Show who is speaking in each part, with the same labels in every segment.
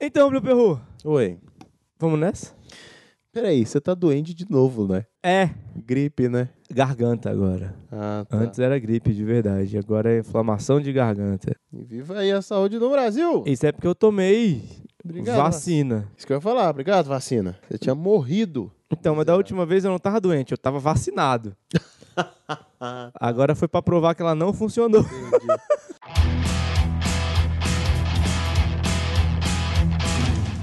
Speaker 1: Então, Blue Perru,
Speaker 2: Oi.
Speaker 1: vamos nessa?
Speaker 2: Peraí, você tá doente de novo, né?
Speaker 1: É,
Speaker 2: Gripe, né?
Speaker 1: garganta agora.
Speaker 2: Ah,
Speaker 1: Antes era gripe de verdade, agora é inflamação de garganta.
Speaker 2: E viva aí a saúde do Brasil!
Speaker 1: Isso é porque eu tomei
Speaker 2: Obrigado.
Speaker 1: vacina.
Speaker 2: Isso que eu ia falar. Obrigado, vacina. Você tinha morrido.
Speaker 1: Então, mas da última vez eu não tava doente, eu tava vacinado. Agora foi pra provar que ela não funcionou.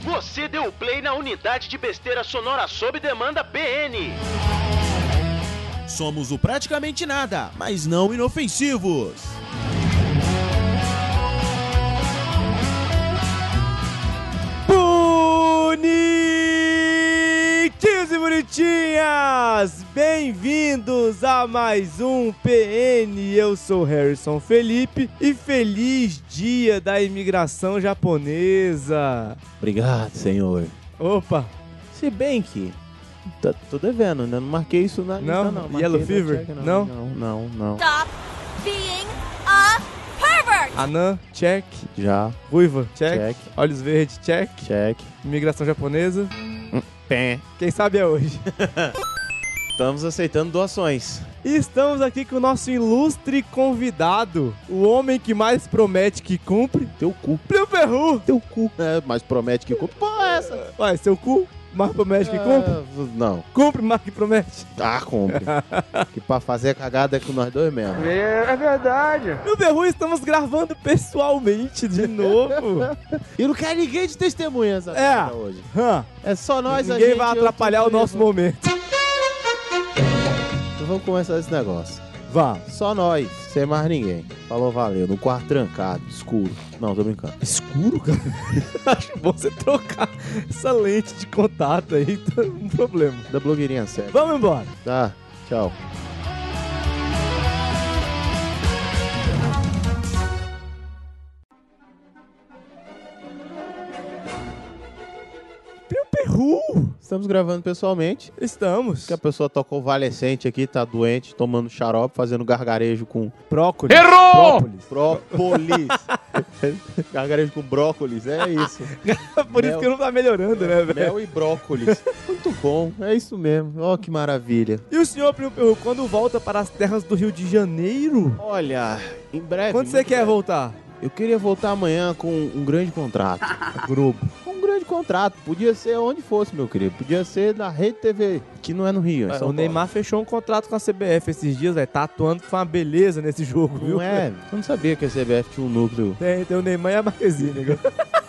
Speaker 3: Você deu play na unidade de besteira sonora sob demanda PN.
Speaker 4: Somos o praticamente nada, mas não inofensivos.
Speaker 1: Bonitinhos e bonitinhas! Bem-vindos a mais um PN. Eu sou Harrison Felipe e feliz dia da imigração japonesa.
Speaker 2: Obrigado, senhor.
Speaker 1: Opa,
Speaker 2: Se bem que. Tá, tô devendo, né? Não marquei isso na
Speaker 1: Não?
Speaker 2: lista, não. Marquei
Speaker 1: Yellow
Speaker 2: na
Speaker 1: Fever?
Speaker 2: tag,
Speaker 1: Não?
Speaker 2: não, não, não. não.
Speaker 5: Stop being a pervert!
Speaker 1: Anã, check.
Speaker 2: Já,
Speaker 1: Ruiva, check.
Speaker 2: Check.
Speaker 1: Olhos verdes, check.
Speaker 2: check.
Speaker 1: Imigração japonesa.
Speaker 2: Pé.
Speaker 1: Quem sabe é hoje.
Speaker 2: Estamos aceitando doações.
Speaker 1: E estamos aqui com o nosso ilustre convidado, o homem que mais promete que cumpre,
Speaker 2: Teu cu.
Speaker 1: Plio Perru.
Speaker 2: Teu cu. É, mas promete que cumpre. Porra, é essa?
Speaker 1: Ué, seu cu, mas promete que cumpre?
Speaker 2: Ah, não.
Speaker 1: Cumpre, mas que promete.
Speaker 2: Ah, compre. que pra fazer cagada é com nós dois mesmo.
Speaker 1: Plio Perru, estamos gravando pessoalmente de novo.
Speaker 2: E não quer ninguém de testemunha essa
Speaker 1: É.
Speaker 2: merda hoje.
Speaker 1: Hã,
Speaker 2: É só nós a
Speaker 1: ninguém
Speaker 2: gente,
Speaker 1: vai
Speaker 2: eu,
Speaker 1: atrapalhar
Speaker 2: tu
Speaker 1: o
Speaker 2: e eu.
Speaker 1: nosso momento.
Speaker 2: Então vamos começar esse negócio.
Speaker 1: Vá.
Speaker 2: Só nós, sem mais ninguém. Falou, valeu. No quarto trancado, escuro. Não, tô brincando.
Speaker 1: Escuro, cara? Acho bom você trocar essa lente de contato aí, tá um problema.
Speaker 2: Da blogueirinha séria.
Speaker 1: Vamos embora.
Speaker 2: Tá, tchau.
Speaker 1: Plio Perru,
Speaker 2: Estamos gravando pessoalmente.
Speaker 1: estamos.
Speaker 2: Que a pessoa tá convalescente aqui, tá doente, tomando xarope, fazendo gargarejo com
Speaker 1: Prócolis. Errou! Própolis.
Speaker 2: própolis. gargarejo com brócolis, é isso.
Speaker 1: Por isso
Speaker 2: Mel.
Speaker 1: que não tá melhorando, né, velho?
Speaker 2: Mel e brócolis. Muito bom, é isso mesmo. Ó, que maravilha.
Speaker 1: E o senhor, Plio Perru, quando volta para as terras do Rio de Janeiro?
Speaker 2: Olha, em breve.
Speaker 1: Quando você
Speaker 2: muito
Speaker 1: quer
Speaker 2: breve.
Speaker 1: voltar?
Speaker 2: Eu queria voltar amanhã com um grande contrato.
Speaker 1: Grupo.
Speaker 2: Com um grande contrato. Podia ser onde fosse, meu querido. Podia ser na Rede TV, que não é no Rio. É,
Speaker 1: É,
Speaker 2: São
Speaker 1: o Neymar fechou um contrato com a CBF esses dias, velho. Tá atuando com uma beleza nesse jogo,
Speaker 2: Paulo.
Speaker 1: viu?
Speaker 2: Não é. Eu não sabia que a CBF tinha um núcleo.
Speaker 1: Tem, tem o Neymar e a Marquezine. agora.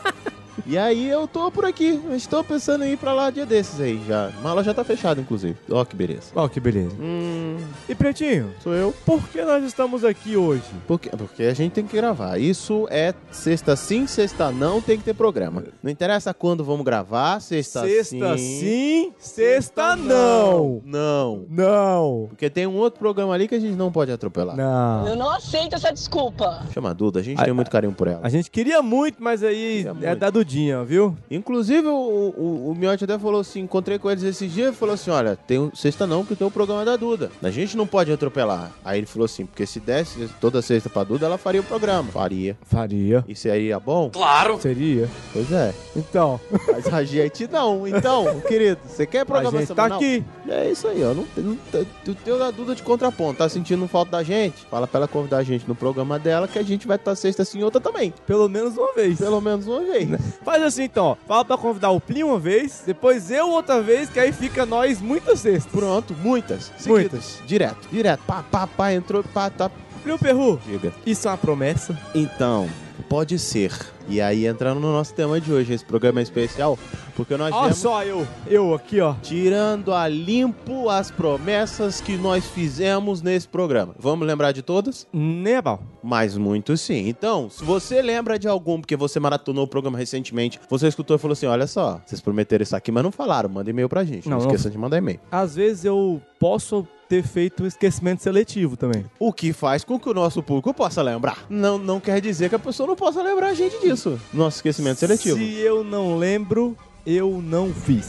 Speaker 2: E aí eu tô por aqui. Eu estou pensando em ir pra lá dia desses aí já. Mas ela já tá fechada, inclusive. Ó, que beleza.
Speaker 1: Ó, que beleza.
Speaker 2: Hum,
Speaker 1: E Pretinho,
Speaker 2: sou eu.
Speaker 1: por que nós estamos aqui hoje?
Speaker 2: Porque, porque a gente tem que gravar. Isso é sexta sim, sexta não, tem que ter programa. Não interessa quando vamos gravar, sexta,
Speaker 1: sexta sim, sexta não.
Speaker 2: Não.
Speaker 1: Não.
Speaker 2: Porque tem um outro programa ali que a gente não pode atropelar.
Speaker 1: Não.
Speaker 6: Eu não aceito essa desculpa.
Speaker 2: Chama a Duda, a gente
Speaker 1: A-
Speaker 2: tem muito carinho por ela.
Speaker 1: A gente queria muito, mas aí
Speaker 2: Queria
Speaker 1: é
Speaker 2: muito.
Speaker 1: da Dudinha, viu?
Speaker 2: Inclusive, o, o, o Miotti até falou assim: encontrei com eles esses dias e falou assim: olha, tem um, sexta não, que tem o programa da Duda. A gente não pode atropelar. Aí ele falou assim: porque se desse toda sexta pra Duda, ela faria o programa. Faria.
Speaker 1: Faria.
Speaker 2: Isso aí é bom?
Speaker 3: Claro.
Speaker 1: Seria.
Speaker 2: Pois é.
Speaker 1: Então,
Speaker 2: Mas a gente não. Então, querido, você quer
Speaker 1: a
Speaker 2: programa
Speaker 1: gente tá
Speaker 2: semanal?
Speaker 1: aqui.
Speaker 2: É isso aí, ó. Não, tem- não, tem- tu tem a Duda de contraponto. Tá sentindo falta da gente? Fala pra ela convidar a gente no programa dela que a gente vai estar sexta assim outra também.
Speaker 1: Pelo menos uma vez.
Speaker 2: Pelo menos uma vez.
Speaker 1: Faz assim então, ó. Fala pra convidar o Plim uma vez, depois eu outra vez, que aí fica nós muitas sextas.
Speaker 2: Pronto, muitas. seguidas.
Speaker 1: Muitas.
Speaker 2: Direto, direto. Pá, pá, pá, entrou, pá, tá.
Speaker 1: Plio Perru,
Speaker 2: Diga.
Speaker 1: isso é uma promessa?
Speaker 2: Então, pode ser. E aí, entrando no nosso tema de hoje, esse programa é especial, porque nós
Speaker 1: Olha
Speaker 2: viemos
Speaker 1: só eu, eu aqui, ó.
Speaker 2: tirando a limpo as promessas que nós fizemos nesse programa. Vamos lembrar de todas?
Speaker 1: Nem a pau.
Speaker 2: Mas muito sim. Então, se você lembra de algum, porque você maratonou o programa recentemente, você escutou e falou assim: olha só, vocês prometeram isso aqui, mas não falaram. Manda e-mail pra gente. Não,
Speaker 1: Não,
Speaker 2: esqueça de mandar e-mail.
Speaker 1: Às vezes eu posso ter feito esquecimento seletivo também.
Speaker 2: O que faz com que o nosso público possa lembrar. Não, não quer dizer que a pessoa não possa lembrar a gente disso. Nosso esquecimento seletivo.
Speaker 1: Se eu não lembro, eu não fiz.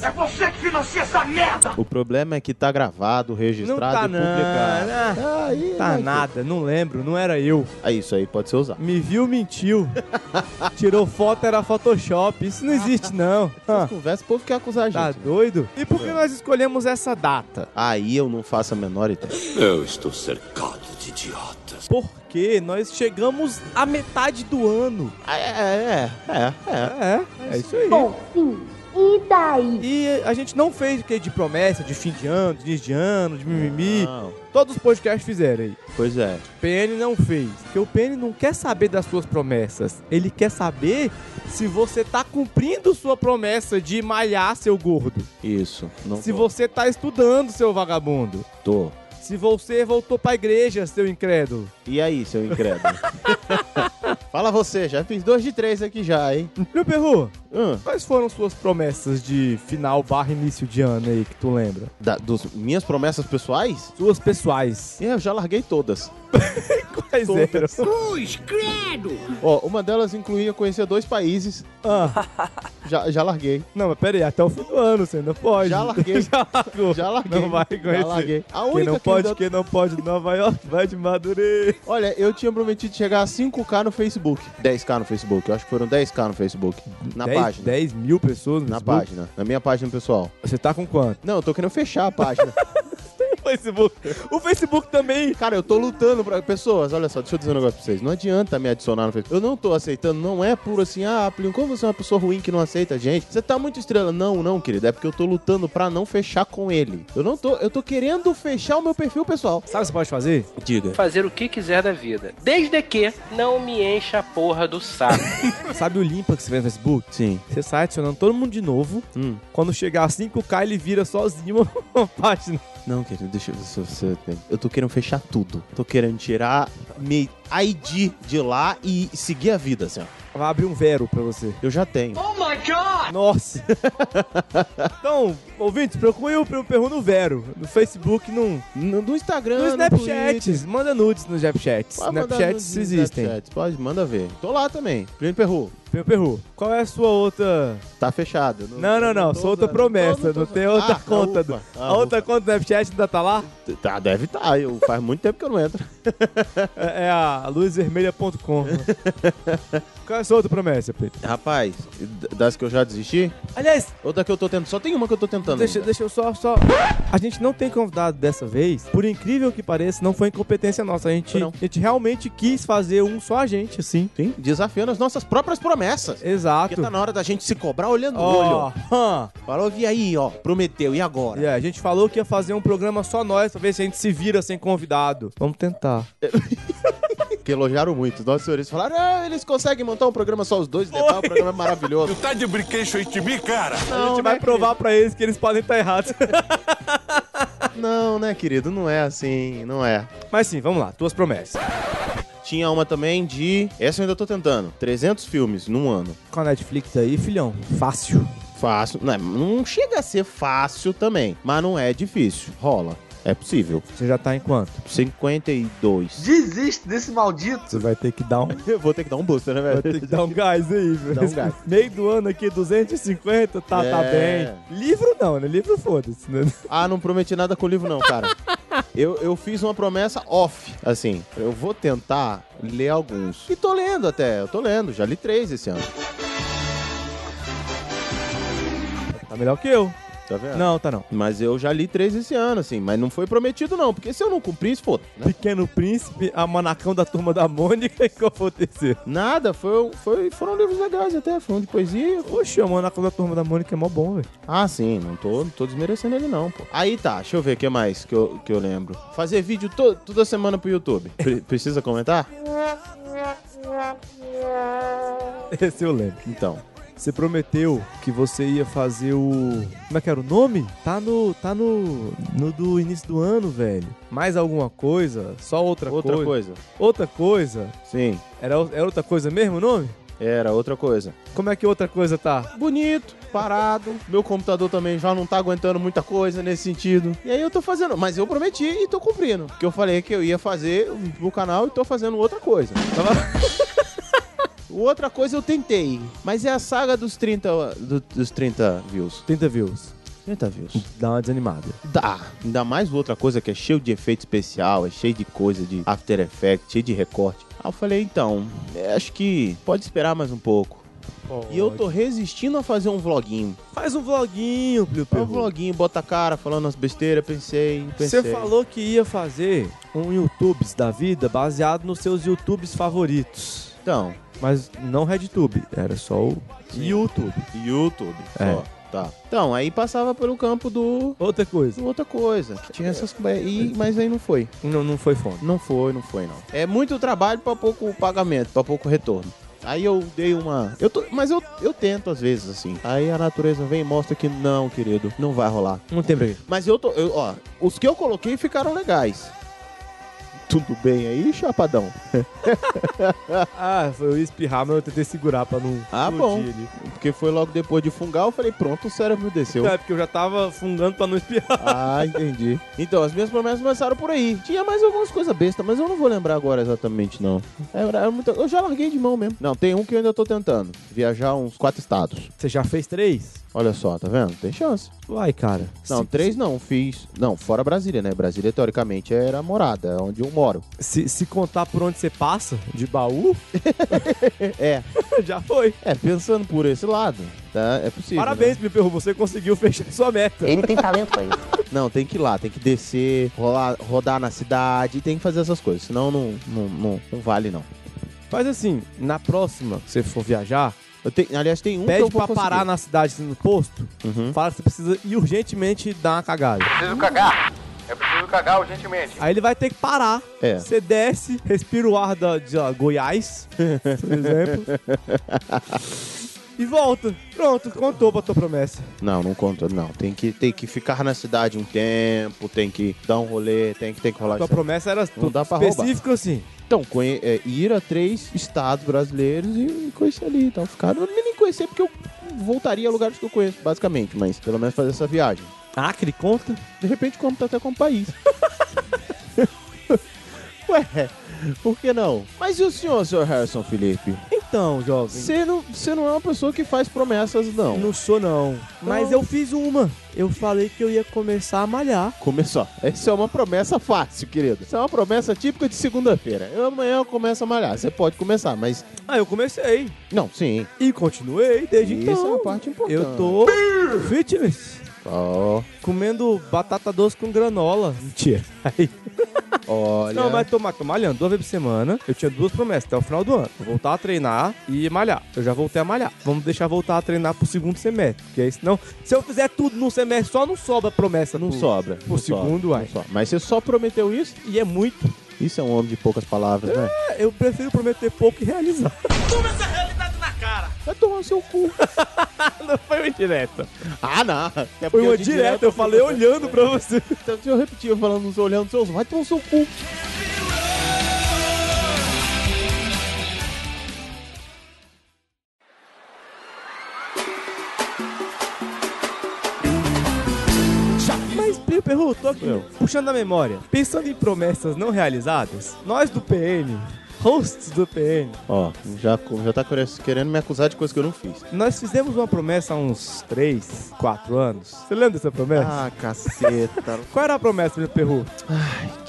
Speaker 2: O problema é que tá gravado, registrado
Speaker 1: tá,
Speaker 2: e
Speaker 1: não,
Speaker 2: publicado.
Speaker 1: não.
Speaker 2: Aí, né,
Speaker 1: Tá
Speaker 2: aí,
Speaker 1: nada, não lembro, não era eu.
Speaker 2: É isso aí, pode ser usado.
Speaker 1: Me viu, mentiu. Tirou foto, era Photoshop. Isso não existe, não.
Speaker 2: Essas
Speaker 1: Ah,
Speaker 2: conversas, o povo quer acusar a gente.
Speaker 1: Tá
Speaker 2: né?
Speaker 1: doido? E por que nós escolhemos essa data?
Speaker 2: Aí eu não faço a menor ideia.
Speaker 1: Porque nós chegamos à metade do ano.
Speaker 2: É, é, é, é.
Speaker 1: É, é isso aí. E a gente não fez o que de promessa, de fim de ano, de início de ano, de mimimi.
Speaker 2: Não,
Speaker 1: Todos os podcasts fizeram aí.
Speaker 2: pois é.
Speaker 1: PN não fez. Porque o PN não quer saber das suas promessas. Ele quer saber se você tá cumprindo sua promessa de malhar seu gordo.
Speaker 2: Isso. Não
Speaker 1: Se
Speaker 2: tô.
Speaker 1: você tá estudando, seu vagabundo.
Speaker 2: Tô.
Speaker 1: Se você voltou pra igreja, seu incrédulo.
Speaker 2: E aí, seu incrédulo? Fala você, já fiz dois de três aqui já, hein?
Speaker 1: Meu perru,
Speaker 2: Hum,
Speaker 1: quais foram suas promessas de final barra início de ano aí que tu lembra?
Speaker 2: da- dos, minhas promessas pessoais? É,
Speaker 1: Suas pessoais.
Speaker 2: Eu já larguei todas.
Speaker 1: Quais eram?
Speaker 2: Ó, uma delas incluía conhecer dois países.
Speaker 1: Ah,
Speaker 2: Já, já larguei.
Speaker 1: não, mas pera aí, até o fim do ano você ainda pode.
Speaker 2: Já larguei.
Speaker 1: Já largou.
Speaker 2: Já larguei.
Speaker 1: Não vai
Speaker 2: Já
Speaker 1: conhecer.
Speaker 2: larguei. A
Speaker 1: Quem
Speaker 2: única
Speaker 1: não
Speaker 2: que eu
Speaker 1: pode,
Speaker 2: ainda-
Speaker 1: quem não pode de Nova York, vai de Madureira.
Speaker 2: Olha, eu tinha prometido chegar a 5K no Facebook. 10K no Facebook. Eu acho que foram 10K no Facebook. Na
Speaker 1: Dez-
Speaker 2: página.
Speaker 1: 10 mil pessoas no
Speaker 2: Na
Speaker 1: Facebook?
Speaker 2: página. Na minha página pessoal.
Speaker 1: Você tá com quanto?
Speaker 2: Não, eu tô querendo fechar a página.
Speaker 1: O Facebook. O Facebook também.
Speaker 2: Cara, eu tô lutando pra. Pessoas, olha só, deixa eu dizer um negócio pra vocês. Não adianta me adicionar no Facebook. Eu não tô aceitando, não é puro assim, ah, Plínio, como você é uma pessoa ruim que não aceita a gente? Você tá muito estrela. Não, não, querido. É porque eu tô lutando pra não fechar com ele. Eu não tô. Eu tô querendo fechar o meu perfil pessoal.
Speaker 1: Sabe o que você pode fazer?
Speaker 2: Diga.
Speaker 7: fazer o que quiser da vida. Desde que não me encha a porra do saco.
Speaker 1: Sabe o limpa que você vê no Facebook?
Speaker 2: Sim.
Speaker 1: Você sai adicionando todo mundo de novo.
Speaker 2: Hum.
Speaker 1: Quando chegar a 5K, ele vira sozinho uma página.
Speaker 2: Não, querido, deixa eu ver se você tem. Eu tô querendo fechar tudo. Tô querendo tirar minha ID de lá e seguir a vida, assim, ó.
Speaker 1: Vai abrir um Vero pra você.
Speaker 2: Eu já tenho.
Speaker 1: Nossa! então, ouvintes, procure o Perru no Vero. No Facebook, no,
Speaker 2: No, no Instagram,
Speaker 1: no
Speaker 2: Twitter.
Speaker 1: Snapchat. Manda nudes no Snapchat.
Speaker 2: Pode mandar
Speaker 1: Snapchats
Speaker 2: no
Speaker 1: existem.
Speaker 2: Snapchat, Pode, manda ver. Tô lá também. Plínio Perru,
Speaker 1: Meu Perru, qual é a sua outra...
Speaker 2: tá fechado. Eu
Speaker 1: Não, não,
Speaker 2: eu
Speaker 1: não.
Speaker 2: tô
Speaker 1: Sou outra
Speaker 2: usando.
Speaker 1: promessa.
Speaker 2: Não, tô
Speaker 1: Não tem
Speaker 2: usando.
Speaker 1: outra
Speaker 2: Ah,
Speaker 1: conta.
Speaker 2: ufa.
Speaker 1: do-
Speaker 2: Ah,
Speaker 1: A outra
Speaker 2: ufa.
Speaker 1: conta do Snapchat ainda tá lá?
Speaker 2: Tá, deve tá. Eu, faz muito tempo que eu não entro.
Speaker 1: É é a luzvermelha.com. né? Qual é a sua outra promessa, Pedro?
Speaker 2: Rapaz, d- das que eu já desisti?
Speaker 1: Aliás,
Speaker 2: Ou da que eu tô tentando? Só tem uma que eu tô tentando.
Speaker 1: deixa,
Speaker 2: ainda.
Speaker 1: deixa eu só, só. A gente não tem convidado dessa vez. Por incrível que pareça, não foi incompetência nossa. A gente,
Speaker 2: Foi não.
Speaker 1: a gente realmente quis fazer um só a gente, assim.
Speaker 2: Sim, desafiando as nossas próprias promessas. Porque
Speaker 1: Exato.
Speaker 2: tá na hora da gente se cobrar olhando no
Speaker 1: Ó,
Speaker 2: olho.
Speaker 1: hã.
Speaker 2: Falou, vi aí, ó. Prometeu, e agora?
Speaker 1: É, a gente falou que ia fazer um programa só nós pra ver se a gente se vira sem convidado. Vamos tentar.
Speaker 2: é Que elogiaram muito. Os nossos senhores falaram, ah, eles conseguem montar um programa só os dois, levar um programa maravilhoso.
Speaker 8: Tá de brinquedo em mim, cara?
Speaker 1: a gente
Speaker 2: né,
Speaker 1: vai provar pra eles que eles podem tá estar errados.
Speaker 2: não, né, querido? Não é assim, não é.
Speaker 1: Mas sim, vamos lá, tuas promessas.
Speaker 2: Tinha uma também de. Essa eu ainda tô tentando. 300 filmes num ano.
Speaker 1: Com a Netflix aí, filhão, fácil.
Speaker 2: Fácil. Não, é- não chega a ser fácil também, mas não é difícil. Rola. É possível.
Speaker 1: Você já tá em quanto?
Speaker 2: 52.
Speaker 9: Desiste desse maldito.
Speaker 1: Você vai ter que dar um
Speaker 2: Eu vou ter que dar um booster, né,
Speaker 1: Vai ter que dar um gás aí, velho.
Speaker 2: Dá um gás.
Speaker 1: Meio do ano aqui, 250, tá, tá
Speaker 2: É.
Speaker 1: bem. Livro não, né? Livro foda-se, né?
Speaker 2: Ah, não prometi nada com o livro, não, cara. Eu, eu fiz uma promessa off. Assim, eu vou tentar ler alguns. E tô lendo até, eu tô lendo, já li três esse ano.
Speaker 1: Tá melhor que eu.
Speaker 2: Tá vendo?
Speaker 1: Não, tá não.
Speaker 2: Mas eu já li três esse ano, assim, mas não foi prometido, não, porque se eu não cumprisse, foda, né?
Speaker 1: Pequeno Príncipe, a Manacão da Turma da Mônica e qual foi o terceiro?
Speaker 2: Nada, foi, foi, foram livros legais até, foi um de poesia.
Speaker 1: Oxe, a Manacão da Turma da Mônica é mó bom, velho.
Speaker 2: Ah, sim, não tô, não tô desmerecendo ele, não, pô. Aí tá, deixa eu ver o que mais que eu, que eu lembro. Fazer vídeo to- toda semana pro YouTube. Pre- precisa comentar?
Speaker 1: Esse eu lembro.
Speaker 2: Então,
Speaker 1: Você prometeu que você ia fazer o... Como é que era o nome? Tá no... Tá no... No do início do ano, velho. Mais alguma coisa? Só outra,
Speaker 2: outra
Speaker 1: coisa?
Speaker 2: coisa.
Speaker 1: Outra coisa?
Speaker 2: Sim,
Speaker 1: Era, era outra coisa mesmo o nome?
Speaker 2: era outra coisa.
Speaker 1: Como é que outra coisa tá?
Speaker 2: bonito, parado. Meu computador também já não tá aguentando muita coisa nesse sentido. E aí eu tô fazendo, mas eu prometi e tô cumprindo. Porque eu falei que eu ia fazer o canal e tô fazendo outra coisa. Tava- Outra coisa eu tentei, mas é a saga dos 30, do- dos 30 views.
Speaker 1: 30 views.
Speaker 2: 30 views.
Speaker 1: Dá uma desanimada.
Speaker 2: Dá. Ainda mais outra coisa que é cheio de efeito especial, é cheio de coisa de After Effects, cheio de recorte. Aí eu falei, então, é, acho que pode esperar mais um pouco. E eu tô resistindo a fazer um vloguinho.
Speaker 1: Faz um vloguinho, Plio
Speaker 2: Um
Speaker 1: Perru.
Speaker 2: vloguinho, bota a cara, falando as besteiras, pensei, pensei.
Speaker 1: Você falou que ia fazer um YouTubes da vida baseado nos seus YouTubes favoritos.
Speaker 2: Então,
Speaker 1: Mas não RedTube, era só o
Speaker 2: Sim.
Speaker 1: YouTube.
Speaker 2: YouTube.
Speaker 1: É.
Speaker 2: Só. Tá. Então, aí passava pelo campo do...
Speaker 1: Outra coisa,
Speaker 2: Outra coisa. Tinha essas... E, mas aí não foi.
Speaker 1: não, não foi fome.
Speaker 2: Não foi, não foi, não. É muito trabalho pra pouco pagamento, pra pouco retorno. Aí eu dei uma. Eu tô... Mas eu, eu tento às vezes, assim. Aí a natureza vem e mostra que não, querido, não vai rolar.
Speaker 1: Não tem pra quê.
Speaker 2: Mas eu tô. eu- ó, os que eu coloquei ficaram legais. Tudo bem aí, chapadão?
Speaker 1: Ah, foi eu ia espirrar, mas eu tentei segurar pra não
Speaker 2: Ah,
Speaker 1: explodir
Speaker 2: bom.
Speaker 1: ali.
Speaker 2: Porque foi logo depois de fungar, eu falei, pronto, o cérebro desceu.
Speaker 1: É, porque eu já tava fungando pra não espirrar.
Speaker 2: Ah, entendi. Então, as minhas promessas começaram por aí. Tinha mais algumas coisas bestas, mas eu não vou lembrar agora exatamente, não. Era- era muita- Eu já larguei de mão mesmo. Não, tem um que eu ainda tô tentando. Viajar uns quatro estados.
Speaker 1: Você já fez três?
Speaker 2: Olha só, tá vendo? Tem chance.
Speaker 1: Uai, cara.
Speaker 2: Não,
Speaker 1: se,
Speaker 2: três não, fiz. Não, fora Brasília, né? Brasília, teoricamente, era a morada, é onde eu moro.
Speaker 1: Se, se contar por onde você passa, de baú,
Speaker 2: É,
Speaker 1: já foi.
Speaker 2: é, pensando por esse lado, tá? É possível.
Speaker 1: Parabéns, Plio Perru, você conseguiu fechar sua meta.
Speaker 9: Ele tem talento pra isso.
Speaker 2: né? Não, tem que ir lá, tem que descer, rolar, rodar na cidade, tem que fazer essas coisas. Senão não, não, não, não vale, não.
Speaker 1: Faz assim, na próxima que você for viajar,
Speaker 2: Eu tenho- aliás, tem um que
Speaker 1: pede
Speaker 2: eu vou
Speaker 1: pra parar na cidade, assim, no posto,
Speaker 2: Uhum.
Speaker 1: fala que você precisa ir urgentemente dar uma cagada.
Speaker 10: Preciso cagar. É preciso cagar urgentemente.
Speaker 1: Aí ele vai ter que parar.
Speaker 2: É.
Speaker 1: Você desce, respira o ar da, de ó, Goiás, por exemplo. e volta. Pronto, contou pra tua promessa.
Speaker 2: Não, não conta, não. Tem que, tem que ficar na cidade um tempo, tem que dar um rolê, tem que, tem que rolar
Speaker 1: Tua
Speaker 2: isso.
Speaker 1: promessa era
Speaker 2: Não dá pra
Speaker 1: específica assim.
Speaker 2: Então, conhe- é, ir a três estados brasileiros e, e conhecer ali e tal. Ficar, não nem conhecer, porque eu voltaria a lugares que eu conheço, basicamente. Mas pelo menos fazer essa viagem.
Speaker 1: Acre, conta.
Speaker 2: De repente, como até com o país. Ué, por que não? Mas e o senhor, senhor Harrison Felipe?
Speaker 1: Então, jovem.
Speaker 2: Você não, você não é uma pessoa que faz promessas, não.
Speaker 1: Não sou, não. Mas
Speaker 2: Não.
Speaker 1: eu fiz uma. Eu falei que eu ia começar a malhar.
Speaker 2: Começou. Essa é uma promessa fácil, querido. Isso é uma promessa típica de segunda-feira. Eu amanhã eu começo a malhar. Você pode começar, mas.
Speaker 1: Ah, eu comecei.
Speaker 2: Não, sim.
Speaker 1: E continuei desde
Speaker 2: Isso
Speaker 1: então.
Speaker 2: é uma parte importante.
Speaker 1: Eu tô fitness.
Speaker 2: Ó,
Speaker 1: Comendo batata doce com granola. Mentira. Aí.
Speaker 2: olha.
Speaker 1: Não, mas tô, ma- tô malhando duas vezes por semana. Eu tinha duas promessas até o final do ano. Vou voltar a treinar e malhar. Eu já voltei a malhar. Vamos deixar voltar a treinar pro segundo semestre. Porque aí senão, se eu fizer tudo num semestre, só não sobra promessa.
Speaker 2: Não
Speaker 1: pro-
Speaker 2: sobra.
Speaker 1: Pro segundo, uai.
Speaker 2: Só. Mas você só prometeu isso?
Speaker 1: E é muito.
Speaker 2: Isso é um homem de poucas palavras, né?
Speaker 1: É, Eu prefiro prometer pouco e realizar.
Speaker 2: Vai tomar no seu cu.
Speaker 1: Não foi uma indireta.
Speaker 2: ah, não. É
Speaker 1: Foi
Speaker 2: porque
Speaker 1: uma
Speaker 2: eu digo
Speaker 1: direta. Eu falei olhando pra você.
Speaker 2: Então, se eu repetir falando, olhando seus vai tomar no seu cu.
Speaker 1: Mas, Pio Perru, tô aqui puxando a memória. Pensando em promessas não realizadas, nós do PN, hosts do PN,
Speaker 2: Ó, já, já tá querendo me acusar de coisa que eu não fiz.
Speaker 1: nós fizemos uma promessa há uns 3, 4 anos. Você lembra dessa promessa?
Speaker 2: Ah, caceta.
Speaker 1: Qual era a promessa, Pio Perru?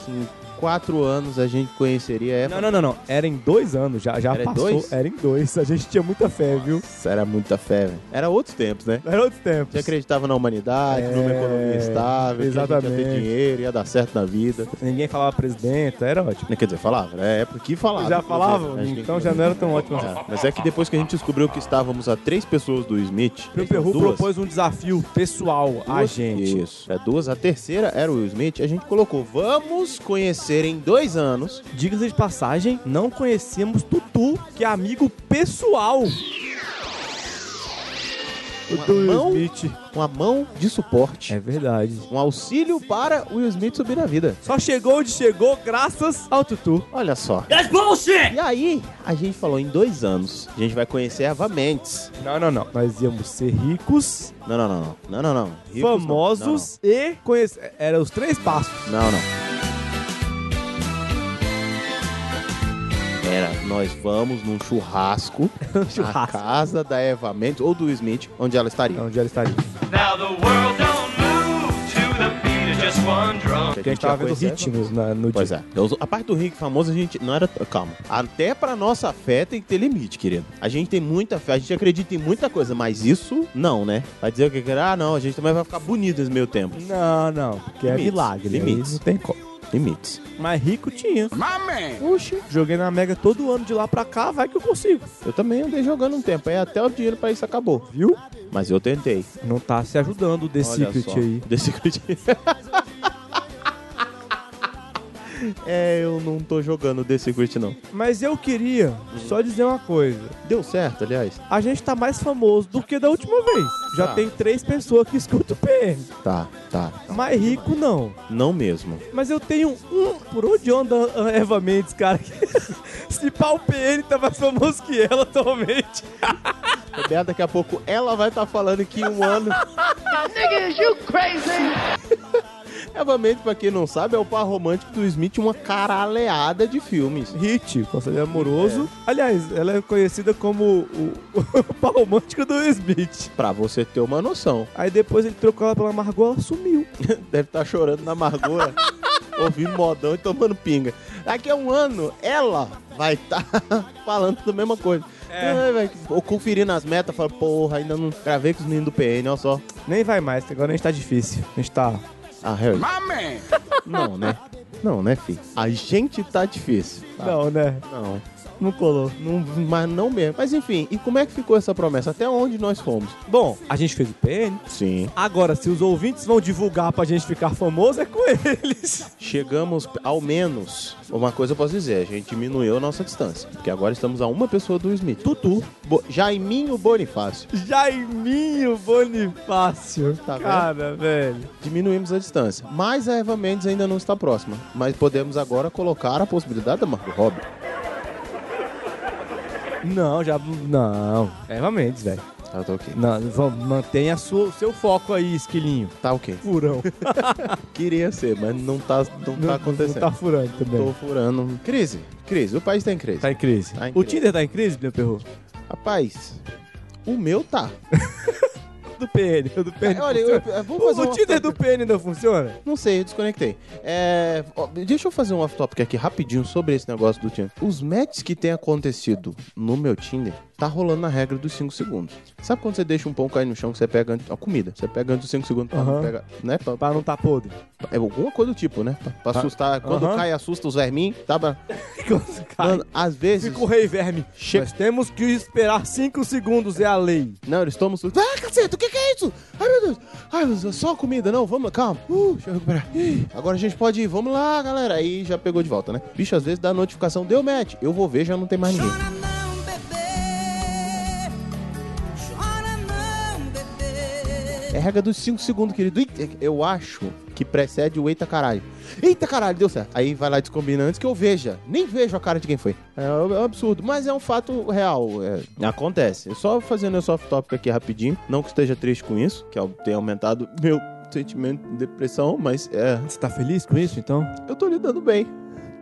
Speaker 2: que em quatro anos a gente conheceria ela.
Speaker 1: Não, não, não, não. Era em dois anos, já, já
Speaker 2: é Era em
Speaker 1: passou.
Speaker 2: dois?
Speaker 1: Era em dois. A gente tinha muita fé, viu?
Speaker 2: Nossa, era muita fé, velho. Era outros tempos, né?
Speaker 1: Era outros tempos.
Speaker 2: Você acreditava na humanidade, numa
Speaker 1: É,
Speaker 2: economia estável, que a gente ia
Speaker 1: exatamente.
Speaker 2: ter dinheiro, ia dar certo na vida.
Speaker 1: Ninguém falava presidenta, era ótimo.
Speaker 2: Quer dizer, falava, né? É porque falava.
Speaker 1: Já falavam?
Speaker 2: Acho que-
Speaker 1: Então já não era tão ótimo assim.
Speaker 2: É, mas é que depois que a gente descobriu que estávamos a três pessoas do Smith.
Speaker 1: Pio Perru
Speaker 2: duas,
Speaker 1: propôs um desafio pessoal a
Speaker 2: duas-
Speaker 1: gente.
Speaker 2: Isso. É duas. A terceira era o Will Smith. A gente colocou, vamos conhecer em dois anos.
Speaker 1: Diga-se de passagem, não conhecíamos Tutu, que é amigo pessoal
Speaker 2: Uma
Speaker 1: do Will
Speaker 2: mão,
Speaker 1: Smith.
Speaker 2: uma mão de suporte.
Speaker 1: É verdade.
Speaker 2: Um auxílio para o Will Smith subir na vida.
Speaker 1: Só chegou onde chegou graças ao Tutu.
Speaker 2: Olha só. E aí, a gente falou, em dois anos, a gente vai conhecer a Eva Mendes.
Speaker 1: Não, não, não. Nós íamos ser ricos,
Speaker 2: Não, não, não, não. Não, não, não. Ricos, não.
Speaker 1: famosos e conhecidos. Eram os três passos.
Speaker 2: Não, não. não. Era, nós vamos num churrasco, na
Speaker 1: Churrasco. Então,
Speaker 2: casa da Eva Mendes ou do Smith, onde ela estaria.
Speaker 1: Onde ela estaria?
Speaker 9: Now the world don't move to the beat of just one drum.
Speaker 2: Que
Speaker 1: Porque a
Speaker 2: a gente né?
Speaker 1: gente tava
Speaker 2: ia
Speaker 1: vendo
Speaker 2: conhecer
Speaker 1: ritmos na, no
Speaker 2: Pois
Speaker 1: dia.
Speaker 2: é. Eu- a parte do Rick famoso, a gente não era. Calma. Até pra nossa fé tem que ter limite, querido. A gente tem muita fé, a gente acredita em muita coisa, mas isso não, né? Vai dizer o que que era? Ah, não, a gente também vai ficar bonito nesse meio tempo.
Speaker 1: Não, não. Porque é
Speaker 2: Limites,
Speaker 1: milagre.
Speaker 2: limites.
Speaker 1: Limites. Não tem como.
Speaker 2: Limites.
Speaker 1: Mas rico tinha.
Speaker 8: Mamãe!
Speaker 1: Oxi, joguei na Mega todo ano de lá pra cá, vai que eu consigo.
Speaker 2: Eu também andei jogando um tempo, aí até o dinheiro pra isso acabou.
Speaker 1: Viu?
Speaker 2: Mas eu tentei.
Speaker 1: Não tá se ajudando o The Secret aí.
Speaker 2: The Secret. é, eu não tô jogando The Secret, não.
Speaker 1: Mas eu queria só dizer uma coisa.
Speaker 2: Deu certo, aliás.
Speaker 1: A gente tá mais famoso do que da última vez. Já
Speaker 2: Tá.
Speaker 1: tem três pessoas que escutam o PM.
Speaker 2: Tá, tá.
Speaker 1: Mas rico não.
Speaker 2: Não mesmo.
Speaker 1: Mas eu tenho um por onde anda a Eva Mendes, cara. Se pá o PN tá mais famoso que ela atualmente.
Speaker 2: Bea, daqui a pouco ela vai estar falando que um ano. Eva Mendes, pra quem não sabe, é o par romântico do Smith, uma caraleada de filmes.
Speaker 1: Hit, conselheiro amoroso. Aliás, ela é conhecida como o, o pau romântico do Smith.
Speaker 2: Pra você ter uma noção.
Speaker 1: Aí depois ele trocou ela pela Margot, ela sumiu.
Speaker 2: Deve estar chorando na amargura, ouvindo modão e tomando pinga. Daqui a um ano, ela vai estar falando da mesma coisa. Ai, velho, Ou conferindo as metas, fala, porra, ainda não gravei com os meninos do PN, olha só.
Speaker 1: Nem vai mais, que agora a gente tá difícil. A gente tá.
Speaker 2: Ah, Harry.
Speaker 8: Mamãe!
Speaker 2: Não, né? Não, né, filho? A gente tá difícil. Tá?
Speaker 1: Não, né?
Speaker 2: Não.
Speaker 1: Não colou.
Speaker 2: Não, mas não mesmo. Mas enfim, e como é que ficou essa promessa? Até onde nós fomos?
Speaker 1: Bom, a gente fez o PN.
Speaker 2: Sim.
Speaker 1: Agora, se os ouvintes vão divulgar pra gente ficar famoso, é com eles.
Speaker 2: Chegamos, ao menos, uma coisa eu posso dizer, a gente diminuiu a nossa distância. Porque agora estamos a uma pessoa do Smith. Tutu. Bo Jaiminho Bonifácio.
Speaker 1: Jaiminho Bonifácio.
Speaker 2: Tá vendo?
Speaker 1: Cara, velho.
Speaker 2: Diminuímos a distância. Mas a Eva Mendes ainda não está próxima. Mas podemos agora colocar a possibilidade da Marco Robbie.
Speaker 1: Não, já. Não. É Eva Mendes, velho.
Speaker 2: Ah, tá ok.
Speaker 1: Não, vamos- mantenha a sua- o seu foco aí, esquilinho.
Speaker 2: Tá ok.
Speaker 1: Furão.
Speaker 2: Queria ser, mas não tá, não tá acontecendo.
Speaker 1: Não tá furando também.
Speaker 2: Tô furando. Crise. Crise. O país tá em crise.
Speaker 1: Tá em crise.
Speaker 2: Tá em
Speaker 1: o
Speaker 2: crise.
Speaker 1: Tinder tá em crise, meu perro?
Speaker 2: Rapaz, o meu tá.
Speaker 1: Do PN. O do PN.
Speaker 2: Olha, eu, eu- vou fazer
Speaker 1: o
Speaker 2: um
Speaker 1: Tinder
Speaker 2: off-topic.
Speaker 1: do PN não funciona?
Speaker 2: Não sei, eu desconectei. É, ó, deixa eu fazer um off-topic aqui rapidinho sobre esse negócio do Tinder. Os matches que tem acontecido no meu Tinder, tá rolando na regra dos 5 segundos. Sabe quando você deixa um pão cair no chão que você pega antes, a comida? Você pega antes dos 5 segundos pra não
Speaker 1: Aham.
Speaker 2: pegar, né? Pra-
Speaker 1: Pra não tá podre.
Speaker 2: é alguma coisa do tipo, né? Pra, pra
Speaker 1: Tá.
Speaker 2: assustar. Quando
Speaker 1: Aham.
Speaker 2: cai, assusta os verminhos, tá? Pra-
Speaker 1: Mano,
Speaker 2: Mano, às vezes...
Speaker 1: Fica o rei verme.
Speaker 2: Che-
Speaker 1: Nós temos que esperar 5 segundos, é a lei.
Speaker 2: Não, eles tomam susto. Ah, caceta, o que, que é isso? Ai, meu Deus. Ai, meu Deus, só comida, não, vamos, calma. Uh, deixa eu recuperar. Ih, agora a gente pode ir, vamos lá, galera. Aí já pegou de volta, né? Bicho, às vezes dá notificação, deu match. Eu vou ver, já não tem mais ninguém. É regra dos 5 segundos, querido. Ih, Eu acho que precede o eita caralho. Eita caralho, deu certo. Aí vai lá e descombina antes que eu veja. Nem vejo a cara de quem foi. É um absurdo, mas é um fato real. é. acontece. Só fazendo esse off-topic aqui rapidinho. Não que esteja triste com isso, que au- tem aumentado meu sentimento de depressão, mas é.
Speaker 1: Você tá feliz com isso, então?
Speaker 2: Eu tô lidando bem.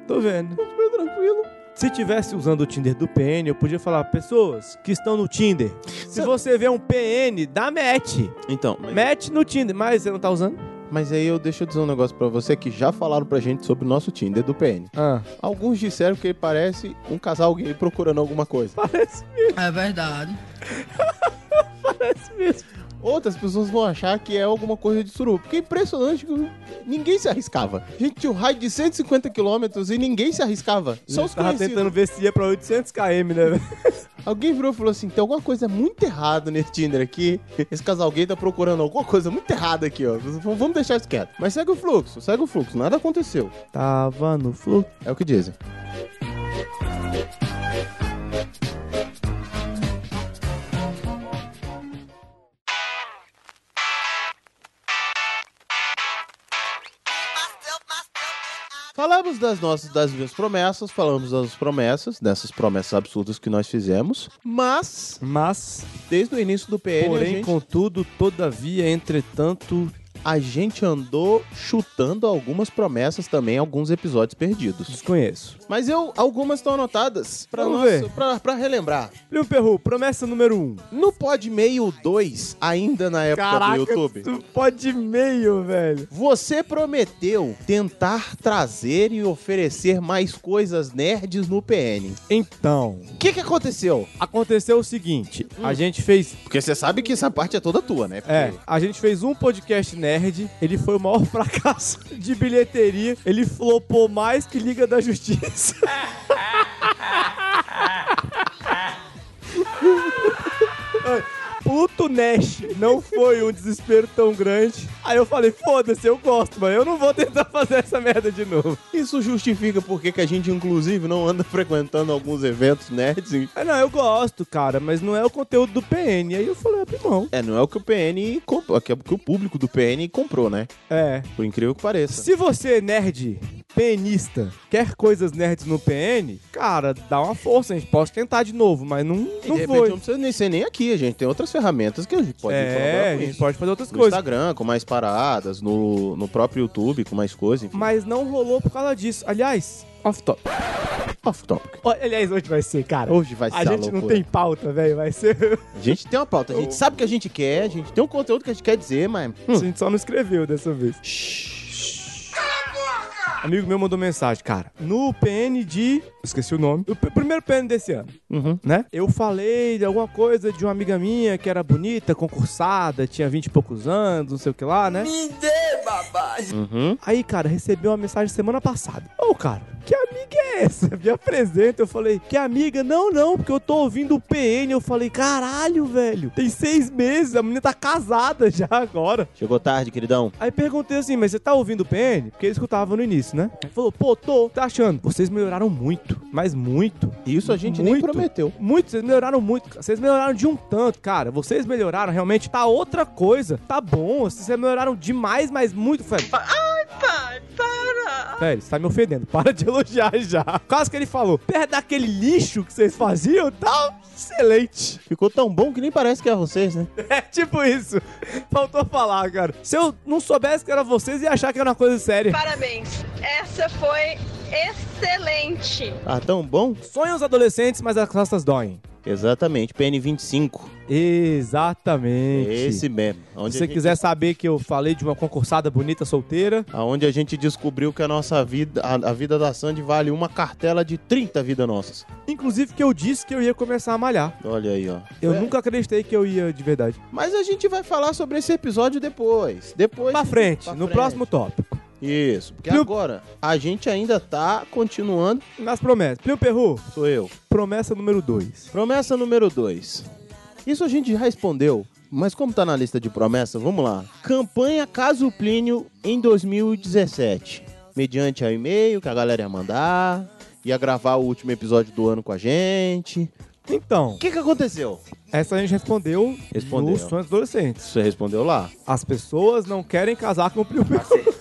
Speaker 1: Tô vendo.
Speaker 2: Tô bem tranquilo.
Speaker 1: Se tivesse usando o Tinder do PN, eu podia falar, pessoas que estão no Tinder, se
Speaker 2: Sa-
Speaker 1: você vê um PN, dá match.
Speaker 2: Então, mas,
Speaker 1: Match no Tinder. Mas você não tá usando?
Speaker 2: mas aí eu deixa eu dizer um negócio pra você que já falaram pra gente sobre o nosso Tinder do PN.
Speaker 1: Ah,
Speaker 2: Alguns disseram que ele parece um casal gay procurando alguma coisa.
Speaker 1: parece
Speaker 9: É verdade.
Speaker 1: mesmo.
Speaker 2: Outras pessoas vão achar que é alguma coisa de suruba. Porque é impressionante que ninguém se arriscava. A gente tinha um raio de 150 quilômetros e ninguém se arriscava. Só os
Speaker 1: tava
Speaker 2: conhecidos.
Speaker 1: tentando ver se ia pra 800 km, né? velho?
Speaker 2: Alguém virou e falou assim, tem alguma coisa muito errada nesse Tinder aqui. Esse casal gay tá procurando alguma coisa muito errada aqui, ó. Vamos deixar isso quieto. Mas segue o fluxo, segue o fluxo. Nada aconteceu.
Speaker 1: Tava no fluxo.
Speaker 2: É o que dizem. Falamos das nossas das minhas promessas, falamos das promessas, dessas promessas absurdas que nós fizemos, mas
Speaker 1: Mas,
Speaker 2: desde o início do PN a
Speaker 1: porém,
Speaker 2: gente-
Speaker 1: contudo, todavia, entretanto,
Speaker 2: a gente andou chutando algumas promessas também, alguns episódios perdidos.
Speaker 1: Desconheço.
Speaker 2: Mas eu, algumas estão anotadas pra,
Speaker 1: Vamos
Speaker 2: nosso-
Speaker 1: ver.
Speaker 2: pra, pra relembrar.
Speaker 1: Primo Perru, promessa número 1. Um.
Speaker 2: No Podmeio 2, ainda na época do YouTube,
Speaker 1: pode meio, velho.
Speaker 2: você prometeu tentar trazer e oferecer mais coisas nerds no PN.
Speaker 1: Então,
Speaker 2: O que, que aconteceu?
Speaker 1: aconteceu o seguinte. A gente fez...
Speaker 2: Porque você sabe que essa parte é toda tua, né?
Speaker 1: É, a gente fez um podcast nerd, ele foi o maior fracasso de bilheteria, ele flopou mais que Liga da Justiça. Pluto Nash não foi um desespero tão grande. Aí eu falei, foda-se, eu gosto, mas eu não vou tentar fazer essa merda de novo.
Speaker 2: Isso justifica porque que a gente, inclusive, não anda frequentando alguns eventos nerds.
Speaker 1: Aí, não, eu gosto, cara, mas não é o conteúdo do PN. Aí eu falei, abri mão.
Speaker 2: É, não é o que o PN comprou, é o que o público do PN comprou, né?
Speaker 1: É,
Speaker 2: Por incrível que pareça.
Speaker 1: Se você é nerd, penista, quer coisas nerds no PN, cara, dá uma força, a gente pode tentar de novo, mas não, não
Speaker 2: de repente
Speaker 1: foi.
Speaker 2: não precisa nem ser nem aqui, a gente tem outras ferramentas que a gente pode
Speaker 1: é,
Speaker 2: colaborar
Speaker 1: a
Speaker 2: com
Speaker 1: gente
Speaker 2: isso.
Speaker 1: pode fazer outras
Speaker 2: No
Speaker 1: coisas.
Speaker 2: Instagram, com mais paradas, no, no próprio YouTube, com mais coisas, enfim.
Speaker 1: Mas não rolou por causa disso. Aliás, off top.
Speaker 2: Off topic.
Speaker 1: Ó, Aliás, hoje vai ser, cara.
Speaker 2: Hoje vai
Speaker 1: a
Speaker 2: ser a
Speaker 1: gente não
Speaker 2: loucura.
Speaker 1: tem pauta, velho. Vai ser.
Speaker 2: A gente tem uma pauta, a gente sabe o que a gente quer, a gente tem um conteúdo que a gente quer dizer, mas.
Speaker 1: a
Speaker 2: hum,
Speaker 1: gente só não escreveu dessa vez. Amigo meu mandou mensagem, cara. No PN de. Esqueci o nome. O p- primeiro PN desse ano.
Speaker 2: Uhum.
Speaker 1: né? Eu falei de alguma coisa de uma amiga minha que era bonita, concursada, tinha 20 e poucos anos, não sei o que lá, né? Me dê, babá! Aí, cara, recebeu uma mensagem semana passada. Ô, cara, que amiga é essa? Me apresenta. Eu falei, que amiga? Não, não, porque eu tô ouvindo o PN. Eu falei, caralho, velho. Tem seis meses, a menina tá casada já agora.
Speaker 2: Chegou tarde, queridão.
Speaker 1: Aí perguntei assim, mas você tá ouvindo o PN? Porque ele escutava no início, né? Ele falou, pô, tô. Tá achando? Vocês melhoraram muito, mas muito.
Speaker 2: Isso a gente nem
Speaker 1: Muito.
Speaker 2: prometeu.
Speaker 1: Muito, vocês melhoraram muito. cara. Vocês melhoraram de um tanto, cara. Vocês melhoraram realmente. Tá outra coisa. Tá bom. Vocês melhoraram demais, mas muito. Falei, Velho, você tá me ofendendo. Para de elogiar já. Quase que ele falou: perto daquele lixo que vocês faziam, tá excelente.
Speaker 2: Ficou tão bom que nem parece que é vocês, né?
Speaker 1: É tipo isso. Faltou falar, cara. Se eu não soubesse que era vocês, ia achar que era uma coisa séria.
Speaker 6: Parabéns. Essa foi excelente.
Speaker 2: Ah, tão bom?
Speaker 1: Sonham os adolescentes, mas as costas doem.
Speaker 2: Exatamente, PN25.
Speaker 1: Exatamente.
Speaker 2: Esse é mesmo. Onde
Speaker 1: Se
Speaker 2: a
Speaker 1: você
Speaker 2: gente-
Speaker 1: quiser saber que eu falei de uma concursada bonita solteira,
Speaker 2: Aonde a gente descobriu que a nossa vida, a, a vida da Sandy vale uma cartela de 30 vidas nossas.
Speaker 1: inclusive que eu disse que eu ia começar a malhar.
Speaker 2: Olha aí, ó. É,
Speaker 1: Eu nunca acreditei que eu ia de verdade.
Speaker 2: Mas a gente vai falar sobre esse episódio depois. Depois.
Speaker 1: Pra frente,
Speaker 2: Pra
Speaker 1: no
Speaker 2: frente.
Speaker 1: próximo tópico.
Speaker 2: Isso. Porque
Speaker 1: Piu-
Speaker 2: agora a gente ainda tá continuando.
Speaker 1: Nas promessas. Primo Perru,
Speaker 2: Sou eu.
Speaker 1: promessa número 2.
Speaker 2: Promessa número 2. Isso a gente já respondeu, mas como tá na lista de promessa, vamos lá. Campanha Caso Plínio em 2017. Mediante ao e-mail que a galera ia mandar, ia gravar o último episódio do ano com a gente.
Speaker 1: Então,
Speaker 2: O que que aconteceu?
Speaker 1: essa a gente respondeu
Speaker 2: Respondeu.
Speaker 1: nos sonhos adolescentes.
Speaker 2: Você respondeu lá.
Speaker 1: As pessoas não querem casar com o Primo Perru.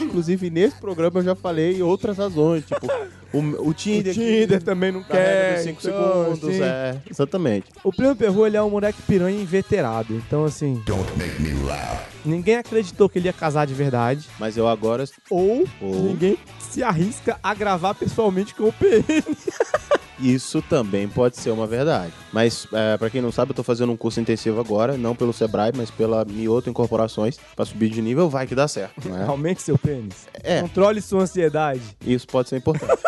Speaker 2: Inclusive, nesse programa eu já falei outras razões, tipo, o, o
Speaker 1: O
Speaker 2: Tinder.
Speaker 1: Tinder também não
Speaker 2: da regra
Speaker 1: quer.
Speaker 2: dos 5
Speaker 1: então,
Speaker 2: segundos,
Speaker 1: assim,
Speaker 2: é. Exatamente.
Speaker 1: O Primo Perru, ele é um moleque piranha inveterado. Então, assim... Ninguém acreditou que ele ia casar de verdade.
Speaker 2: Mas eu agora
Speaker 1: Ou,
Speaker 2: Ou.
Speaker 1: ninguém se arrisca a gravar pessoalmente com o PN.
Speaker 2: Isso também pode ser uma verdade. Mas, é, para quem não sabe, eu tô fazendo um curso intensivo agora, não pelo Sebrae, mas pela Mioto Incorporações. Pra subir de nível, vai que dá certo, né?
Speaker 1: Aumente seu pênis.
Speaker 2: É.
Speaker 1: Controle sua ansiedade.
Speaker 2: Isso pode ser importante.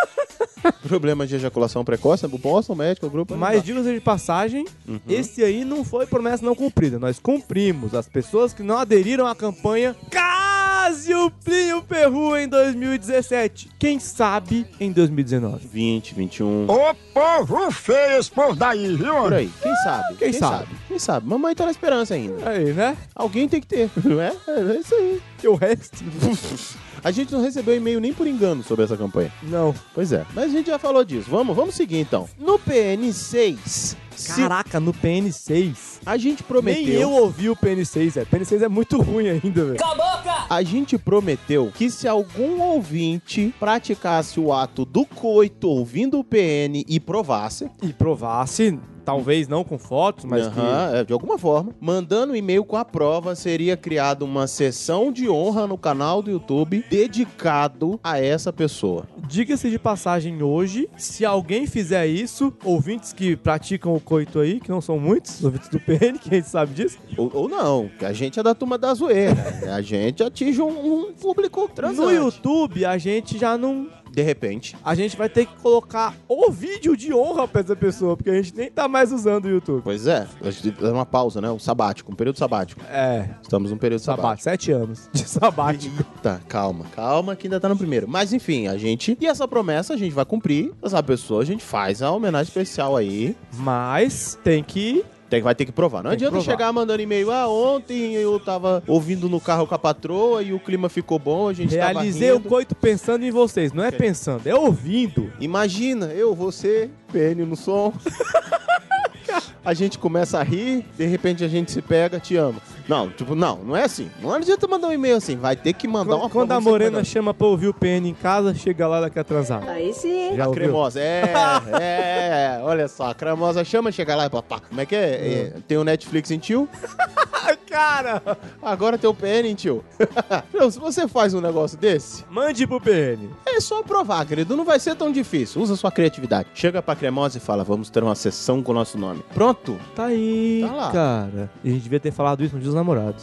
Speaker 2: Problema de ejaculação precoce, boston médico, grupo. é
Speaker 1: Mas diga-se de passagem,
Speaker 2: Uhum.
Speaker 1: esse aí não foi promessa não cumprida. Nós cumprimos. As pessoas que não aderiram à campanha Case o Plinio Perru em 2017. Quem sabe em 2019.
Speaker 2: 20, 21.
Speaker 8: Ô povo feio esse povo daí, viu?
Speaker 2: Por aí, quem sabe?
Speaker 1: Quem sabe?
Speaker 2: Quem sabe? Mamãe tá na esperança ainda.
Speaker 1: Aí, né?
Speaker 2: Alguém tem que ter, não é? É isso aí.
Speaker 1: Que o resto...
Speaker 2: A gente não recebeu e-mail nem por engano sobre essa campanha.
Speaker 1: Não.
Speaker 2: Pois é, mas a gente já falou disso. Vamos, vamos seguir então. No PN6, se
Speaker 1: Caraca, no PN6.
Speaker 2: a gente prometeu.
Speaker 1: Nem eu ouvi o PN6, velho. PN6 é muito ruim ainda, velho.
Speaker 2: A gente prometeu que se algum ouvinte praticasse o ato do coito ouvindo o PN e provasse,
Speaker 1: E provasse, Talvez não com fotos, mas que.
Speaker 2: Aham, é, de alguma forma. Mandando um e-mail com a prova, seria criada uma sessão de honra no canal do YouTube dedicado a essa pessoa.
Speaker 1: Diga-se de passagem hoje, se alguém fizer isso, ouvintes que praticam o coito aí, que não são muitos, os ouvintes do PN, que a gente sabe disso,
Speaker 2: Ou, ou não, que a gente é da turma da zoeira. né? a gente atinge um, um público transante.
Speaker 1: no YouTube a gente já não.
Speaker 2: De repente.
Speaker 1: A gente vai ter que colocar o vídeo de honra pra essa pessoa, porque a gente nem tá mais usando o YouTube.
Speaker 2: Pois é, acho que é uma pausa, né? Um sabático, um período sabático.
Speaker 1: É,
Speaker 2: Estamos num período sabático.
Speaker 1: sabático, sete anos de sabático.
Speaker 2: Tá, calma, calma que ainda tá no primeiro. Mas enfim, a gente. E essa promessa a gente vai cumprir. Essa pessoa a gente faz a homenagem especial aí.
Speaker 1: Mas tem que.
Speaker 2: Tem, vai ter que provar. Não
Speaker 1: Tem que
Speaker 2: adianta
Speaker 1: provar.
Speaker 2: chegar mandando e-mail. Ah, ontem eu tava ouvindo no carro com a patroa e o clima ficou bom, a gente
Speaker 1: Realizei
Speaker 2: tava
Speaker 1: o
Speaker 2: rindo.
Speaker 1: coito pensando em vocês. Não é pensando, é ouvindo.
Speaker 2: Imagina, eu, você, PN no som. A gente começa a rir, de repente a gente se pega, te amo. Não, tipo, não, não é assim. Não adianta mandar um e-mail assim, vai ter que mandar uma
Speaker 1: Quando, quando a
Speaker 2: prova
Speaker 1: Morena
Speaker 2: sequencial.
Speaker 1: chama pra ouvir o PN em casa, chega lá, ela quer transar.
Speaker 5: Aí sim.
Speaker 1: Já
Speaker 2: A
Speaker 1: ouviu?
Speaker 2: cremosa, é, é, é, olha só, a cremosa chama, chega lá e papá, como é que é? É, Tem o Netflix em tio,
Speaker 1: Cara!
Speaker 2: agora tem o PN em tio. Não, se você faz um negócio desse,
Speaker 1: Mande pro PN.
Speaker 2: é só provar, querido, não vai ser tão difícil, usa sua criatividade. Chega pra cremosa e fala, vamos ter uma sessão com o nosso nome. Pronto,
Speaker 1: Tá aí,
Speaker 2: Tá lá.
Speaker 1: cara. E a gente devia ter falado isso no Dia dos Namorados.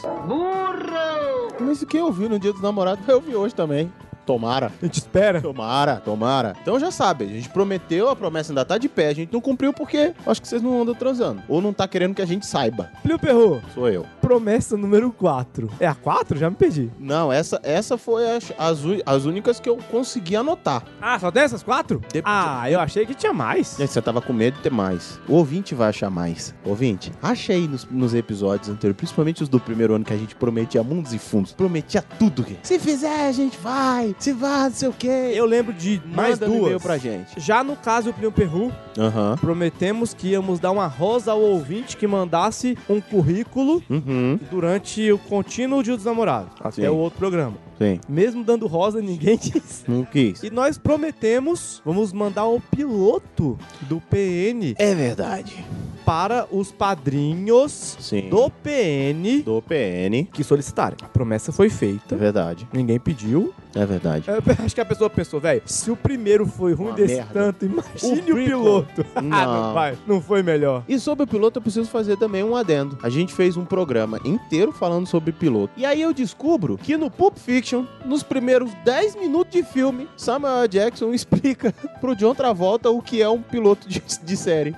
Speaker 2: mas quem ouviu no dia dos namorados vai ouvir hoje também. Tomara.
Speaker 1: A gente espera.
Speaker 2: Tomara, tomara. Então já sabe, a gente prometeu, a promessa ainda tá de pé, a gente não cumpriu porque acho que vocês não andam transando. Ou não tá querendo que a gente saiba.
Speaker 1: Plio Perro,
Speaker 2: Sou eu.
Speaker 1: promessa número 4. É a 4? Já me perdi.
Speaker 2: Não, essa, essa foi as, as, u- as únicas que eu consegui anotar.
Speaker 1: Ah, só tem essas 4? Ah, eu achei que tinha mais.
Speaker 2: Gente, você tava com medo de ter mais. O ouvinte vai achar mais. Ouvinte, acha aí nos, nos episódios anteriores, principalmente os do primeiro ano que a gente prometia mundos e fundos. Prometia tudo. Gui. Se fizer, a gente vai. Se vai, não sei o quê.
Speaker 1: Eu lembro de mais
Speaker 2: Manda um e-mail
Speaker 1: duas.
Speaker 2: pra gente.
Speaker 1: Já no caso do Plio Perru,
Speaker 2: Aham.
Speaker 1: prometemos que íamos dar uma rosa ao ouvinte que mandasse um currículo
Speaker 2: Uhum.
Speaker 1: durante o contínuo Dia dos Namorados.
Speaker 2: Sim.
Speaker 1: Até o outro programa.
Speaker 2: Sim.
Speaker 1: Mesmo dando rosa, ninguém quis.
Speaker 2: Não quis.
Speaker 1: E nós prometemos, vamos mandar o piloto do PN
Speaker 2: É verdade.
Speaker 1: para os padrinhos
Speaker 2: Sim.
Speaker 1: do PN
Speaker 2: Do PN.
Speaker 1: que solicitarem. A promessa foi
Speaker 2: É
Speaker 1: feita.
Speaker 2: verdade.
Speaker 1: Ninguém pediu.
Speaker 2: É verdade.
Speaker 1: Eu acho que a pessoa pensou, velho, se o primeiro foi ruim
Speaker 2: Uma
Speaker 1: desse
Speaker 2: merda.
Speaker 1: tanto, imagine
Speaker 2: O
Speaker 1: o, piloto. ah, não
Speaker 2: Não.
Speaker 1: vai. Não foi melhor.
Speaker 2: E sobre o piloto, eu preciso fazer também um adendo. A gente fez um programa inteiro falando sobre piloto. E aí eu descubro que no Pulp Fiction, nos primeiros 10 minutos de filme, Samuel L. Jackson explica pro John Travolta o que é um piloto de, de série.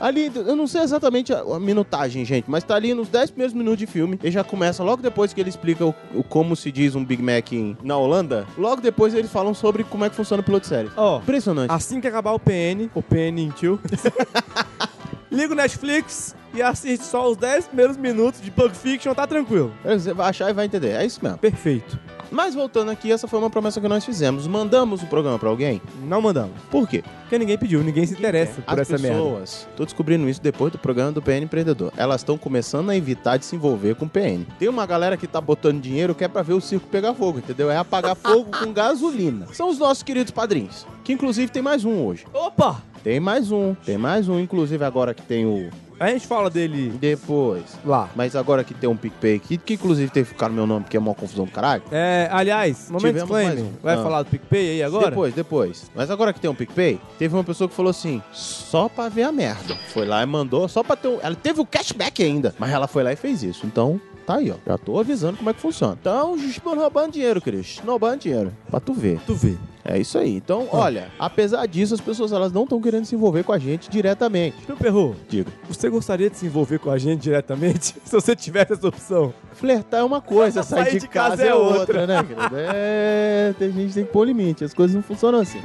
Speaker 2: ali, eu não sei exatamente a, a minutagem, gente, mas tá ali nos 10 primeiros minutos de filme. Ele já começa logo depois que ele explica o, o como se diz um Big Mac em- na Holanda. Logo depois eles falam sobre como é que funciona o piloto de série.
Speaker 1: Ó,
Speaker 2: Impressionante.
Speaker 1: assim que acabar o PN, o PN intil, liga o Netflix e assiste só os 10 primeiros minutos de Bug Fiction, tá tranquilo.
Speaker 2: Você vai achar e vai entender. É isso mesmo.
Speaker 1: Perfeito.
Speaker 2: Mas voltando aqui, essa foi uma promessa que nós fizemos. Mandamos o programa pra alguém?
Speaker 1: Não mandamos.
Speaker 2: Por quê?
Speaker 1: Porque ninguém pediu, ninguém se interessa por
Speaker 2: As
Speaker 1: essa merda.
Speaker 2: pessoas, tô descobrindo isso depois do programa do PN Empreendedor. Elas estão começando a evitar de se envolver com o PN. Tem uma galera que tá botando dinheiro que é pra ver o circo pegar fogo, entendeu? É apagar fogo com gasolina. São os nossos queridos padrinhos, que inclusive tem mais um hoje.
Speaker 1: Opa!
Speaker 2: Tem mais um, tem mais um, inclusive agora que tem o
Speaker 1: A gente fala dele
Speaker 2: depois.
Speaker 1: lá.
Speaker 2: Mas agora que tem um PicPay, que, que inclusive tem que ficar no meu nome, porque é uma confusão do caralho.
Speaker 1: É, aliás, momento
Speaker 2: Tivemos mais
Speaker 1: disclaimer.
Speaker 2: um.
Speaker 1: Vai
Speaker 2: Ah.
Speaker 1: falar do PicPay aí agora?
Speaker 2: Depois, depois. Mas agora que tem um PicPay, teve uma pessoa que falou assim, só pra ver a merda. Foi lá e mandou, só pra ter um... Ela teve o cashback ainda, mas ela foi lá e fez isso. Então, tá aí, ó. Já tô avisando como é que funciona. Então, roubando dinheiro, Cris. Roubando dinheiro. Pra tu ver.
Speaker 1: Tu vê.
Speaker 2: É isso aí. Então, olha, apesar disso, as pessoas elas não estão querendo se envolver com a gente diretamente.
Speaker 1: Meu perro,
Speaker 2: Diga.
Speaker 1: você gostaria de se envolver com a gente diretamente? Se você tivesse essa opção.
Speaker 2: Flertar é uma coisa, sair, de, casa, é outra, né, querido? É, tem gente que tem que pôr limite, as coisas não funcionam assim.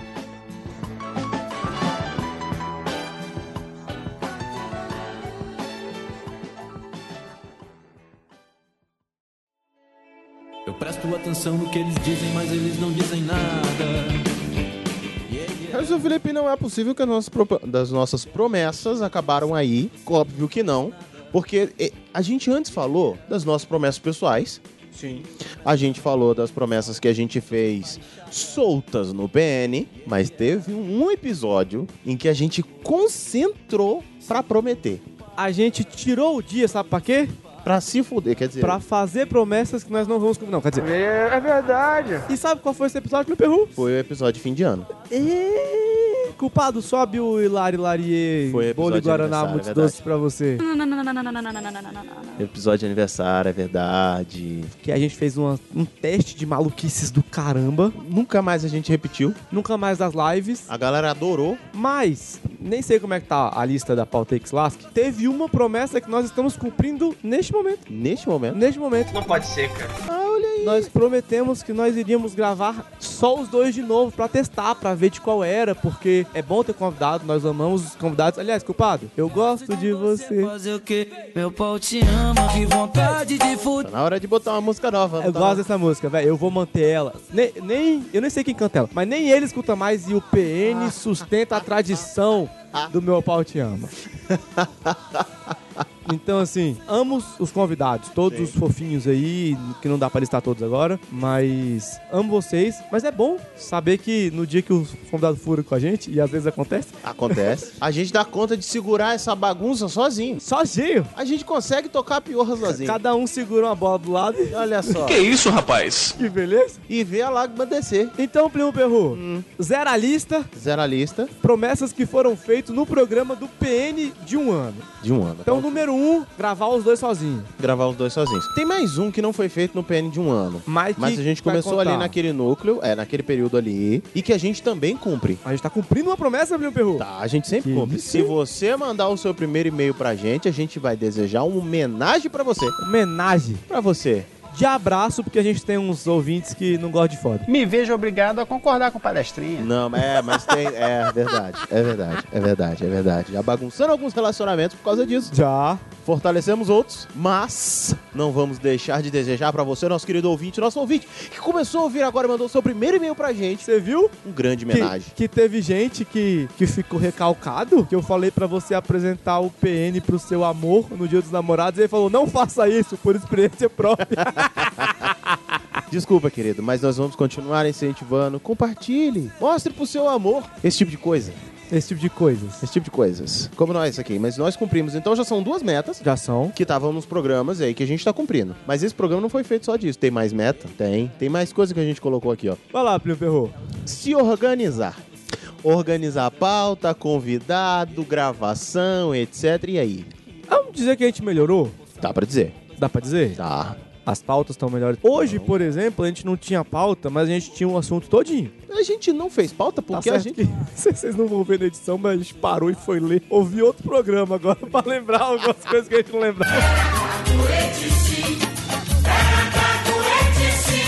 Speaker 9: Eu presto atenção no que eles dizem, mas eles não dizem nada.
Speaker 2: Mas o Felipe não é possível que as nossas, propo- das nossas promessas acabaram aí. Óbvio que não. Porque eh, a gente antes falou das nossas promessas pessoais.
Speaker 1: Sim.
Speaker 2: A gente falou das promessas que a gente fez soltas no PN, mas teve um episódio em que a gente concentrou pra prometer.
Speaker 1: A gente tirou o dia, sabe pra quê?
Speaker 2: Pra se fuder, quer dizer.
Speaker 1: Pra fazer promessas que nós não vamos cumprir. Não, quer dizer. É, verdade. E sabe qual foi esse episódio no Peru?
Speaker 2: Foi o episódio de fim de ano.
Speaker 1: E... Culpado, sobe o Hilari Larie.
Speaker 2: Foi o
Speaker 1: Bolo e
Speaker 2: episódio de
Speaker 1: Guaraná
Speaker 2: aniversário,
Speaker 1: muito
Speaker 2: é
Speaker 1: doce pra você.
Speaker 2: Episódio de aniversário, é verdade.
Speaker 1: Que a gente fez uma- um teste de maluquices do caramba.
Speaker 2: Nunca mais a gente repetiu.
Speaker 1: Nunca mais das lives.
Speaker 2: A galera adorou.
Speaker 1: Mas, nem sei como é que tá a lista da pauta X-Lask. Teve uma promessa que nós estamos cumprindo neste momento.
Speaker 2: Neste momento.
Speaker 1: Neste momento,
Speaker 7: Não pode ser, cara.
Speaker 1: nós prometemos que nós iríamos gravar só os dois de novo pra testar, pra ver de qual era, porque é bom ter convidado, nós amamos os convidados. Aliás, culpado, eu gosto de você.
Speaker 2: Tá na hora de botar uma música nova.
Speaker 1: Eu
Speaker 2: tá
Speaker 1: gosto dessa música, velho. Eu vou manter ela. Nem, nem- eu nem sei quem canta ela, mas nem ele escuta mais e o PN sustenta a tradição do meu pau te ama. Então, assim, amo os convidados, todos os fofinhos aí, que não dá pra listar todos agora, mas amo vocês. Mas é bom saber que no dia que os convidados furam com a gente, e às vezes acontece,
Speaker 2: Acontece. A gente dá conta de segurar essa bagunça sozinho.
Speaker 1: sozinho,
Speaker 2: A gente consegue tocar a piorra sozinho.
Speaker 1: cada um segura uma bola do lado
Speaker 2: Olha só.
Speaker 1: que beleza.
Speaker 2: E vê a lágrima descer.
Speaker 1: Então, Primo Perru, zera a lista,
Speaker 2: Zero a lista
Speaker 1: promessas que foram feitas no programa do PN de um ano.
Speaker 2: de um ano.
Speaker 1: Então, número um, gravar os dois sozinho.
Speaker 2: gravar os dois sozinhos. Tem mais um que não foi feito no PN de um ano.
Speaker 1: Mas, que
Speaker 2: Mas a gente
Speaker 1: vai
Speaker 2: começou
Speaker 1: contar.
Speaker 2: ali naquele núcleo, é, naquele período ali, e que a gente também cumpre.
Speaker 1: A gente tá cumprindo uma promessa, Primo Perru.
Speaker 2: Tá, a gente sempre
Speaker 1: Que
Speaker 2: cumpre.
Speaker 1: isso,
Speaker 2: Se
Speaker 1: hein?
Speaker 2: você mandar o seu primeiro e-mail pra gente, a gente vai desejar uma homenagem pra você.
Speaker 1: Homenagem
Speaker 2: Pra você.
Speaker 1: de abraço, porque a gente tem uns ouvintes que não gostam de foda.
Speaker 9: Me vejo obrigado a concordar com o palestrinha.
Speaker 2: Não, mas é, mas tem. É verdade, é verdade, é verdade, é verdade. Já bagunçando alguns relacionamentos por causa disso.
Speaker 1: Já.
Speaker 2: Fortalecemos outros, mas não vamos deixar de desejar pra você, nosso querido ouvinte, nosso ouvinte, que começou a ouvir agora, e mandou seu primeiro e-mail pra gente.
Speaker 1: Você viu
Speaker 2: Um grande homenagem.
Speaker 1: que, que teve gente que, que ficou recalcado? Que eu falei pra você apresentar o PN pro seu amor no Dia dos Namorados. E ele falou: não faça isso por experiência própria.
Speaker 2: Desculpa, querido, mas nós vamos continuar incentivando. Compartilhe, mostre pro seu amor esse tipo de coisa,
Speaker 1: Esse tipo de coisas.
Speaker 2: esse tipo de coisas. Como nós aqui, mas nós cumprimos. Então já são duas metas
Speaker 1: Já são.
Speaker 2: que estavam nos programas aí que a gente tá cumprindo. Mas esse programa não foi feito só disso. Tem mais meta? Tem. Tem mais coisa que a gente colocou aqui, ó.
Speaker 1: Vai lá, Primo Perru.
Speaker 2: se organizar. Organizar a pauta, convidado, gravação, etc. E aí?
Speaker 1: Vamos dizer que a gente melhorou?
Speaker 2: Dá pra dizer?
Speaker 1: Dá pra dizer?
Speaker 2: Dá.
Speaker 1: As pautas estão melhores. Hoje, por exemplo, a gente não tinha pauta, mas a gente tinha um assunto todinho.
Speaker 2: A gente não fez pauta
Speaker 1: Tá
Speaker 2: porque a gente.
Speaker 1: Vocês não vão ver na edição, mas a gente parou e foi ler. Ouvi outro programa agora pra lembrar algumas coisas que a gente não lembrava.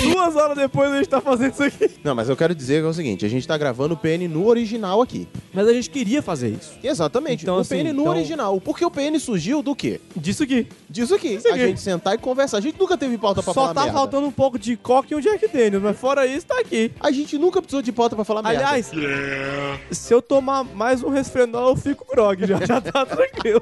Speaker 1: Duas horas depois a gente tá fazendo isso aqui.
Speaker 2: Não, mas eu quero dizer que é o seguinte: a gente tá gravando o PN no original aqui.
Speaker 1: Mas a gente queria fazer isso.
Speaker 2: Exatamente.
Speaker 1: Então,
Speaker 2: o
Speaker 1: assim,
Speaker 2: PN no
Speaker 1: então-
Speaker 2: original. Porque o PN surgiu do quê?
Speaker 1: Disso aqui.
Speaker 2: Disso aqui.
Speaker 1: Isso
Speaker 2: A
Speaker 1: aqui.
Speaker 2: gente sentar e conversar. A gente nunca teve pauta pra
Speaker 1: Só
Speaker 2: falar
Speaker 1: tá
Speaker 2: merda.
Speaker 1: faltando um pouco de coque e um Jack Daniels, mas fora isso, tá aqui.
Speaker 2: A gente nunca precisou de pauta pra falar merda.
Speaker 1: Aliás, se eu tomar mais um resfrenol, eu fico grog, já, já tá tranquilo.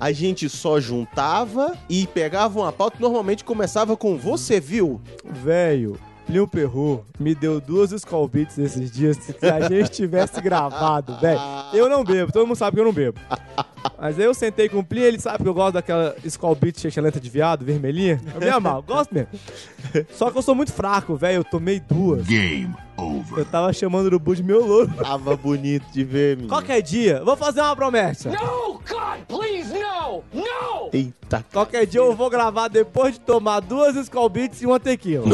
Speaker 2: A gente só juntava e pegava uma pauta. Normalmente começava com você viu.
Speaker 1: Velho, Plio Perru me deu duas Skull Beats esses dias. Se a gente tivesse gravado, velho. Eu não bebo, todo mundo sabe que eu não bebo. Mas aí eu sentei com o Plio, ele sabe que eu gosto daquela Skull Beats chechelenta de viado, vermelhinha. Eu me amarro, gosto mesmo. Só que eu sou muito fraco, velho. Eu tomei duas. Game over. Eu tava chamando o urubu de meu louro.
Speaker 2: Tava bonito de ver, menino.
Speaker 1: Qualquer dia, vou fazer uma promessa. é
Speaker 2: Eita,
Speaker 1: Qualquer dia eu vou gravar depois de tomar duas Skull Beats e uma tequila.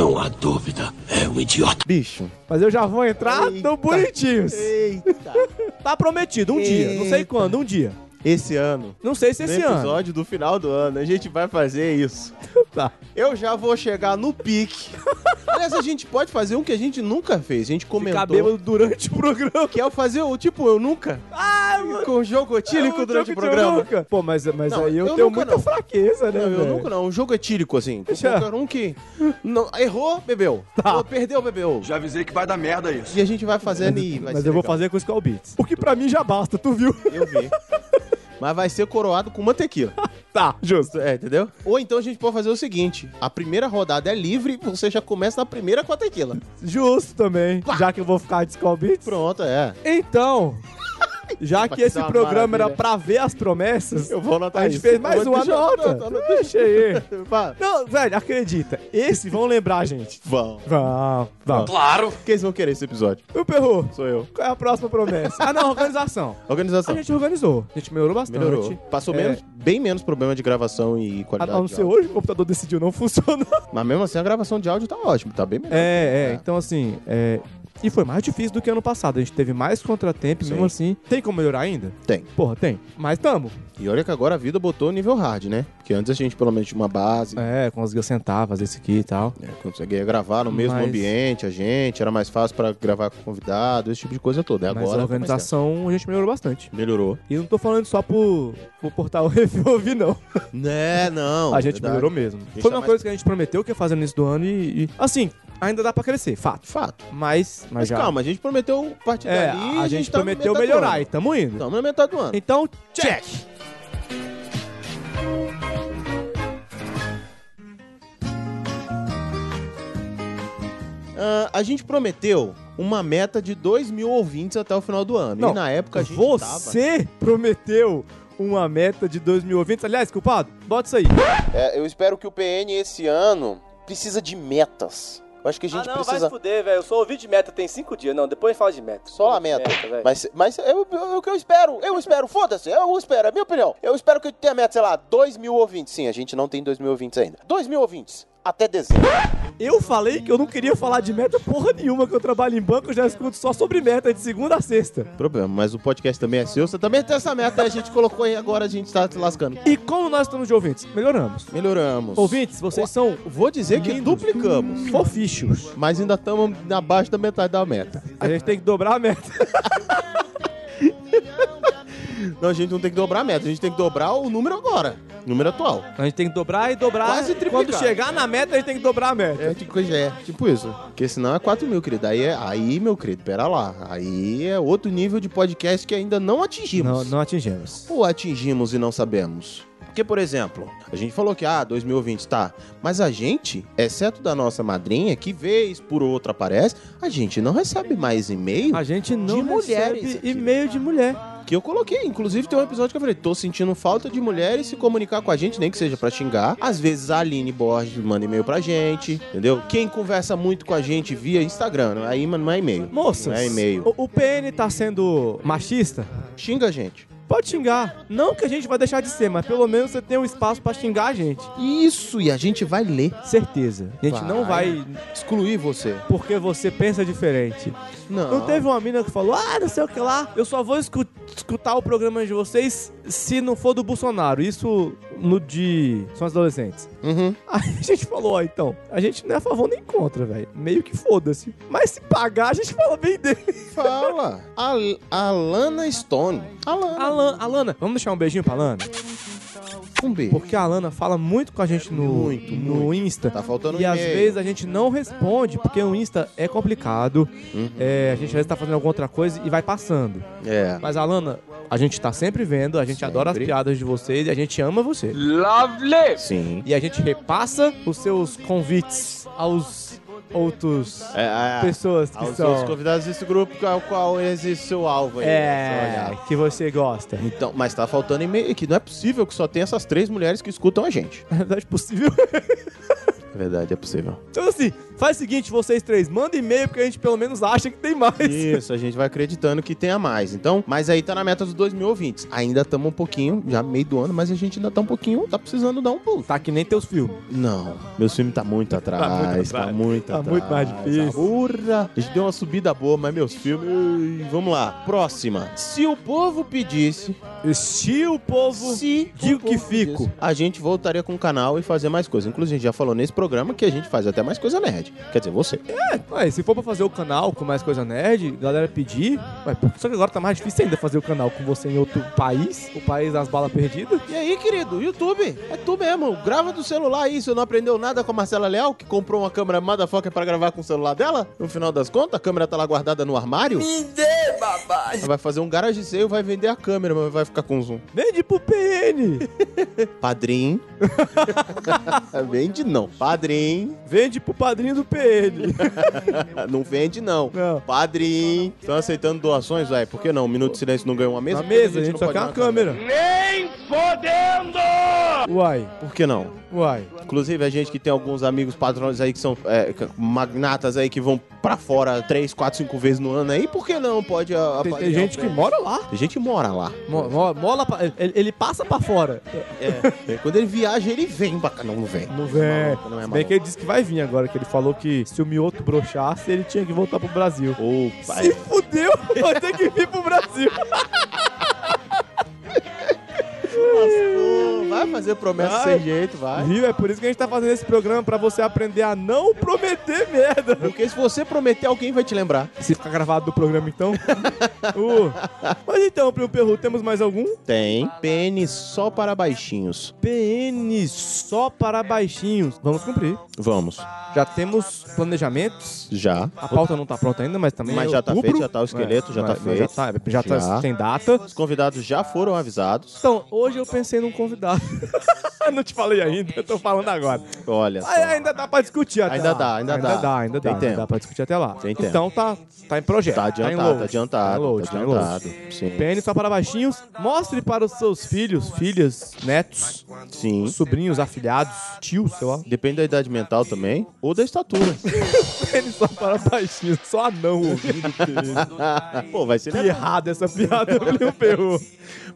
Speaker 2: bicho.
Speaker 1: Mas eu já vou entrar
Speaker 2: Eita.
Speaker 1: no Bonitinhos.
Speaker 2: Eita.
Speaker 1: Tá prometido, um dia. Não sei
Speaker 2: Eita.
Speaker 1: quando, um dia.
Speaker 2: Esse ano.
Speaker 1: Não sei se esse
Speaker 2: no
Speaker 1: ano.
Speaker 2: episódio do final do ano, a gente vai fazer isso.
Speaker 1: Tá.
Speaker 2: Eu já vou chegar no pique. Aliás, a gente pode fazer um que a gente nunca fez. A gente
Speaker 1: Ficar
Speaker 2: comentou.
Speaker 1: bêbado durante o programa.
Speaker 2: Que é o fazer o tipo eu nunca.
Speaker 1: Ah, mano.
Speaker 2: Com o jogo
Speaker 1: É
Speaker 2: etílico
Speaker 1: um
Speaker 2: durante o programa.
Speaker 1: Pô, mas, mas
Speaker 2: Não,
Speaker 1: aí eu,
Speaker 2: eu
Speaker 1: tenho
Speaker 2: nunca
Speaker 1: muita
Speaker 2: não.
Speaker 1: fraqueza, né?
Speaker 2: Não, eu
Speaker 1: velho? É.
Speaker 2: nunca não. Um jogo etílico, assim.
Speaker 1: Já.
Speaker 2: Qualquer um que não, errou, bebeu.
Speaker 1: Tá.
Speaker 2: Ou perdeu, bebeu.
Speaker 10: Já avisei que vai dar merda isso.
Speaker 2: E a gente vai fazendo e vai
Speaker 1: Mas
Speaker 2: ser
Speaker 1: eu vou
Speaker 2: legal.
Speaker 1: fazer com os Call Beats. O que pra mim já basta, tu viu?
Speaker 2: Eu vi. Mas vai ser coroado com uma tequila.
Speaker 1: tá, justo.
Speaker 2: É, entendeu? Ou então a gente pode fazer o seguinte: a primeira rodada é livre, você já começa na primeira com a tequila.
Speaker 1: Justo também, já que eu vou ficar de Skull Beats.
Speaker 2: Pronto, é.
Speaker 1: Então, já que
Speaker 2: Vai
Speaker 1: esse
Speaker 2: dar uma
Speaker 1: programa era
Speaker 2: maravilha.
Speaker 1: pra ver as promessas,
Speaker 2: Eu vou anotar
Speaker 1: a gente
Speaker 2: isso.
Speaker 1: fez
Speaker 2: Eu
Speaker 1: mais
Speaker 2: vou
Speaker 1: uma
Speaker 2: deixar-
Speaker 1: nota.
Speaker 2: Não, não, não.
Speaker 1: Deixa aí.
Speaker 2: Vá.
Speaker 1: Não, velho, acredita. Esse vão lembrar, gente.
Speaker 2: Vão.
Speaker 1: Vão, vão.
Speaker 7: Claro!
Speaker 2: O que eles vão querer esse episódio?
Speaker 1: O Perru,
Speaker 2: Sou eu.
Speaker 1: qual é a próxima promessa? Ah, não, organização. A
Speaker 2: Organização.
Speaker 1: gente organizou. A gente melhorou bastante.
Speaker 2: Melhorou. Passou
Speaker 1: É.
Speaker 2: menos, bem menos problema de gravação e
Speaker 1: A
Speaker 2: qualidade.
Speaker 1: não
Speaker 2: de
Speaker 1: ser
Speaker 2: áudio.
Speaker 1: hoje, o computador decidiu não funcionar.
Speaker 2: Mas mesmo assim, a gravação de áudio tá ótimo, tá bem melhor.
Speaker 1: É, é, então assim, é... E foi mais difícil do que ano passado. A gente teve mais contratempo, e mesmo assim. Tem como melhorar ainda?
Speaker 2: Tem.
Speaker 1: Porra, tem. Mas tamo.
Speaker 2: E olha que agora a vida botou nível hard, né? Porque antes a gente pelo menos tinha uma base,
Speaker 1: É, conseguiu sentar, fazer isso aqui e tal.
Speaker 2: né? conseguia gravar no mesmo
Speaker 1: Mas-
Speaker 2: ambiente, a gente, era mais fácil pra gravar com convidado, esse tipo de coisa toda. E
Speaker 1: Mas
Speaker 2: Agora
Speaker 1: a
Speaker 2: tá mais
Speaker 1: organização a gente melhorou bastante.
Speaker 2: certo. melhorou.
Speaker 1: E não tô falando só pro, pro portal Revolve, não.
Speaker 2: Né, não.
Speaker 1: a gente
Speaker 2: verdade.
Speaker 1: melhorou mesmo.
Speaker 2: gente
Speaker 1: Foi
Speaker 2: tá
Speaker 1: uma
Speaker 2: mais-
Speaker 1: coisa que a gente prometeu que ia fazer no início do ano e, e, Assim, ainda dá pra crescer, fato.
Speaker 2: Fato.
Speaker 1: Mas. Mas,
Speaker 2: Mas
Speaker 1: já-
Speaker 2: calma, a gente prometeu um partir
Speaker 1: É,
Speaker 2: dali.
Speaker 1: a, gente
Speaker 2: tá na
Speaker 1: prometeu
Speaker 2: metade do
Speaker 1: melhorar
Speaker 2: ano.
Speaker 1: e tamo indo.
Speaker 2: Tamo na metade do ano.
Speaker 1: Então, check!
Speaker 2: Ah, a gente prometeu uma meta de 2 mil ouvintes até o final do ano.
Speaker 1: Não,
Speaker 2: e na época a gente tava...
Speaker 1: Você prometeu uma meta de 2 mil ouvintes. Aliás, culpado, bota isso aí.
Speaker 2: É, eu espero que o PN esse ano precisa de metas. Eu acho que a
Speaker 1: Ah,
Speaker 2: gente precisa...
Speaker 1: fuder, velho. Eu sou ouvinte de meta, tem 5 dias. Não, depois fala de meta.
Speaker 2: Só a meta. mas mas é o- é o que eu espero. Eu espero, foda-se. Eu espero, é a minha opinião. Eu espero que eu tenha meta, sei lá, 2 mil ouvintes. Sim, a gente não tem 2 mil ouvintes ainda. 2 mil ouvintes. Até dezembro.
Speaker 1: Eu falei que eu não queria falar de meta porra nenhuma, que eu trabalho em banco, eu já escuto só sobre meta de segunda a sexta.
Speaker 2: Problema, mas o podcast também é seu. Você também tem essa meta. A gente colocou e agora a gente tá se lascando.
Speaker 1: E como nós estamos de ouvintes? Melhoramos.
Speaker 2: Melhoramos.
Speaker 1: Ouvintes, vocês são
Speaker 2: Vou dizer que duplicamos.
Speaker 1: fofichos.
Speaker 2: Mas ainda estamos abaixo da metade da meta.
Speaker 1: A gente tem que dobrar a meta.
Speaker 2: Não, a gente não tem que dobrar a meta. A gente tem que dobrar o número agora. Número atual.
Speaker 1: A gente tem que dobrar e dobrar.
Speaker 2: Quase triplicar.
Speaker 1: Quando chegar na meta, a gente tem que dobrar a meta.
Speaker 2: É, tipo, é, tipo isso. Porque senão é 4 mil, querido. Aí, é, aí, meu querido, pera lá. Aí é outro nível de podcast que ainda não atingimos.
Speaker 1: atingimos.
Speaker 2: Ou atingimos e não sabemos? Porque, por exemplo, a gente falou que, ah, 2020 tá. Mas a gente, exceto da nossa madrinha, que vez por outra aparece, a gente não recebe mais e-mail
Speaker 1: A gente não
Speaker 2: De mulheres
Speaker 1: recebe
Speaker 2: aqui.
Speaker 1: e-mail de mulher.
Speaker 2: que eu coloquei. Inclusive, tem um episódio que eu falei: tô sentindo falta de mulheres se comunicar com a gente, nem que seja pra xingar. Às vezes a Aline Borges manda e-mail pra gente, entendeu? Quem conversa muito com a gente via Instagram, né? aí mano, não é e-mail.
Speaker 1: Moças,
Speaker 2: Não é e-mail.
Speaker 1: o, o PN tá sendo machista?
Speaker 2: Xinga a gente.
Speaker 1: Pode xingar. Não que a gente vai deixar de ser, mas pelo menos você tem um espaço pra xingar a gente.
Speaker 2: Isso, e a gente vai ler.
Speaker 1: Certeza. A gente não vai
Speaker 2: excluir você.
Speaker 1: porque você pensa diferente.
Speaker 2: Não.
Speaker 1: Não teve uma mina que falou, ah, não sei o que lá, eu só vou escu- escutar o programa de vocês se não for do Bolsonaro. Isso no de. São os adolescentes.
Speaker 2: Uhum.
Speaker 1: Aí a gente falou, ó, então, a gente não é a favor nem contra, velho. Meio que foda-se. Mas se pagar, a gente fala bem dele.
Speaker 2: Fala. Al Alana Stone. Alana.
Speaker 1: Alan, Alana, vamos deixar um beijinho pra Alana?
Speaker 2: Um B.
Speaker 1: Porque a Alana fala muito com a gente no,
Speaker 2: Muito,
Speaker 1: no Insta.
Speaker 2: Tá faltando um
Speaker 1: e às
Speaker 2: e-mail.
Speaker 1: vezes a gente não responde, porque o Insta é complicado.
Speaker 2: Uhum.
Speaker 1: É, a gente às vezes tá fazendo alguma outra coisa e vai passando.
Speaker 2: É.
Speaker 1: Mas, Alana, a gente tá sempre vendo, a gente
Speaker 2: Sempre.
Speaker 1: adora as piadas de vocês e a gente ama você.
Speaker 2: Sim.
Speaker 1: E a gente repassa os seus convites aos outros
Speaker 2: É, é,
Speaker 1: pessoas que
Speaker 2: aos outros
Speaker 1: são.
Speaker 2: convidados desse grupo, qual, qual existe seu alvo aí? né? Seu
Speaker 1: É,
Speaker 2: olhar.
Speaker 1: que você gosta.
Speaker 2: Então, mas tá faltando e-mail aqui. Não é possível que só tenha essas três mulheres que escutam a gente.
Speaker 1: Na verdade, possível.
Speaker 2: É verdade, é possível.
Speaker 1: Então, assim, faz o seguinte, vocês três, manda e-mail, porque a gente pelo menos acha que tem mais.
Speaker 2: Isso, a gente vai acreditando que tenha mais. Então, mas aí tá na meta dos 2 mil ouvintes. Ainda estamos um pouquinho, já meio do ano, mas a gente ainda tá um pouquinho, tá precisando dar um pulo.
Speaker 1: Tá que nem teus filmes.
Speaker 2: Não, meu filme tá muito atrás.
Speaker 1: Tá muito atrás.
Speaker 2: Tá muito,
Speaker 1: Tá muito mais
Speaker 2: atrás.
Speaker 1: difícil.
Speaker 2: Porra! A gente deu uma subida boa, mas meus filmes. Ui, Vamos lá. Próxima. Se o povo pedisse.
Speaker 1: Se o povo.
Speaker 2: Se.
Speaker 1: Digo
Speaker 2: o povo
Speaker 1: que fico.
Speaker 2: pedisse, A gente voltaria com o canal e fazer mais coisas. Inclusive, a gente já falou nesse programa que a gente faz até mais coisa nerd. Quer dizer, você.
Speaker 1: Ué, se for pra fazer o canal com mais coisa nerd, galera pedir. Ué, por- só que agora tá mais difícil ainda fazer o canal com você em outro país, o país das balas perdidas.
Speaker 2: E aí, querido, YouTube? É tu mesmo. Grava do celular aí. Você não aprendeu nada com a Marcela Leal, que comprou uma câmera motherfucker pra gravar com o celular dela? No final das contas, a câmera tá lá guardada no armário? Me dê, babá! Vai fazer um garage sale, vai vender a câmera, mas vai ficar com zoom.
Speaker 1: Vende pro PN!
Speaker 2: Padrim. vende não. Padrim.
Speaker 1: Vende pro padrinho do PN!
Speaker 2: Ah, Não vende não.
Speaker 1: Não.
Speaker 2: Padrim. Estão aceitando doações, vai. Por que não? Um Minuto de Silêncio não ganhou uma mesa?
Speaker 1: Na
Speaker 2: Por que
Speaker 1: mesa, a gente
Speaker 2: não
Speaker 1: só
Speaker 2: pode né?
Speaker 1: quer
Speaker 2: dar
Speaker 1: uma câmera.
Speaker 3: Nem fodendo!
Speaker 1: Uai,
Speaker 2: Por que não?
Speaker 1: uai.
Speaker 2: Inclusive, a gente que tem alguns amigos patrões aí que são é, c- magnatas aí que vão pra fora três, quatro, cinco vezes no ano aí, por que não? Pode a,
Speaker 1: Tem, tem gente
Speaker 2: é
Speaker 1: que mora lá.
Speaker 2: Tem gente que mora lá.
Speaker 1: Mo- mo- Mola, pra- ele, ele passa pra fora.
Speaker 2: É, Quando ele viaja, ele vem pra cá. Não, não vem.
Speaker 1: Não vem.
Speaker 2: Não é
Speaker 1: Se bem
Speaker 2: maluco.
Speaker 1: que ele disse que vai vir agora, que ele falou que se o Mioto broxasse, ele tinha que voltar pro Brasil.
Speaker 2: Opa,
Speaker 1: Se fudeu, vai ter que vir pro Brasil.
Speaker 2: lascou. é. Vai fazer promessa
Speaker 1: Vai.
Speaker 2: sem jeito, vai.
Speaker 1: Viu? É por isso que a gente tá fazendo esse programa, pra você aprender a não prometer merda.
Speaker 2: Porque se você prometer, alguém vai te lembrar.
Speaker 1: Se ficar gravado do programa, então. Uh. Mas então, Primo Perru, temos mais algum?
Speaker 2: Tem pênis só para baixinhos.
Speaker 1: PN só para baixinhos. Vamos cumprir.
Speaker 2: Vamos.
Speaker 1: Já temos planejamentos.
Speaker 2: Já.
Speaker 1: A pauta não tá pronta ainda, mas também.
Speaker 2: Mas
Speaker 1: é
Speaker 2: já tá
Speaker 1: outubro.
Speaker 2: feito, já tá o esqueleto, já tá
Speaker 1: Mas- mas
Speaker 2: feito.
Speaker 1: Já tá, já tá
Speaker 2: Já.
Speaker 1: sem data.
Speaker 2: Os convidados já foram avisados.
Speaker 1: Então, hoje eu pensei num convidado. não te falei ainda, eu tô falando agora.
Speaker 2: Olha só.
Speaker 1: Mas ainda dá pra discutir até
Speaker 2: Ainda
Speaker 1: lá.
Speaker 2: dá, ainda dá.
Speaker 1: Ainda dá, ainda dá.
Speaker 2: Tem
Speaker 1: ainda
Speaker 2: tempo.
Speaker 1: dá pra discutir até lá.
Speaker 2: Tem tempo.
Speaker 1: então tá, tá em projeto.
Speaker 2: Tá
Speaker 1: em load.
Speaker 2: adiantado, tá
Speaker 1: Tá em
Speaker 2: adiantado.
Speaker 1: load,
Speaker 2: tá
Speaker 1: tá em load.
Speaker 2: adiantado. Sim.
Speaker 1: PN só para baixinhos. Mostre para os seus filhos, filhas, netos,
Speaker 2: Sim.
Speaker 1: sobrinhos, afilhados, tios, sei lá.
Speaker 2: Depende da idade mental também, ou da estatura.
Speaker 1: PN só para baixinhos. Só anão ouvindo.
Speaker 2: Pô, vai ser
Speaker 1: Que errado essa piada, Bruno Perro.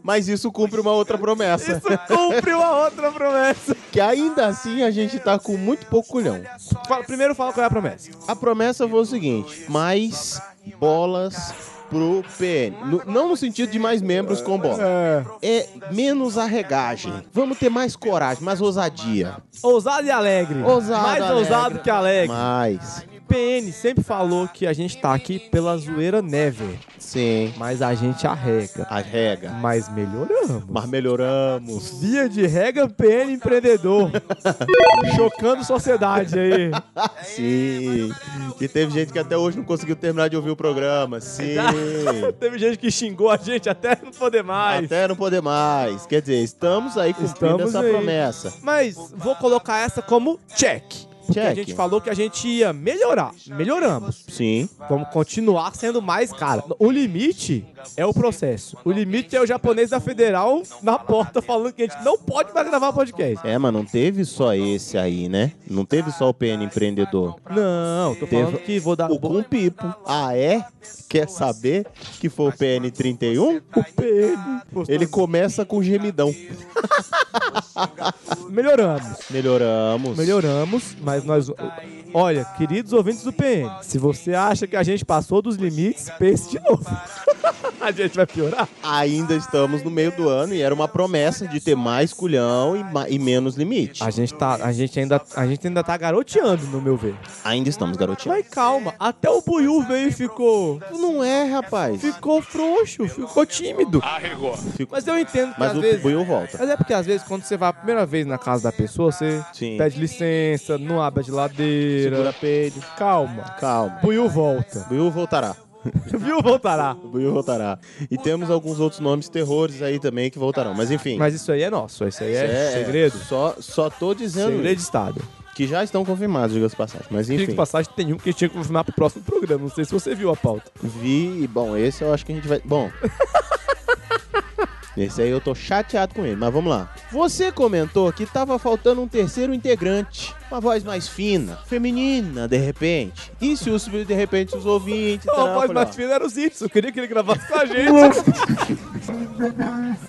Speaker 2: Mas isso cumpre uma outra promessa.
Speaker 1: Isso cumpriu a outra promessa.
Speaker 2: Que ainda assim a gente tá com muito pouco culhão.
Speaker 1: Fala- primeiro fala qual é a promessa.
Speaker 2: A promessa foi o seguinte: mais bolas pro PN. No- não no sentido de mais membros com bola.
Speaker 1: É.
Speaker 2: É menos arregagem. Vamos ter mais coragem, mais ousadia.
Speaker 1: Ousado e alegre.
Speaker 2: Ousado,
Speaker 1: Mais
Speaker 2: alegre.
Speaker 1: ousado que alegre.
Speaker 2: Mais.
Speaker 1: PN sempre falou que a gente tá aqui pela zoeira never,
Speaker 2: Sim.
Speaker 1: mas a gente arrega.
Speaker 2: Arrega.
Speaker 1: Mas melhoramos.
Speaker 2: Mas melhoramos.
Speaker 1: Via de regra, PN empreendedor. Chocando sociedade aí.
Speaker 2: Sim. E teve gente que até hoje não conseguiu terminar de ouvir o programa. Sim.
Speaker 1: Teve gente que xingou a gente até não poder mais.
Speaker 2: Até não poder mais. Quer dizer, estamos aí cumprindo
Speaker 1: Estamos
Speaker 2: essa
Speaker 1: aí.
Speaker 2: promessa.
Speaker 1: Mas vou colocar essa como check. Porque a
Speaker 2: Check.
Speaker 1: gente falou que a gente ia melhorar. Melhoramos.
Speaker 2: Sim.
Speaker 1: Vamos continuar sendo mais, cara. O limite é o processo. O limite é o japonês da Federal na porta falando que a gente não pode mais gravar podcast.
Speaker 2: É, mas não teve só esse aí, né? Não teve só o PN empreendedor.
Speaker 1: Não, tô
Speaker 2: Teve
Speaker 1: falando que vou dar
Speaker 2: O com pipo. Ah, é? Quer saber que foi o PN
Speaker 1: PN.
Speaker 2: 31? Ele
Speaker 1: Ele
Speaker 2: começa com gemidão.
Speaker 1: melhoramos.
Speaker 2: Melhoramos.
Speaker 1: Melhoramos, mas nós Olha, queridos ouvintes do PN, se você acha que a gente passou dos limites, pense de novo. a gente vai piorar?
Speaker 2: Ainda estamos no meio do ano e era uma promessa de ter mais culhão e, ma- e menos limite.
Speaker 1: A gente tá, a gente ainda, a gente ainda tá garoteando, no meu ver.
Speaker 2: Ainda estamos, garotinho.
Speaker 1: Mas calma, até o Buiú veio e ficou
Speaker 2: não é, rapaz.
Speaker 1: Ficou frouxo, ficou tímido.
Speaker 2: Ficou.
Speaker 1: Mas eu entendo que
Speaker 2: Mas
Speaker 1: às
Speaker 2: o
Speaker 1: vezes.
Speaker 2: Buiu volta.
Speaker 1: Mas é porque às vezes quando você vai a primeira vez na casa da pessoa, você
Speaker 2: Sim.
Speaker 1: pede licença, não abre a geladeira.
Speaker 2: Segura peido.
Speaker 1: Calma.
Speaker 2: Calma.
Speaker 1: Buiu volta.
Speaker 2: Buiu voltará.
Speaker 1: Viu? Voltará.
Speaker 2: O Buiu voltará. E temos alguns outros nomes terrores aí também que voltarão. Mas enfim.
Speaker 1: Mas isso aí é nosso, isso aí é,
Speaker 2: É,
Speaker 1: segredo.
Speaker 2: Só, só tô dizendo
Speaker 1: Segredo de Estado.
Speaker 2: isso, que já estão confirmados, diga-se de passagem. Mas
Speaker 1: Diga de
Speaker 2: enfim,
Speaker 1: passagem, tem um que tinha que confirmar pro próximo programa. Não sei se você viu a pauta.
Speaker 2: vi e bom, esse eu acho que a gente vai... Bom... Esse aí eu tô chateado com ele, mas vamos lá. Você comentou que tava faltando um terceiro integrante. Uma voz mais fina, feminina, de repente. E se os, de repente os ouvintes... né,
Speaker 1: Não,
Speaker 2: tará,
Speaker 1: a voz
Speaker 2: falei, ó.
Speaker 1: mais fina era os hits. Eu queria que ele gravasse com a gente.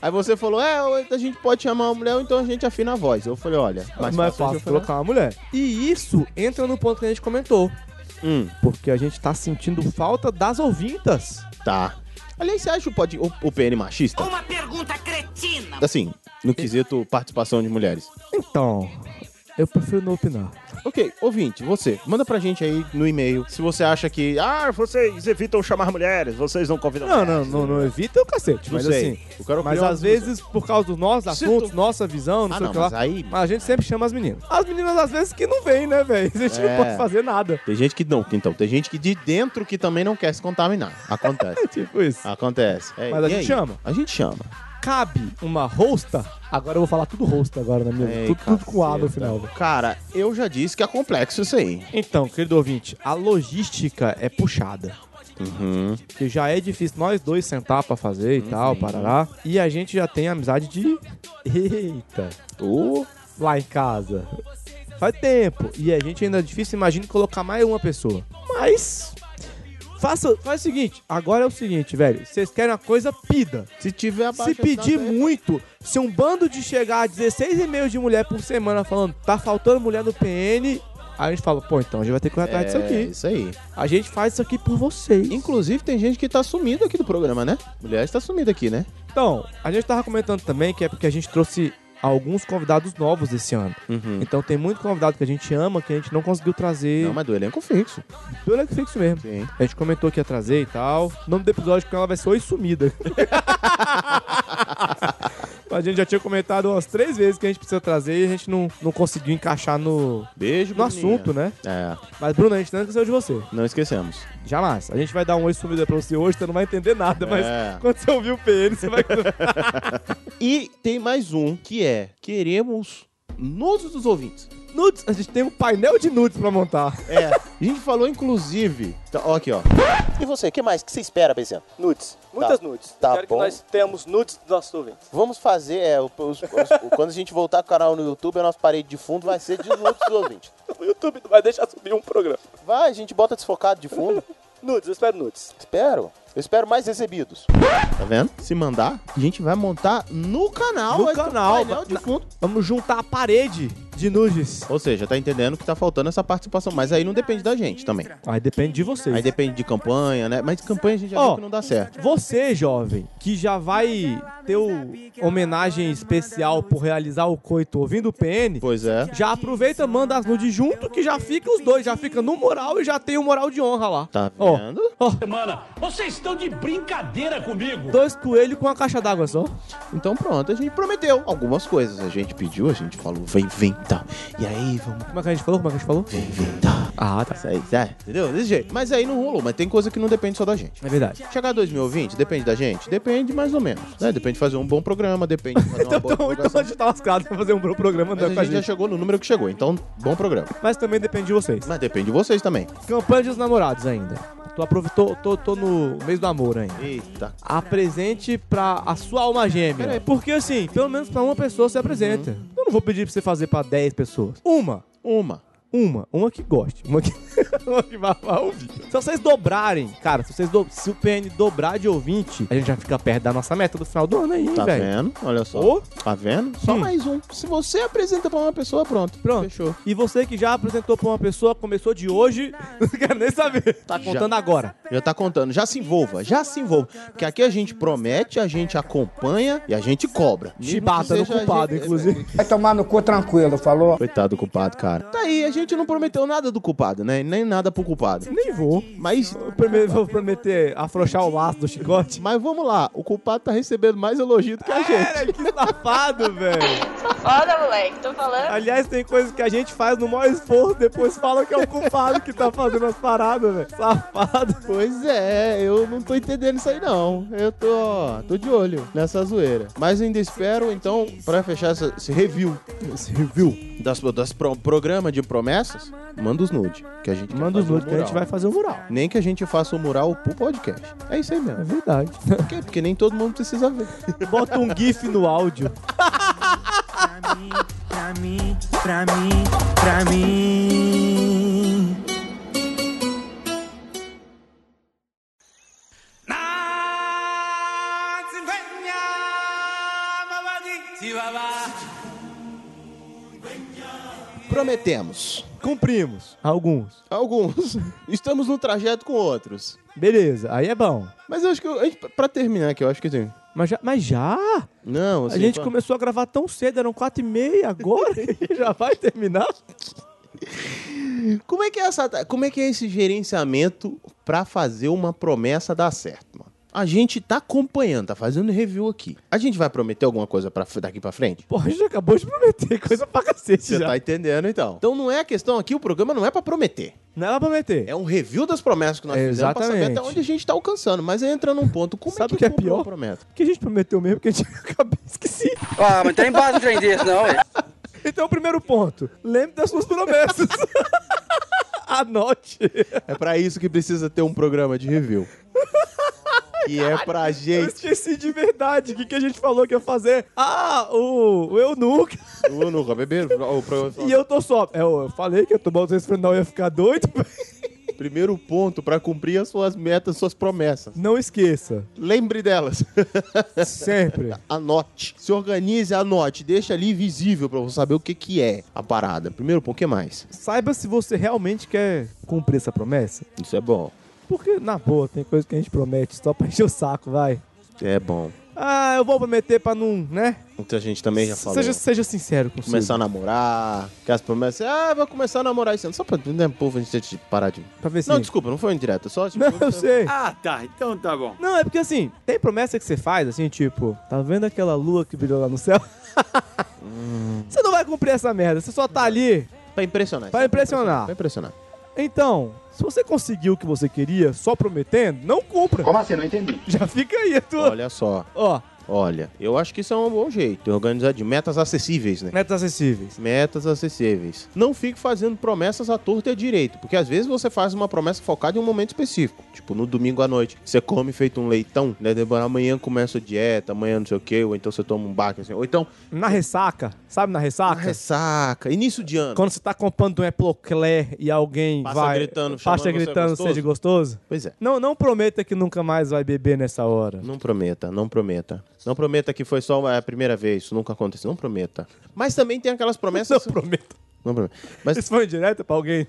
Speaker 2: Aí você falou, é, a gente pode chamar uma mulher, ou então a gente afina a voz. Eu falei, olha, mais,
Speaker 1: Mas mais
Speaker 2: fácil, a
Speaker 1: fácil
Speaker 2: gente afinar.
Speaker 1: colocar uma mulher. E isso entra no ponto que a gente comentou.
Speaker 2: Hum,
Speaker 1: Porque a gente tá sentindo falta das ouvintas.
Speaker 2: tá. Aliás, você acha o, pod, o, o PN machista?
Speaker 5: Uma pergunta cretina.
Speaker 2: Assim, no quesito participação de mulheres.
Speaker 1: Então, Eu prefiro não opinar.
Speaker 2: Ok, ouvinte, você, manda pra gente aí no e-mail se você acha que, ah, vocês evitam chamar mulheres, vocês não convidam
Speaker 1: Não, não,
Speaker 2: mulheres.
Speaker 1: não, não evita o cacete.
Speaker 2: Não
Speaker 1: Mas
Speaker 2: sei.
Speaker 1: assim,
Speaker 2: Eu quero
Speaker 1: mas
Speaker 2: opinar
Speaker 1: às
Speaker 2: uma coisa.
Speaker 1: vezes, por causa dos nossos
Speaker 2: Se
Speaker 1: assuntos,
Speaker 2: tu-
Speaker 1: nossa visão, não
Speaker 2: Ah,
Speaker 1: sei o
Speaker 2: não,
Speaker 1: que lá.
Speaker 2: mas aí-
Speaker 1: Mas a gente sempre chama as meninas. As meninas, às vezes, que não vêm, né, velho? A gente
Speaker 2: É.
Speaker 1: não pode fazer nada.
Speaker 2: Tem gente que não, então, tem gente que de dentro que também não quer se contaminar. Acontece.
Speaker 1: Tipo isso.
Speaker 2: Acontece. É,
Speaker 1: Mas a
Speaker 2: e
Speaker 1: gente
Speaker 2: aí?
Speaker 1: chama.
Speaker 2: A gente chama.
Speaker 1: Ah. Cabe uma hosta. Agora eu vou falar tudo hosta agora na minha vida.
Speaker 2: Ei,
Speaker 1: Tudo, tudo com A no
Speaker 2: caceta.
Speaker 1: final, velho.
Speaker 2: Cara, eu já disse que é complexo isso aí.
Speaker 1: Então, querido ouvinte, a logística é puxada. Que já é difícil nós dois sentar pra fazer e tal, parará. E a gente já tem amizade de. Eita!
Speaker 2: O
Speaker 1: lá em casa. Faz tempo. E a gente ainda é difícil imagina colocar mais uma pessoa. Mas. Faça, faz o seguinte, agora é o seguinte, velho. Vocês querem uma coisa pida.
Speaker 2: se tiver abaixo
Speaker 1: Se pedir
Speaker 2: assinado, é-
Speaker 1: muito, se um bando de chegar a 16 e-mails de mulher por semana falando tá faltando mulher no PN, a gente fala, pô, então a gente vai ter que correr atrás disso
Speaker 2: É,
Speaker 1: aqui.
Speaker 2: isso aí.
Speaker 1: A gente faz isso aqui por vocês.
Speaker 2: Inclusive, tem gente que tá sumido aqui do programa, né? Mulheres tá sumida aqui, né?
Speaker 1: Então, a gente tava comentando também que é porque a gente trouxe alguns convidados novos esse ano.
Speaker 2: Uhum.
Speaker 1: Então tem muito convidado que a gente ama, que a gente não conseguiu trazer.
Speaker 2: Não, mas do elenco fixo.
Speaker 1: Do elenco fixo mesmo.
Speaker 2: Sim.
Speaker 1: A gente comentou que ia trazer e tal. O nome do episódio com ela vai ser Oi Sumida. a gente já tinha comentado umas três vezes que a gente precisa trazer e a gente não, não conseguiu encaixar no,
Speaker 2: Beijo,
Speaker 1: no
Speaker 2: Bruninha.
Speaker 1: assunto, né?
Speaker 2: É,
Speaker 1: Mas, Bruno, a gente não esqueceu de você.
Speaker 2: não esquecemos.
Speaker 1: Jamais. A gente vai dar um Oi Sumida pra você hoje, você não vai entender nada,
Speaker 2: É.
Speaker 1: mas quando você ouvir o PN, você vai...
Speaker 2: E tem mais um, que é queremos nudes dos ouvintes.
Speaker 1: nudes, a gente tem um painel de nudes pra montar.
Speaker 2: É, a gente falou inclusive... Tá, ó aqui, ó.
Speaker 4: E você, o que mais que você espera, por exemplo? Nudes.
Speaker 11: Muitas nudes.
Speaker 4: Tá
Speaker 11: Quero
Speaker 4: bom.
Speaker 11: que nós temos nudes dos nossos ouvintes.
Speaker 4: Vamos fazer, é, os- os- os- quando a gente voltar com o canal no YouTube, a nossa parede de fundo vai ser de nudes dos ouvintes.
Speaker 11: O YouTube não vai deixar subir um programa.
Speaker 4: Vai, a gente bota desfocado de fundo.
Speaker 11: Nudes, eu espero nudes.
Speaker 4: Espero. Eu espero mais recebidos.
Speaker 2: Tá vendo? Se mandar, a gente vai montar no canal.
Speaker 1: No
Speaker 2: vai ter um
Speaker 1: canal,
Speaker 2: painel
Speaker 1: Ah, mas-
Speaker 2: de fundo.
Speaker 1: Vamos juntar a parede de nudes.
Speaker 2: Ou seja, tá entendendo que tá faltando essa participação. Mas aí não depende da gente também.
Speaker 1: Aí depende de vocês.
Speaker 2: Aí depende de campanha, né? Mas campanha a gente já
Speaker 1: Ó,
Speaker 2: viu que não dá certo.
Speaker 1: Você, jovem, que já vai ter o homenagem especial por realizar o coito ouvindo o PN,
Speaker 2: Pois é.
Speaker 1: já aproveita, manda as nudes junto, que já fica os dois, já fica no moral e já tem o moral de honra lá.
Speaker 2: Tá
Speaker 1: Ó,
Speaker 2: vendo?
Speaker 1: ó,
Speaker 9: Mano, vocês estão de brincadeira comigo.
Speaker 1: dois coelhos com uma caixa d'água só.
Speaker 2: Então pronto, a gente prometeu algumas coisas. A gente pediu, a gente falou, vem, vem, tá. E aí, vamos,
Speaker 1: Como é que a gente falou? Como é que a gente falou?
Speaker 2: vem, vem, tá.
Speaker 1: Ah, tá.
Speaker 2: Isso aí, tá. Entendeu? Desse jeito. Mas aí não rolou, mas tem coisa que não depende só da gente.
Speaker 1: É verdade.
Speaker 2: Chegar a 2020, depende da gente? Depende mais ou menos. Né? Depende de fazer um bom programa, depende de fazer uma
Speaker 1: Então,
Speaker 2: boa
Speaker 1: então
Speaker 2: divulgação.
Speaker 1: a gente tá lascado pra fazer um bom programa
Speaker 2: Mas
Speaker 1: não é com
Speaker 2: a gente já
Speaker 1: gente.
Speaker 2: chegou no número que chegou, então bom programa.
Speaker 1: Mas também depende de vocês.
Speaker 2: Mas depende de vocês também.
Speaker 1: Campanha dos namorados ainda. Tô, aproveitou, tô, tô no mês do amor ainda.
Speaker 2: Eita.
Speaker 1: apresente pra a sua alma gêmea.
Speaker 2: Peraí.
Speaker 1: Porque assim, pelo menos pra uma pessoa você apresenta. Eu não vou pedir pra você fazer pra 10 pessoas. Uma.
Speaker 2: Uma.
Speaker 1: Uma, uma que goste, uma que, uma que vá, vá ouvir. Se vocês dobrarem, cara, se vocês do- se o PN dobrar de ouvinte, a gente já fica perto da nossa meta do final do ano aí,
Speaker 2: Tá
Speaker 1: velho.
Speaker 2: vendo? Olha só.
Speaker 1: Ô.
Speaker 2: Tá vendo? Só
Speaker 1: Hum.
Speaker 2: mais um. Se você apresenta pra uma pessoa, pronto.
Speaker 1: Pronto.
Speaker 2: Fechou.
Speaker 1: E você que já apresentou pra uma pessoa, começou de hoje, não quero nem saber. Tá contando agora.
Speaker 2: Já tá contando, já se envolva, já se envolva. Porque aqui a gente promete, a gente acompanha e a gente cobra.
Speaker 1: Chibata
Speaker 2: Mesmo
Speaker 1: no
Speaker 2: que seja a
Speaker 1: culpado,
Speaker 2: gente- é,
Speaker 1: inclusive.
Speaker 11: Vai tomar no cu tranquilo, falou?
Speaker 2: Coitado do culpado, cara. Tá aí, a gente não prometeu nada do culpado, né? Nem nada pro culpado.
Speaker 1: Nem vou.
Speaker 2: é, Mas,
Speaker 1: Eu primeiro vou prometer afrouxar o laço do chicote.
Speaker 2: mas vamos lá, o culpado tá recebendo mais elogio do que a
Speaker 1: Cara,
Speaker 2: gente.
Speaker 1: que safado, velho.
Speaker 6: Olha, moleque, tô falando.
Speaker 1: Aliás, tem coisas que a gente faz no maior esforço, depois fala que é o culpado que tá fazendo as paradas, velho. Safado.
Speaker 2: Pois é, eu não tô entendendo isso aí não. Eu tô, ó, tô de olho nessa zoeira. Mas ainda espero, então, pra fechar essa- esse review
Speaker 1: Esse review.
Speaker 2: das, das pro- programa de promessas, manda os nude, que a gente quer
Speaker 1: Manda os
Speaker 2: fazer um
Speaker 1: nudes que a gente
Speaker 2: mural.
Speaker 1: vai fazer o mural.
Speaker 2: Nem que a gente faça o mural pro podcast. É isso aí
Speaker 1: É
Speaker 2: mesmo.
Speaker 1: verdade.
Speaker 2: Por quê? Porque nem todo mundo precisa ver.
Speaker 1: Bota um gif no áudio.
Speaker 9: Pra mim, pra mim, pra mim.
Speaker 2: Prometemos.
Speaker 1: Cumprimos. Alguns.
Speaker 2: Alguns. Estamos no trajeto com outros.
Speaker 1: Beleza, aí é bom.
Speaker 2: Mas eu acho que, eu- a gente- pra terminar aqui, eu acho que tem.
Speaker 1: Mas já? Mas já?
Speaker 2: Não,
Speaker 1: A
Speaker 2: assim,
Speaker 1: gente
Speaker 2: quando-
Speaker 1: começou a gravar tão cedo, eram quatro e meia agora e já vai terminar?
Speaker 2: Como é que é essa, como é que é esse gerenciamento pra fazer uma promessa dar certo, mano? A gente tá acompanhando, tá fazendo review aqui. A gente vai prometer alguma coisa para daqui pra frente?
Speaker 1: Pô, a gente acabou de prometer coisa pra cacete
Speaker 2: Você
Speaker 1: já.
Speaker 2: tá entendendo então? Então não é a questão aqui, o programa não é pra prometer.
Speaker 1: Não era pra prometer.
Speaker 2: É um review das promessas que nós fizemos pra saber
Speaker 1: Exatamente.
Speaker 2: até onde a gente tá alcançando, mas aí entra num ponto, como
Speaker 1: Sabe
Speaker 2: é
Speaker 1: o que
Speaker 2: que,
Speaker 1: é
Speaker 2: cumpre
Speaker 1: pior?
Speaker 2: uma promessa?
Speaker 1: O que a gente prometeu mesmo que a gente acabei esqueci.
Speaker 7: Ah, mas trem base, trem desse, não, é.
Speaker 1: Então, primeiro ponto, lembre das suas promessas. Anote.
Speaker 2: É pra isso que precisa ter um programa de review. que é pra
Speaker 1: Eu
Speaker 2: gente,
Speaker 1: esqueci de verdade. O que, que a gente falou que ia fazer? Ah, o, o eu nunca.
Speaker 2: o Nuca, bebeiro, o programa
Speaker 1: E eu tô só. É, Eu falei que eu tomar os resfrenal ia ficar doido.
Speaker 2: Primeiro ponto pra cumprir as suas metas, suas promessas.
Speaker 1: Não esqueça.
Speaker 2: Lembre delas.
Speaker 1: Sempre.
Speaker 2: anote. Se organize, anote. Deixa ali visível pra você saber o que, que é a parada. Primeiro ponto, o que mais?
Speaker 1: Saiba se você realmente quer cumprir essa promessa.
Speaker 2: Isso é bom.
Speaker 1: Porque, na boa, tem coisa que a gente promete só pra encher o saco, vai.
Speaker 2: É bom.
Speaker 1: Ah, eu vou prometer pra não, né?
Speaker 2: Muita gente também já falou.
Speaker 1: Seja, seja sincero consigo.
Speaker 2: Começar a namorar, aquelas promessas. Ah, vai começar a namorar esse ano. Só pra né, povo a gente parar de.
Speaker 1: Pra ver se...
Speaker 2: Não, desculpa, não foi indireta. Só tipo,
Speaker 1: Não, eu sei.
Speaker 8: Ah, tá. Então tá bom.
Speaker 1: Não, é porque assim, tem promessa que você faz, assim, tipo, tá vendo aquela lua que brilhou lá no céu? Você não vai cumprir essa merda, você só tá ali.
Speaker 2: Pra impressionar.
Speaker 1: Pra impressionar.
Speaker 2: Pra impressionar.
Speaker 1: Então, se você conseguiu o que você queria só prometendo, não cumpra.
Speaker 10: Como assim? Não entendi.
Speaker 1: Já fica aí a tua.
Speaker 2: Olha só.
Speaker 1: Ó,
Speaker 2: Olha, eu acho que isso é um bom jeito. Organizar de metas acessíveis, né?
Speaker 1: metas acessíveis.
Speaker 2: Metas acessíveis. Não fique fazendo promessas à torta e à direito, porque às vezes você faz uma promessa focada em um momento específico. Tipo, no domingo à noite, você come feito um leitão, né? Depois, Amanhã começa a dieta, amanhã não sei o quê, ou então você toma um baque, assim. Ou então,
Speaker 1: Na ressaca, sabe na
Speaker 2: a
Speaker 1: ressaca?
Speaker 2: ressaca, início de ano.
Speaker 1: Quando você tá comprando um Epoclé e alguém
Speaker 2: Passa
Speaker 1: vai.
Speaker 2: gritando,
Speaker 1: passa
Speaker 2: chamando você
Speaker 1: gritando,
Speaker 2: gostoso?
Speaker 1: seja gostoso.
Speaker 2: Pois é.
Speaker 1: Não, não prometa que nunca mais vai beber nessa hora.
Speaker 2: Não prometa, não prometa. Não prometa que foi só a primeira vez, isso nunca aconteceu. Não prometa. Mas também tem aquelas promessas.
Speaker 1: Não prometa.
Speaker 2: Não prometa. Mas
Speaker 1: Isso foi direto pra alguém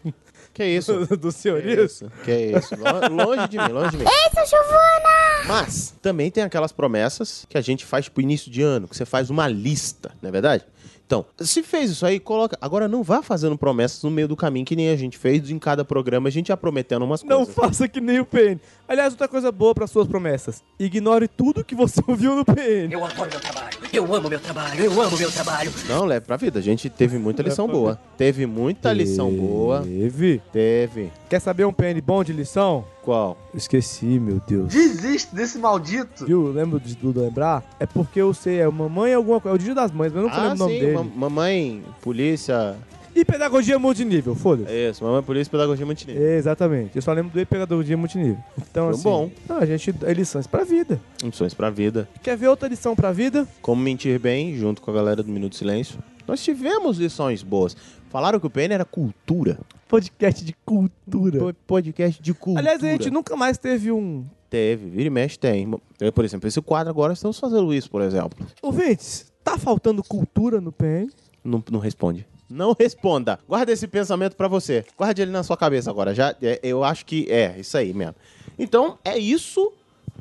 Speaker 2: que é isso?
Speaker 1: do, do
Speaker 2: Que
Speaker 1: senhorio?
Speaker 2: isso? Que é isso? Lo- Longe de mim, longe de mim.
Speaker 5: Eita, Giovana!
Speaker 2: Mas também tem aquelas promessas que a gente faz pro início de ano, que você faz uma lista, não é verdade? Então, se fez isso aí, coloca. Agora não vá fazendo promessas no meio do caminho, que nem a gente fez em cada programa, a gente ia prometendo umas
Speaker 1: Não
Speaker 2: coisas.
Speaker 1: faça que nem o PN. Aliás, outra coisa boa para suas promessas. Ignore tudo que você ouviu no PN.
Speaker 7: Eu adoro meu trabalho, eu amo meu trabalho, eu amo meu trabalho.
Speaker 2: Não, leva pra vida. A gente teve muita lição boa. Teve muita lição boa.
Speaker 1: Teve.
Speaker 2: Teve.
Speaker 1: Quer saber um PN bom de lição?
Speaker 2: Qual?
Speaker 1: Eu esqueci, meu Deus.
Speaker 10: Desiste desse maldito.
Speaker 1: Viu? Lembro de tudo lembrar? É porque eu sei, é mamãe alguma coisa. É o dia das mães, mas eu não
Speaker 2: ah,
Speaker 1: lembro o nome
Speaker 2: sim,
Speaker 1: dele.
Speaker 2: ma- mamãe, polícia.
Speaker 1: E pedagogia multinível, foda-se.
Speaker 2: É Isso, mamãe, polícia, pedagogia multinível.
Speaker 1: É, Exatamente. Eu só lembro do e pedagogia multinível. Então,
Speaker 2: Foi
Speaker 1: assim.
Speaker 2: bom.
Speaker 1: Não, a gente é lições pra vida.
Speaker 2: Opções pra vida.
Speaker 1: Quer ver outra lição pra vida?
Speaker 2: Como Mentir Bem, junto com a galera do Minuto de Silêncio. Nós tivemos lições boas. Falaram que o PN era cultura.
Speaker 1: Podcast de cultura.
Speaker 2: Po- Podcast de cultura.
Speaker 1: Aliás, a gente nunca mais teve um
Speaker 2: Teve, vira e mexe tem. Eu, por exemplo, esse quadro agora estamos fazendo isso, por exemplo.
Speaker 1: Ouvintes, tá faltando cultura no PN?
Speaker 2: Não, não responde. Não responda. Guarda esse pensamento pra você. Guarde ele na sua cabeça agora. Já, é, eu acho que é isso aí mesmo. Então, é isso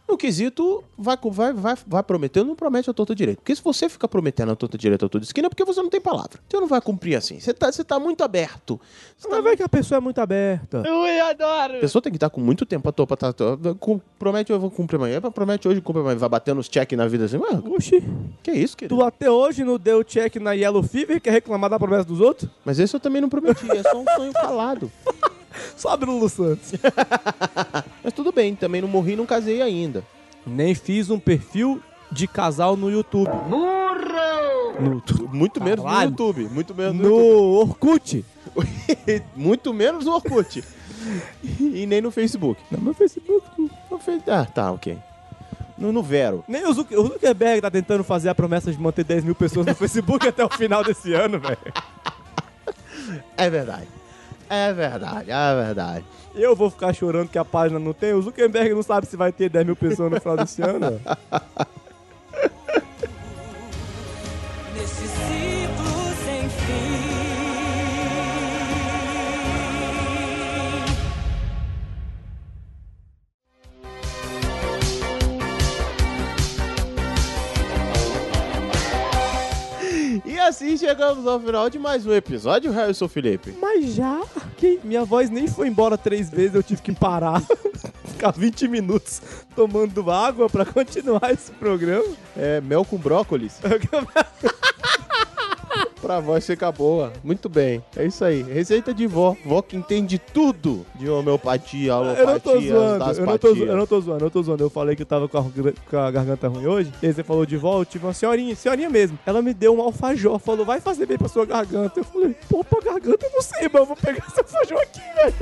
Speaker 2: no quesito vai, co- vai, vai, vai prometendo, não promete a torta direito. Porque se você fica prometendo a torta direito a toda esquina, é porque você não tem palavra. Você não vai cumprir assim. Você tá, você tá muito aberto. Você tá
Speaker 1: Mas vai que a pessoa é muito aberta.
Speaker 2: A pessoa tem que estar com muito tempo a topa, tá, tá, cum- promete hoje, eu vou cumprir amanhã, promete hoje, cumpre amanhã, vai batendo os cheques na vida assim, mano,
Speaker 1: Oxi,
Speaker 2: que isso, querido?
Speaker 1: tu até hoje não deu check na Yellow Fever quer reclamar da promessa dos outros?
Speaker 2: Mas esse eu também não prometi, é só um sonho falado.
Speaker 1: Sobe Lulu Santos.
Speaker 2: Mas tudo bem, também não morri, não casei ainda.
Speaker 1: Nem fiz um perfil de casal no YouTube. No, tu-
Speaker 2: Muito menos
Speaker 1: Caralho.
Speaker 2: no YouTube, muito menos no, YouTube.
Speaker 1: no Orkut.
Speaker 2: muito menos no Orkut. e nem no Facebook.
Speaker 1: Não, meu Facebook.
Speaker 2: No Fe- Ah, tá, ok. No, no Vero.
Speaker 1: Nem o Zuc- o Zuckerberg tá tentando fazer a promessa de manter 10 mil pessoas no Facebook até o final desse ano, velho.
Speaker 2: É verdade. É verdade, é verdade.
Speaker 1: Eu vou ficar chorando que a página não tem. O Zuckerberg não sabe se vai ter 10 mil pessoas no final desse ano. velho.
Speaker 5: Neste ciclo sem fim.
Speaker 2: E assim chegamos ao final de mais um episódio, Harrison Felipe.
Speaker 1: Mas já? Que minha voz nem foi embora três vezes, eu tive que parar. Ficar 20 minutos tomando água pra continuar esse programa.
Speaker 2: É mel com brócolis. pra voz ficar boa. Muito bem. É isso aí. Receita de vó. Vó que entende tudo de homeopatia,
Speaker 1: Eu não tô zoando,
Speaker 2: alopatia,
Speaker 1: eu não tô, zo- eu
Speaker 2: daspatia.
Speaker 1: não tô zoando, eu não tô zoando. Eu falei que eu tava com a, gra- com a garganta ruim hoje. E aí você falou de volta, eu tive uma senhorinha, senhorinha mesmo. Ela me deu um alfajor, falou, vai fazer bem pra sua garganta. Eu falei, pô, pra garganta eu não sei, mas eu vou pegar esse alfajor aqui, velho.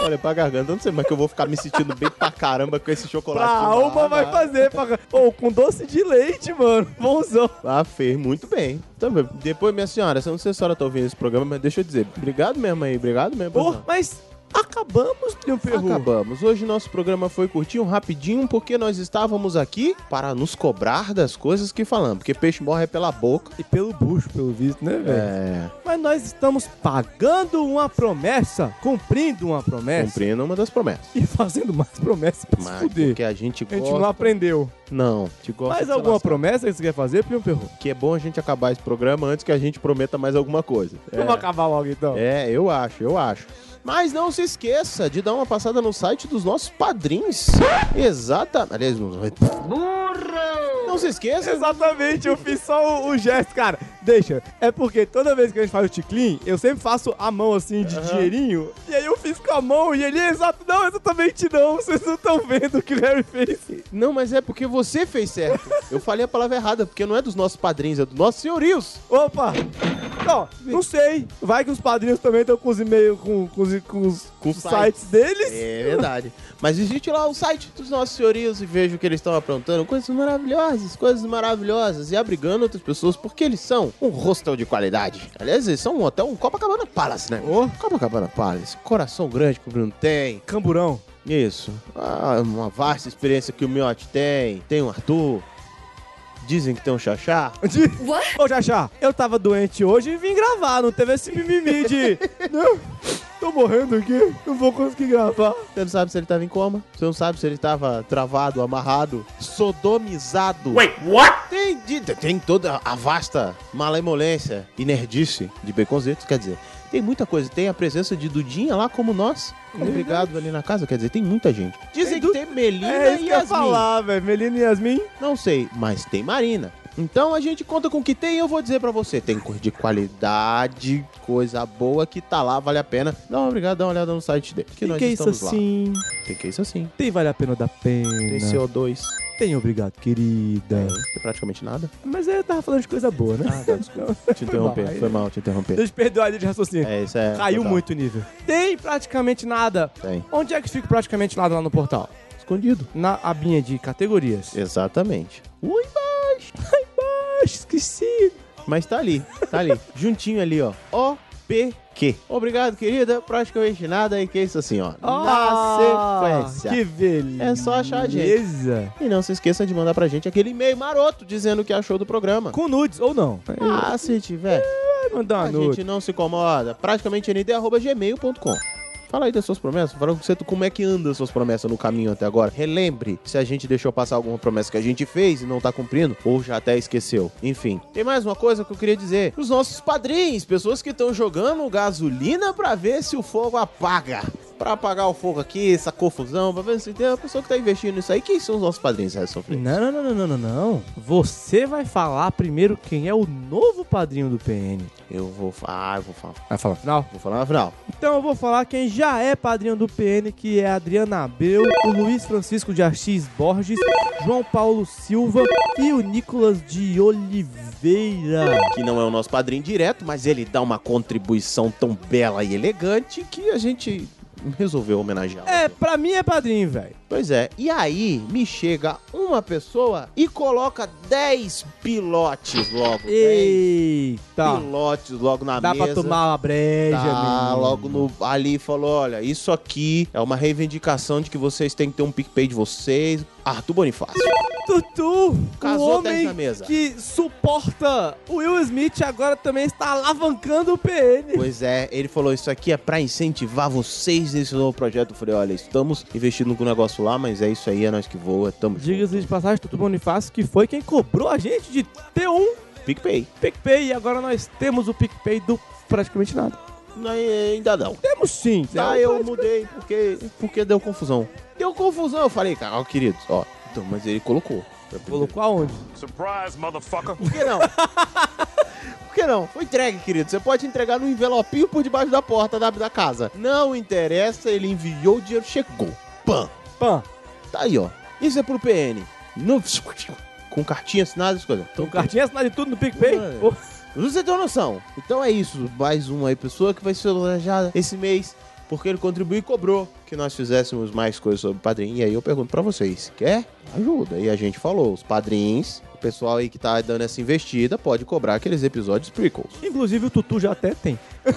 Speaker 2: Olha, pra garganta, eu não sei, mas que eu vou ficar me sentindo bem pra caramba com esse chocolate.
Speaker 1: Pra alma vai fazer, pra... Ou com doce de leite, mano. Bonzão.
Speaker 2: Ah, fez muito bem. Também. Depois, minha senhora, eu não sei se a senhora tá ouvindo esse programa, mas deixa eu dizer. Obrigado mesmo aí, obrigado mesmo.
Speaker 1: Pô,
Speaker 2: Bruno.
Speaker 1: mas acabamos, Trio Ferru.
Speaker 2: Acabamos. Hoje nosso programa foi curtinho, rapidinho, porque nós estávamos aqui para nos cobrar das coisas que falamos. Porque peixe morre pela boca.
Speaker 1: E pelo bucho, pelo visto, né, velho?
Speaker 2: É.
Speaker 1: Mas nós estamos pagando uma promessa, cumprindo uma promessa.
Speaker 2: é, Cumprindo uma das promessas.
Speaker 1: E fazendo mais promessas pra se
Speaker 2: Mas
Speaker 1: fuder.
Speaker 2: porque a gente
Speaker 1: A
Speaker 2: gosta.
Speaker 1: gente não aprendeu.
Speaker 2: Não, te gosta. de
Speaker 1: Mais
Speaker 2: se
Speaker 1: alguma
Speaker 2: lascar.
Speaker 1: promessa que você quer fazer, Primo Ferro?
Speaker 2: Que é bom a gente acabar esse programa antes que a gente prometa mais alguma coisa.
Speaker 1: Vamos acabar logo então.
Speaker 2: É, eu acho, eu acho. Mas não se esqueça de dar uma passada no site dos nossos padrinhos. Exatamente. Aliás, não. Não se esqueça.
Speaker 1: Exatamente, eu fiz só o, o gesto, cara. Deixa. É porque toda vez que a gente faz o ticlin, eu sempre faço a mão assim de dinheirinho. E aí eu fiz com a mão e ele é exato. Não, exatamente não. Vocês não estão vendo o que o Harry fez.
Speaker 2: Não, mas é porque você fez certo. Eu falei a palavra errada, porque não é dos nossos padrinhos, é dos nossos senhorios.
Speaker 1: Opa! Não, não sei. Vai que os padrinhos também estão com os e-mails, com, com, os- com os
Speaker 2: Com
Speaker 1: sites. deles.
Speaker 2: É verdade. Mas visite lá o site dos nossos senhorios e veja o que eles estão aprontando. Coisas maravilhosas, coisas maravilhosas. E abrigando outras pessoas, porque eles são um hostel de qualidade. Aliás, eles são um hotel, um Copacabana Palace, né?
Speaker 1: Ô.
Speaker 2: Copacabana Palace. Coração grande que o Bruno tem.
Speaker 1: Camburão.
Speaker 2: Isso. Ah, uma vasta experiência que o Miotti tem. Tem o Arthur. Dizem que tem um Xaxá.
Speaker 1: Ô, Jachá, eu tava doente hoje e vim gravar. Não teve esse mimimi de... não, tô morrendo aqui. Não vou conseguir gravar.
Speaker 2: Você não sabe se ele tava em coma. Você não sabe se ele tava travado, amarrado, sodomizado.
Speaker 9: Wait, what?
Speaker 2: Tem, de- tem toda a vasta malemolência e nerdice de Baconzitos, quer dizer, tem muita coisa. Tem a presença de Dudinha lá como nós. Obrigado ali na casa, quer dizer, tem muita gente. Dizem
Speaker 1: É Tem Du-
Speaker 2: que tem Melina
Speaker 1: É isso
Speaker 2: e
Speaker 1: que eu ia
Speaker 2: Yasmin.
Speaker 1: falar, velho. Melina e Yasmin.
Speaker 2: Não sei, mas tem Marina. Então a gente conta com o que tem e eu vou dizer pra você. Tem coisa de qualidade, coisa boa que tá lá, vale a pena. Dá uma obrigada, dá uma olhada no site dele. Que é nós
Speaker 1: Tem que isso
Speaker 2: estamos lá.
Speaker 1: assim.
Speaker 2: Tem que isso assim.
Speaker 1: Tem vale a pena da pena.
Speaker 2: Tem CO2.
Speaker 1: Tem obrigado, querida.
Speaker 2: Tem praticamente nada.
Speaker 1: Mas eu tava falando de coisa boa, né?
Speaker 2: É. Ah, tá, desculpa. Te interromper. Foi mal te interromper.
Speaker 1: Deixa eu perder a linha de raciocínio.
Speaker 2: É, isso é.
Speaker 1: Caiu
Speaker 2: total.
Speaker 1: muito o nível. Tem praticamente nada.
Speaker 2: Tem.
Speaker 1: Onde é que fica praticamente nada lá no portal?
Speaker 2: Escondido. É.
Speaker 1: Na abinha de categorias.
Speaker 2: Exatamente.
Speaker 1: Ui, baixo. Ai, baixo. Esqueci.
Speaker 2: Mas tá ali, tá ali. juntinho ali, ó. OPQ. Obrigado, querida. Praticamente nada e que é isso assim, ó.
Speaker 1: Ah,
Speaker 2: Na sequência.
Speaker 1: Que beleza.
Speaker 2: É só achar a gente.
Speaker 1: Beleza.
Speaker 2: E não se esqueça de mandar pra gente aquele e-mail maroto dizendo o que achou do programa.
Speaker 1: Com nudes ou não.
Speaker 2: Ah, se tiver,
Speaker 1: Vai mandar
Speaker 2: a
Speaker 1: uma nude.
Speaker 2: gente não se incomoda. Praticamente nd.gmail.com. Fala aí das suas promessas. Fala com você como é que anda as suas promessas no caminho até agora. Relembre se a gente deixou passar alguma promessa que a gente fez e não tá cumprindo, ou já até esqueceu. Enfim, tem mais uma coisa que eu queria dizer. Os nossos padrinhos, pessoas que estão jogando gasolina pra ver se o fogo apaga. Pra apagar o fogo aqui, essa confusão, pra ver se tem uma pessoa que tá investindo nisso aí. Quem são os nossos padrinhos, Harrison Freire?
Speaker 1: Não, não, não, não, não, não, não. Você vai falar primeiro quem é o novo padrinho do PN.
Speaker 2: Eu vou falar, ah, eu vou falar.
Speaker 1: Vai falar no final?
Speaker 2: Vou falar na final.
Speaker 1: Então eu vou falar quem já é padrinho do PN, que é Adriana Abreu, o Luiz Francisco de Assis Borges, João Paulo Silva e o Nicolas de Oliveira.
Speaker 2: Que não é o nosso padrinho direto, mas ele dá uma contribuição tão bela e elegante que a gente resolveu homenageá-lo.
Speaker 1: É, pra mim é padrinho, velho.
Speaker 2: Pois é. E aí me chega uma pessoa e coloca 10 pilotes logo. 10
Speaker 1: Eita.
Speaker 2: pilotes logo na
Speaker 1: Dá
Speaker 2: mesa.
Speaker 1: pra tomar uma breja,
Speaker 2: Tá,
Speaker 1: menino.
Speaker 2: logo no, ali e falou: olha, isso aqui é uma reivindicação de que vocês têm que ter um PicPay de vocês. Arthur Bonifácio.
Speaker 1: Tutu,
Speaker 2: Casou,
Speaker 1: o
Speaker 2: tá
Speaker 1: homem
Speaker 2: na mesa.
Speaker 1: que suporta o Will Smith agora também está alavancando o PN.
Speaker 2: Pois é, ele falou, isso aqui é pra incentivar vocês nesse novo projeto. Eu falei, olha, estamos investindo com o negócio lá, mas é isso aí, é nós que voa, tamo junto.
Speaker 1: Diga-se de passagem, Tutu Bonifácio, que foi quem cobrou a gente de ter um
Speaker 2: PicPay.
Speaker 1: PicPay, e agora nós temos o PicPay do praticamente nada.
Speaker 2: Não, é, ainda não.
Speaker 1: Temos sim.
Speaker 2: Tá,
Speaker 1: né?
Speaker 2: eu mudei porque, porque deu confusão. Deu confusão, eu falei, Carol, querido, ó. Então, mas ele colocou.
Speaker 1: Colocou aonde?
Speaker 9: Surprise, motherfucker.
Speaker 2: Por que não? Por que não? Foi entregue, querido. Você pode entregar num envelopinho por debaixo da porta da, da casa. Não interessa, ele enviou, o dinheiro chegou. Pam!
Speaker 1: Pã.
Speaker 2: Tá aí, ó. Isso é pro PN. No... Com cartinha assinada, essas coisas.
Speaker 1: Então, cartinha assinada de tudo no PicPay?
Speaker 2: Ué.
Speaker 1: Pô,
Speaker 2: Você tem uma noção. Então é isso. Mais uma aí pessoa que vai ser homenageada esse mês. Porque ele contribuiu e cobrou que nós fizéssemos mais coisas sobre padrinho. E aí eu pergunto pra vocês: quer? Ajuda. E a gente falou: os padrinhos, o pessoal aí que tá dando essa investida, pode cobrar aqueles episódios prequels.
Speaker 1: Inclusive o Tutu já até tem.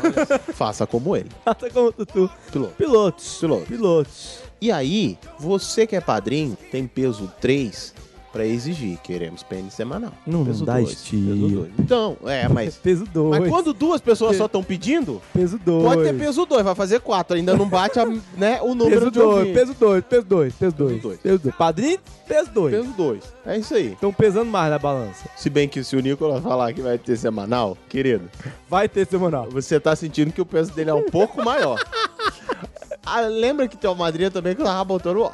Speaker 2: Faça como ele.
Speaker 1: Até como o Tutu.
Speaker 2: Piloto.
Speaker 1: Pilotos.
Speaker 2: Piloto.
Speaker 1: Pilotos.
Speaker 2: E aí, você que é padrinho, tem peso 3 pra exigir. Queremos pênis semanal.
Speaker 1: Não
Speaker 2: peso
Speaker 1: dá
Speaker 2: dois,
Speaker 1: estilo.
Speaker 2: Peso 2. Então, é, mas.
Speaker 1: Peso 2.
Speaker 2: Mas quando duas pessoas só estão pedindo,
Speaker 1: Peso 2.
Speaker 2: Pode ter peso 2, vai fazer 4. Ainda não bate a- né, o número
Speaker 1: Peso
Speaker 2: de
Speaker 1: 2,
Speaker 2: ouvinte.
Speaker 1: peso 2, peso 2, peso 2.
Speaker 2: dois.
Speaker 1: Peso 2. Padrinho, peso 2.
Speaker 2: Peso 2. É isso aí.
Speaker 1: Estão pesando mais na balança.
Speaker 2: Se bem que se o Nicolas falar que vai ter semanal, querido,
Speaker 1: Vai ter semanal.
Speaker 2: você tá sentindo que o peso dele é um pouco maior. Ah, lembra que tem uma madrinha também que tava botando. Ó,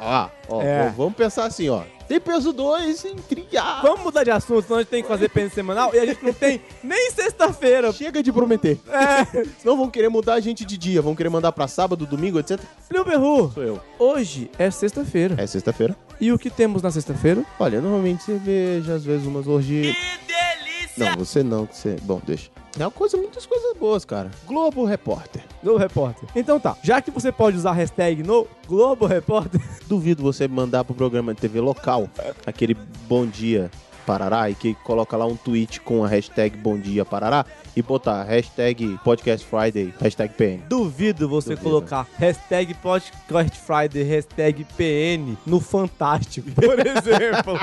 Speaker 2: ó,
Speaker 1: É.
Speaker 2: v- vamos pensar assim, ó. Tem peso 2 em triar.
Speaker 1: Vamos mudar de assunto, senão a gente tem que fazer pênis semanal e a gente não tem nem sexta-feira.
Speaker 2: Chega de prometer.
Speaker 1: É,
Speaker 2: Senão vão querer mudar a gente de dia, vão querer mandar pra sábado, domingo, etc.
Speaker 1: Plio Berru,
Speaker 2: Sou eu.
Speaker 1: hoje é sexta-feira.
Speaker 2: É sexta-feira.
Speaker 1: E o que temos na sexta-feira?
Speaker 2: Olha, normalmente cerveja, às vezes umas orgias. Que delícia! Não, você não, que você. Bom, deixa. É uma coisa, muitas coisas boas, cara. Globo Repórter.
Speaker 1: Globo Repórter. Então tá, já que você pode usar a hashtag no Globo Repórter,
Speaker 2: Duvido você mandar pro programa de TV local aquele Bom Dia Parará e que coloca lá um tweet com a hashtag Bom Dia Parará e botar hashtag Podcast Friday, hashtag PN.
Speaker 1: duvido você
Speaker 2: Duvido.
Speaker 1: colocar hashtag Podcast Friday, hashtag PN no Fantástico, por exemplo.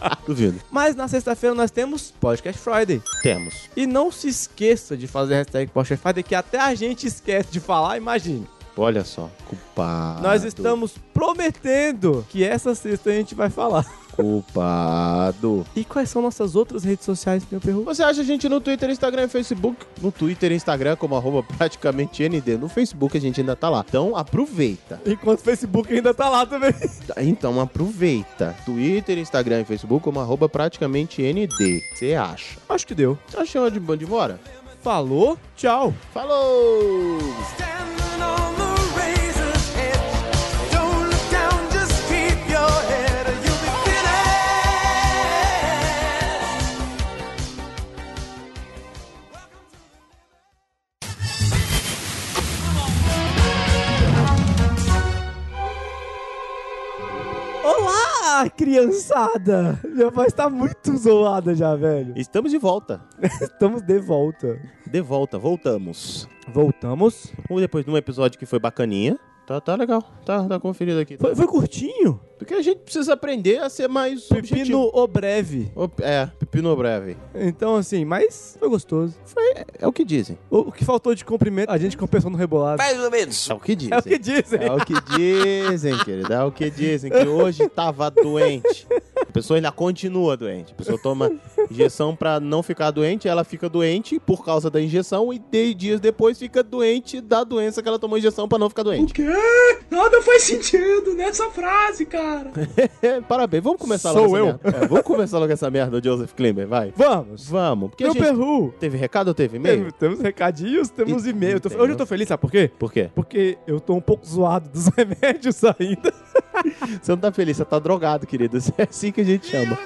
Speaker 2: Ah, Duvido.
Speaker 1: Mas na sexta-feira nós temos Podcast Friday.
Speaker 2: Temos.
Speaker 1: E não se esqueça de fazer a hashtag Podcast Friday, que até a gente esquece de falar, imagine.
Speaker 2: Olha só. Culpado.
Speaker 1: Nós estamos prometendo que essa sexta a gente vai falar.
Speaker 2: Culpado.
Speaker 1: E quais são nossas outras redes sociais, meu perro?
Speaker 2: Você acha a gente no Twitter, Instagram e Facebook? No Twitter e Instagram como arroba praticamente ND. No Facebook a gente ainda tá lá. Então aproveita.
Speaker 1: Enquanto o Facebook ainda tá lá também.
Speaker 2: Então aproveita. Twitter, Instagram e Facebook como arroba praticamente ND. Você acha?
Speaker 1: Acho que deu.
Speaker 2: Tá achando de bando de embora?
Speaker 1: Falou, tchau.
Speaker 2: Falou!
Speaker 5: Standing on the razor's edge. Don't look down, just keep your head, or you'll be finished.
Speaker 1: Olá, criançada! Minha voz tá muito zoada já, velho.
Speaker 2: Estamos de volta.
Speaker 1: Estamos de volta.
Speaker 2: De volta, voltamos.
Speaker 1: Voltamos.
Speaker 2: Ou depois de um episódio que foi bacaninha. Tá, tá legal. Tá, tá conferido aqui.
Speaker 1: Foi, foi curtinho.
Speaker 2: Porque a gente precisa aprender a ser mais objetivo.
Speaker 1: Pepino o breve.
Speaker 2: Op- É, pepino breve.
Speaker 1: Então, assim, mas foi gostoso.
Speaker 2: É o que dizem.
Speaker 1: O, o que faltou de comprimento, a gente compensou no rebolado.
Speaker 2: É o que dizem.
Speaker 1: É o que dizem.
Speaker 2: É o que dizem, querido. É o que dizem, que hoje tava doente. A pessoa ainda continua doente. A pessoa toma injeção pra não ficar doente, ela fica doente por causa da injeção e dez dias depois fica doente da doença que ela tomou injeção pra não ficar doente.
Speaker 10: quê? Nada faz sentido nessa frase, cara.
Speaker 2: Parabéns. Vamos começar
Speaker 1: Sou
Speaker 2: logo
Speaker 1: eu.
Speaker 2: essa merda. É, vamos começar logo essa merda, Joseph Klimber, vai.
Speaker 1: Vamos.
Speaker 2: Vamos, porque a
Speaker 1: Meu
Speaker 2: gente...
Speaker 1: perru.
Speaker 2: Teve recado ou teve
Speaker 1: Temos,
Speaker 2: e-mail?
Speaker 1: temos recadinhos, temos
Speaker 2: E-
Speaker 1: e-mail. Eu tô-
Speaker 2: entendeu?
Speaker 1: Hoje eu tô feliz, sabe por quê?
Speaker 2: Por quê?
Speaker 1: Porque eu tô um pouco zoado dos remédios ainda.
Speaker 2: Você não tá feliz, você tá drogado, querido. É assim que a gente chama.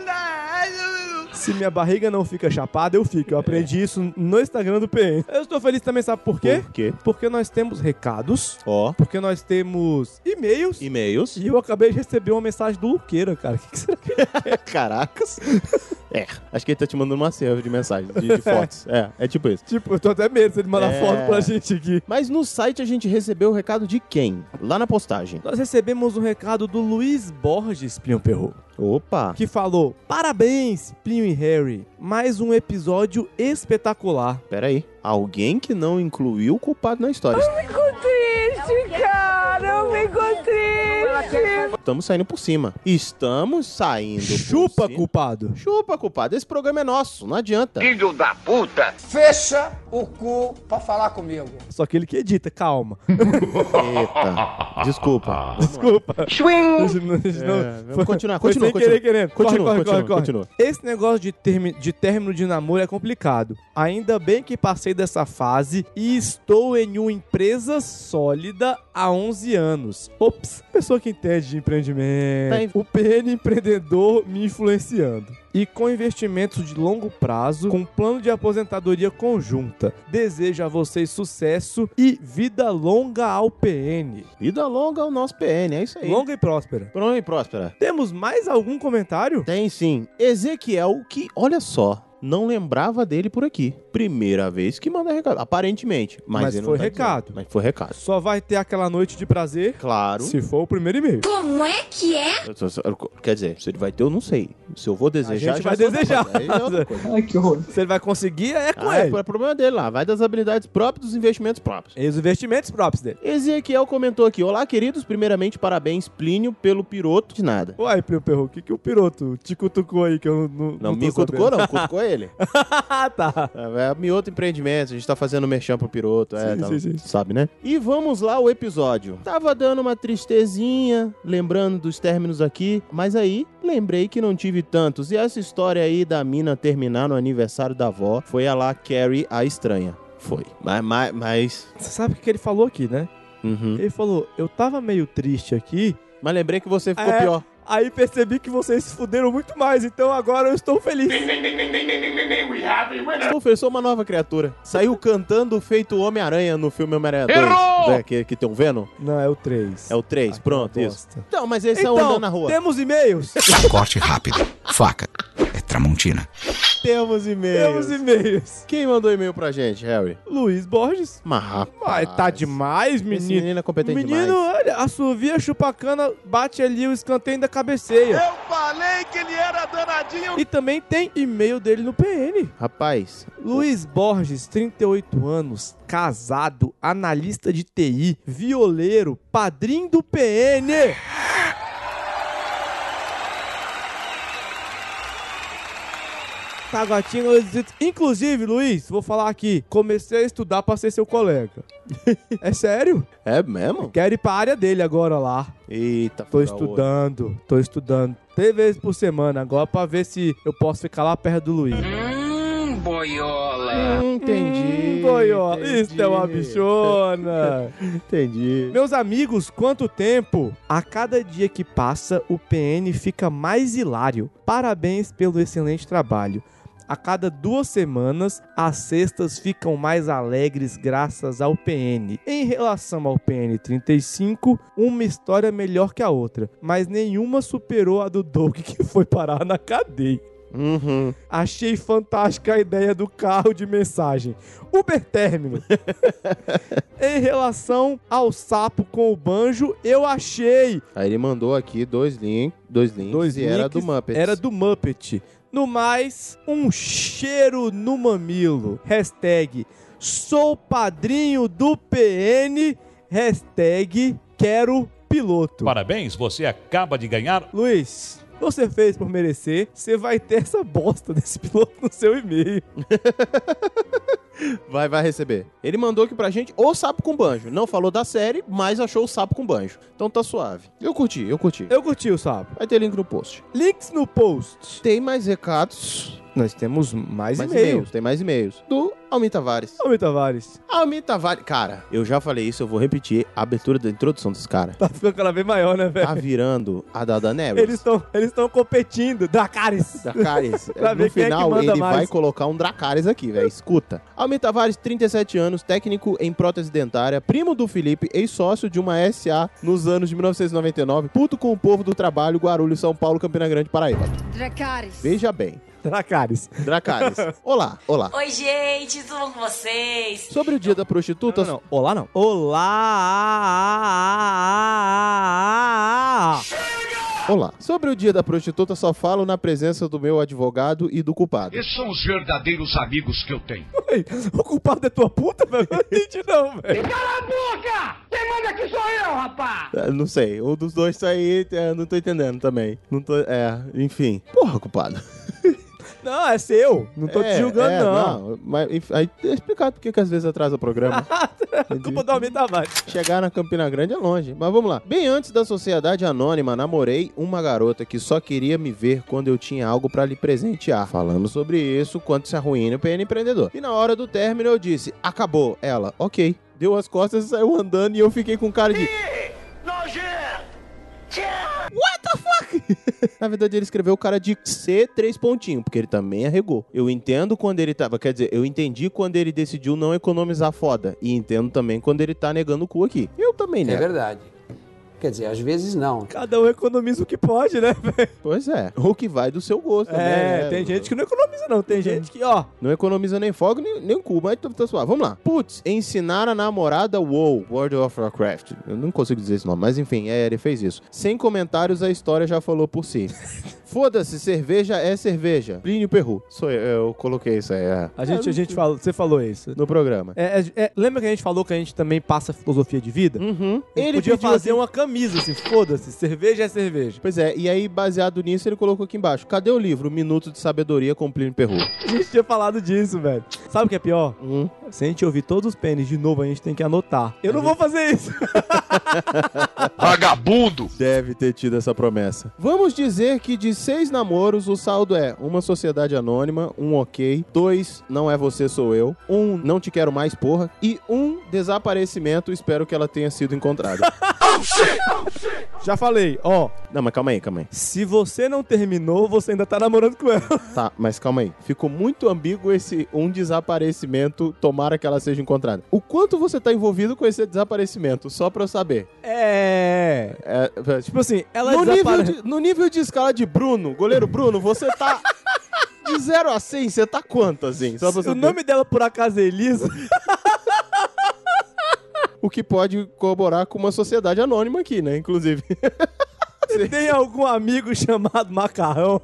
Speaker 1: Se minha barriga não fica chapada, eu fico. Eu aprendi isso no Instagram do PN. Eu estou feliz também, sabe por quê?
Speaker 10: né?
Speaker 2: Por quê?
Speaker 1: Porque nós temos recados,
Speaker 2: Ó,
Speaker 1: porque nós temos e-mails. E...
Speaker 2: e-mails.
Speaker 1: eu acabei de receber uma mensagem do Luqueira, cara. O que, que será que ele
Speaker 2: Caracas. É, acho que ele tá te mandando uma serva de mensagem, de, de fotos. É, é tipo isso.
Speaker 1: Tipo, eu tô até medo se ele mandar
Speaker 2: É.
Speaker 1: foto pra gente aqui.
Speaker 2: Mas no site a gente recebeu o recado de quem? Lá na postagem.
Speaker 1: Nós recebemos um recado do Luiz Borges, Pinho Perro.
Speaker 2: Opa!
Speaker 1: que falou: Parabéns, Plinio e Harry, mais um episódio espetacular.
Speaker 2: Pera aí. Alguém que não incluiu o culpado na história.
Speaker 5: Triste, cara, eu fico triste.
Speaker 2: Estamos saindo por cima. Estamos saindo
Speaker 1: Chupa,
Speaker 2: por cima.
Speaker 1: culpado.
Speaker 2: Chupa, culpado. Esse programa é nosso, não adianta.
Speaker 9: Filho da puta!
Speaker 10: Fecha o cu pra falar comigo.
Speaker 1: Só que ele que edita, calma.
Speaker 2: Eita. Desculpa.
Speaker 1: Desculpa.
Speaker 7: Swing!
Speaker 1: Isso não- isso não-
Speaker 2: É, vamos
Speaker 1: foi-
Speaker 2: continuar,
Speaker 1: foi
Speaker 2: continua,
Speaker 1: sem
Speaker 2: continua.
Speaker 1: querer, querendo.
Speaker 2: Continua,
Speaker 1: corre, corre, corre,
Speaker 2: continua,
Speaker 1: corre.
Speaker 2: continua.
Speaker 1: Esse negócio de, termi- de término de namoro é complicado. Ainda bem que passei dessa fase e estou em uma empresa sólida há 11 anos. Ops, pessoa que entende de empreendimento.
Speaker 2: Tá em-
Speaker 1: O PN empreendedor me influenciando. E com investimentos de longo prazo, com plano de aposentadoria conjunta. Desejo a vocês sucesso e vida longa ao PN.
Speaker 2: Vida longa ao nosso PN, é isso aí.
Speaker 1: Longa e próspera.
Speaker 2: Pronto e próspera.
Speaker 1: Temos mais algum comentário?
Speaker 2: Tem sim. Ezequiel, que, olha só, não lembrava dele por aqui. Primeira vez que manda recado, aparentemente. Mas,
Speaker 1: Mas
Speaker 2: ele
Speaker 1: foi
Speaker 2: não tá
Speaker 1: recado.
Speaker 2: dizendo. Mas foi recado.
Speaker 1: Só vai ter aquela noite de prazer
Speaker 2: Claro.
Speaker 1: se for o primeiro e-mail.
Speaker 2: Eu só- só- Quer dizer, se ele vai ter, eu não sei. Se eu vou
Speaker 1: A
Speaker 2: desejar,
Speaker 1: gente
Speaker 2: já
Speaker 1: vai
Speaker 2: é outra
Speaker 1: desejar.
Speaker 2: coisa. Aí é outra coisa.
Speaker 10: Ai, que horror.
Speaker 1: Se ele vai conseguir, é com
Speaker 2: Ah, é
Speaker 1: ele.
Speaker 2: pro- problema dele lá. Vai das habilidades próprias, dos investimentos próprios.
Speaker 1: E os investimentos próprios dele.
Speaker 2: Ezequiel comentou aqui: Olá, queridos. Primeiramente, parabéns, Plínio, pelo piroto de nada.
Speaker 1: Uai, Plio Perro, o que, que o piroto te cutucou aí que eu não.
Speaker 2: Não,
Speaker 1: tô
Speaker 2: me cutucou,
Speaker 1: sabendo?
Speaker 2: não, cutucou ele.
Speaker 1: Ah, tá.
Speaker 2: É, é Mioto Empreendimentos, a gente tá fazendo merchan pro piroto, é,
Speaker 1: Sim,
Speaker 2: tá-
Speaker 1: sim, sim.
Speaker 2: sabe, né? E vamos lá o episódio. Tava dando uma tristezinha, lembrando dos términos aqui, mas aí lembrei que não tive tantos. E essa história aí da mina terminar no aniversário da avó foi a lá Carrie a estranha. Foi. Mas, mas, mas...
Speaker 1: Você sabe o que que ele falou aqui, né?
Speaker 2: Uhum.
Speaker 1: Ele falou: eu tava meio triste aqui,
Speaker 2: Mas lembrei que você ficou
Speaker 1: É.
Speaker 2: pior.
Speaker 1: aí percebi que vocês se fuderam muito mais, então agora eu estou feliz.
Speaker 2: Estou oferecendo uma nova criatura. Saiu cantando feito Homem-Aranha no filme Homem-Aranha 2. Né, que, que tem um Venom.
Speaker 1: Não, é o 3.
Speaker 2: É o 3, pronto, isso.
Speaker 1: bosta.
Speaker 2: Então, mas esse é o
Speaker 1: Então,
Speaker 2: Andando na Rua.
Speaker 1: temos e-mails?
Speaker 8: Corte rápido. Faca. É Tramontina.
Speaker 2: Temos
Speaker 1: temos
Speaker 2: e-mails.
Speaker 1: e-mails.
Speaker 2: Quem mandou e-mail pra gente, Harry?
Speaker 1: Luiz Borges.
Speaker 2: Mas, rapaz,
Speaker 1: Mas tá demais,
Speaker 2: Esse
Speaker 1: menino.
Speaker 2: menino é competente
Speaker 1: Menino,
Speaker 2: demais.
Speaker 1: olha, assovia, chupacana, bate ali o escanteio da cabeceia.
Speaker 4: Eu falei que ele era danadinho!
Speaker 1: E também tem e-mail dele no PN.
Speaker 2: Rapaz,
Speaker 1: Luiz Borges, 38 anos, casado, analista de TI, violeiro, padrinho do PN. Tá, Taguatinga, inclusive, Luiz, vou falar aqui, comecei a estudar pra ser seu colega. é sério?
Speaker 2: é mesmo?
Speaker 1: Quero ir pra área dele agora lá.
Speaker 2: Eita,
Speaker 1: Tô
Speaker 2: fura olho.
Speaker 1: estudando, tô estudando. Três vezes por semana agora pra ver se eu posso ficar lá perto do Luiz.
Speaker 9: Hum, boiola!
Speaker 2: Hum, entendi.
Speaker 1: Hum, boiola.
Speaker 2: entendi.
Speaker 1: Isso é uma bichona.
Speaker 2: Entendi.
Speaker 1: Meus amigos, quanto tempo? A cada dia que passa, o PN fica mais hilário. Parabéns pelo excelente trabalho. A cada duas semanas, as sextas ficam mais alegres graças ao PN. Em relação ao PN 35, uma história melhor que a outra, mas nenhuma superou a do Doug que foi parar na cadeia.
Speaker 2: Uhum.
Speaker 1: Achei fantástica a ideia do carro de mensagem. Uber término. em relação ao sapo com o banjo, eu achei.
Speaker 2: Aí ele mandou aqui dois links. Dois links.
Speaker 1: Dois
Speaker 2: e era do
Speaker 1: links,
Speaker 2: Muppets.
Speaker 1: Era do Muppet. No mais, um cheiro no mamilo. Hashtag sou padrinho do PN. Hashtag quero piloto.
Speaker 12: Parabéns, você acaba de ganhar.
Speaker 1: Luiz, você fez por merecer. Você vai ter essa bosta desse piloto no seu e-mail.
Speaker 2: Vai, vai receber. Ele mandou aqui pra gente o sapo com banjo. Não falou da série, mas achou o sapo com banjo. Então tá suave. Eu curti, eu curti.
Speaker 1: Eu curti o sapo.
Speaker 2: Vai ter link no post.
Speaker 1: Links no post.
Speaker 2: Tem mais recados.
Speaker 1: Nós temos mais,
Speaker 2: mais
Speaker 1: e-mails.
Speaker 2: e-mails. Tem mais e-mails. Do Almir Tavares.
Speaker 1: Almir Tavares,
Speaker 2: Almir Tavares. Cara, eu já falei isso, eu vou repetir a abertura da introdução desse cara.
Speaker 1: tá ficando cada vez maior, né, velho?
Speaker 2: Tá virando a da Daenerys.
Speaker 1: Eles estão eles tão competindo. Dracarys.
Speaker 2: Dracarys.
Speaker 1: Pra ver
Speaker 2: no
Speaker 1: quem é que
Speaker 2: final,
Speaker 1: manda
Speaker 2: ele
Speaker 1: mais.
Speaker 2: vai colocar um Dracarys aqui, velho. Escuta. Almir Tavares, 37 anos, técnico em prótese dentária, primo do Felipe, ex-sócio de uma SA nos anos de 1999, puto com o povo do trabalho, Guarulhos, São Paulo, Campina Grande, Paraíba.
Speaker 6: Dracarys.
Speaker 2: Veja bem.
Speaker 1: Dracarys.
Speaker 2: Dracarys. Olá, olá.
Speaker 6: Oi, gente, tudo bom com vocês?
Speaker 2: Sobre o dia da prostituta...
Speaker 1: Não, Olá, não. Olá.
Speaker 2: Olá. Sobre o dia da prostituta, só falo na presença do meu advogado e do culpado.
Speaker 12: Esses são os verdadeiros amigos que eu tenho.
Speaker 1: Ei, O culpado é tua puta, velho? Não entendi, não, velho.
Speaker 9: Cala a boca! Quem manda que sou eu, rapaz!
Speaker 2: É, Não sei, um dos dois tá aí, é, não tô entendendo também. Não tô, é, enfim. Porra, culpado.
Speaker 1: Não, é seu. Não tô
Speaker 2: É,
Speaker 1: te julgando,
Speaker 2: é,
Speaker 1: não.
Speaker 2: Mas enfim, aí é explicado porque que às vezes atrasa o programa.
Speaker 1: Culpa do Almir Tavares.
Speaker 2: Chegar na Campina Grande é longe, mas vamos lá. Bem antes da Sociedade Anônima, namorei uma garota que só queria me ver quando eu tinha algo pra lhe presentear. Falamos sobre isso, quanto se arruína o PN empreendedor. E na hora do término eu disse: acabou. Ela, ok. Deu as costas e saiu andando e eu fiquei com cara de. What the fuck? Na verdade, ele escreveu o cara de C três pontinho, porque ele também arregou. Eu entendo quando ele tava. Quer dizer, eu entendi quando ele decidiu não economizar foda. E entendo também quando ele tá negando o cu aqui. Eu também, né?
Speaker 13: É verdade. Quer dizer, às vezes não.
Speaker 1: Cada um economiza o que pode, né, velho?
Speaker 2: Pois é. O que vai do seu gosto, né?
Speaker 1: É, tem gente que não economiza, não. Tem gente É, que, ó.
Speaker 2: Não economiza nem fogo, nem, nem cu, mas tá, tá suave. Vamos lá. Putz, ensinar a namorada WoW, World of Warcraft. Eu não consigo dizer esse nome, mas enfim, é, ele fez isso. Sem comentários, a história já falou por si. Foda-se, cerveja é cerveja. Plínio Perru. Sou eu, eu coloquei isso aí. É.
Speaker 1: A gente, a gente falou, você falou isso.
Speaker 2: No programa.
Speaker 1: É, é- é- lembra que a gente falou que a gente também passa filosofia de vida?
Speaker 2: Uhum.
Speaker 1: Ele
Speaker 2: Ele
Speaker 1: podia
Speaker 2: pediu
Speaker 1: fazer
Speaker 2: assim-
Speaker 1: uma camisa assim, foda-se, cerveja é cerveja.
Speaker 2: Pois é, e aí, baseado nisso, ele colocou aqui embaixo. Cadê o livro Minuto de Sabedoria com Plínio Perru?
Speaker 1: A gente tinha falado disso, velho. Sabe o que é pior? Se a gente ouvir todos os pênis de novo, a gente tem que anotar. Eu não vou fazer isso.
Speaker 2: Vagabundo! Deve ter tido essa promessa. Vamos dizer que de seis namoros, o saldo é uma sociedade anônima, um ok, dois não é você, sou eu, um não te quero mais, porra, e um desaparecimento, espero que ela tenha sido encontrada.
Speaker 1: Já falei, ó.
Speaker 2: Não, mas calma aí, calma aí.
Speaker 1: Se você não terminou, você ainda tá namorando com ela.
Speaker 2: Tá, mas calma aí. Ficou muito ambíguo esse um desaparecimento, tomara que ela seja encontrada. O quanto você tá envolvido com esse desaparecimento, só pra eu saber.
Speaker 1: É.
Speaker 2: É, é,
Speaker 1: Tipo assim, ela
Speaker 2: no nível,
Speaker 1: desapare-
Speaker 2: de, no nível de escala de Bruno, goleiro Bruno, você tá. De 0 a 100, você tá quanto, assim? Só pra
Speaker 1: Se o
Speaker 2: saber.
Speaker 1: nome dela por acaso é Elisa,
Speaker 2: O que pode colaborar com uma sociedade anônima aqui, né? Inclusive.
Speaker 1: tem algum amigo chamado Macarrão?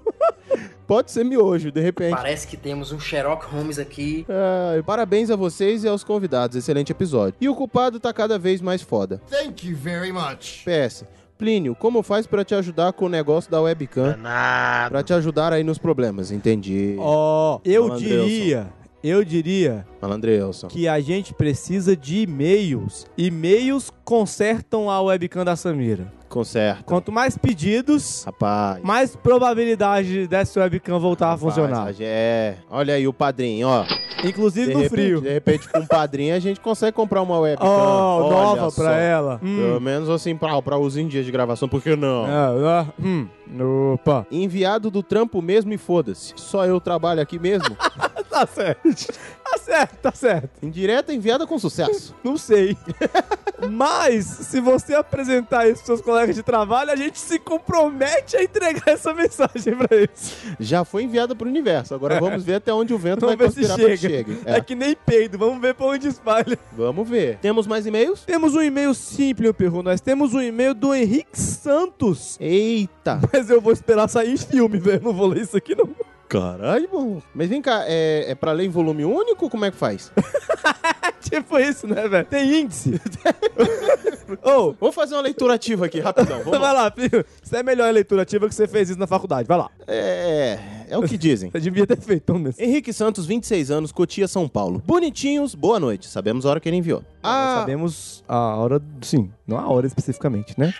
Speaker 2: Pode ser miojo, de repente.
Speaker 14: Parece que temos um Sherlock Holmes aqui.
Speaker 2: Ai, parabéns a vocês e aos convidados. Excelente episódio. E o culpado tá cada vez mais foda.
Speaker 15: Thank you very much.
Speaker 2: PS. Plínio, como faz pra te ajudar com o negócio da webcam? Danado. Pra te ajudar aí nos problemas, entendi.
Speaker 1: Ó, eu
Speaker 2: Malandro
Speaker 1: diria, eu diria
Speaker 2: Malandrelson.
Speaker 1: que a gente precisa de e-mails. E-mails consertam a webcam da Samira.
Speaker 2: Conserta.
Speaker 1: Quanto mais pedidos,
Speaker 2: Rapaz.
Speaker 1: mais probabilidade dessa webcam voltar a
Speaker 2: Faz,
Speaker 1: funcionar.
Speaker 2: a- É. Olha aí o padrinho, ó.
Speaker 1: Inclusive no
Speaker 2: repente-
Speaker 1: frio.
Speaker 2: De repente, com um padrinho, a gente consegue comprar uma webcam.
Speaker 1: Ó,
Speaker 2: Olha
Speaker 1: nova
Speaker 2: só.
Speaker 1: pra ela.
Speaker 2: Pelo
Speaker 1: Hum.
Speaker 2: menos assim, pra, pra os em dias de gravação, por que não?
Speaker 1: Ah, ah, hum. Opa.
Speaker 2: Enviado do trampo mesmo e foda-se. Só eu trabalho aqui mesmo.
Speaker 1: tá certo. Tá certo, tá certo.
Speaker 2: Indireta enviada com sucesso.
Speaker 1: Não sei. Mas, se você apresentar isso pros seus colegas de trabalho, a gente se compromete a entregar essa mensagem pra eles.
Speaker 2: Já foi enviada pro universo. Agora vamos ver até onde o vento
Speaker 1: Vamos
Speaker 2: vai
Speaker 1: ver se
Speaker 2: conspirar
Speaker 1: chega.
Speaker 2: pra que chegue.
Speaker 1: É. que nem peido, vamos ver pra onde espalha.
Speaker 2: Vamos ver. Temos mais e-mails?
Speaker 1: Temos um e-mail simples, meu perru. Nós temos um e-mail do Henrique Santos.
Speaker 2: Eita!
Speaker 1: Mas eu vou esperar sair em filme, velho. Eu Não vou ler isso aqui, não.
Speaker 2: Caralho, bom. Mas vem cá, é, é pra ler em volume único? Como é que faz?
Speaker 1: Tipo isso, né, velho? Tem índice. Ô,
Speaker 2: Vamos fazer uma leitura ativa aqui, rapidão. Vamos lá.
Speaker 1: vai lá, filho. Isso é melhor a leitura ativa que você fez isso na faculdade. Vai lá.
Speaker 2: É, é o que dizem.
Speaker 1: Você devia ter feito um desse.
Speaker 2: Henrique Santos, 26 anos, Cotia, São Paulo. Bonitinhos, boa noite. Sabemos a hora que ele enviou.
Speaker 1: Nós sabemos a hora. Sim, não a hora especificamente, né?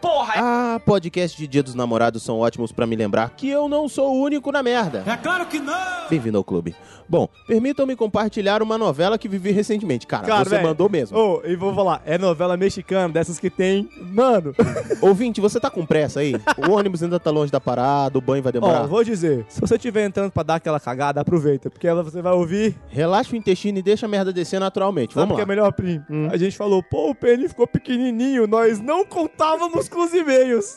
Speaker 2: Porra! Ah, podcast de Dia dos Namorados são ótimos pra me lembrar que eu não sou o único na merda. É claro que não! Bem-vindo ao clube. Bom, permitam-me compartilhar uma novela que vivi recentemente. Cara, você
Speaker 1: velho,
Speaker 2: mandou mesmo.
Speaker 1: Ô, e vou falar, é novela mexicana, dessas que tem. Mano,
Speaker 2: Ouvinte, você tá com pressa aí? o ônibus ainda tá longe da parada, o banho vai
Speaker 1: ó,
Speaker 2: demorar.
Speaker 1: vou dizer, se você tiver entrando pra dar aquela cagada, aproveita, porque ela você vai ouvir.
Speaker 2: Relaxa o intestino e deixa a merda descer naturalmente.
Speaker 1: Sabe o
Speaker 2: Vamos
Speaker 1: que
Speaker 2: lá.
Speaker 1: é melhor, Plim? A gente falou, pô, o PN ficou pequenininho, nós não contávamos com os e-mails.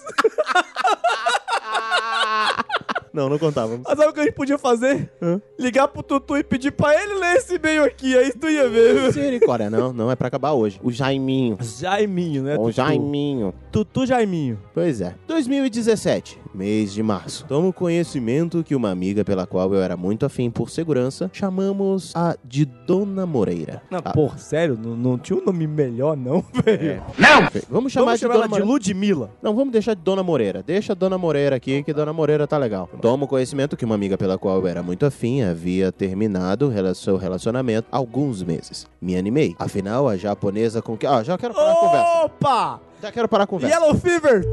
Speaker 2: Não, não contava.
Speaker 1: Mas sabe o que a gente podia fazer? Ligar pro Tutu e pedir pra ele ler esse e-mail aqui, aí tu ia ver.
Speaker 2: é Misericórdia, não, não é pra acabar hoje. O Jaiminho.
Speaker 1: Jaiminho, né?
Speaker 2: O
Speaker 1: Tutu?
Speaker 2: Jaiminho.
Speaker 1: Tutu Jaiminho.
Speaker 2: Pois é. 2017, mês de março. Tomo conhecimento que uma amiga pela qual eu era muito afim por segurança, chamamos a de Dona Moreira. Ah,
Speaker 1: Não, porra, sério? Não, não tinha um nome melhor, não, velho?
Speaker 2: Não! Vamos chamar,
Speaker 1: Vamos chamar
Speaker 2: de Dona
Speaker 1: ela de
Speaker 2: Moreira.
Speaker 1: Ludmilla.
Speaker 2: Não, vamos deixar de Dona Moreira. Deixa a Dona Moreira aqui, que Dona Moreira tá legal. Tomo conhecimento que uma amiga pela qual eu era muito afim havia terminado rela- seu relacionamento há alguns meses. Me animei. Afinal, a japonesa com que... Ah, já quero parar a conversa.
Speaker 1: Opa!
Speaker 2: Já quero parar a conversa.
Speaker 1: Yellow Fever!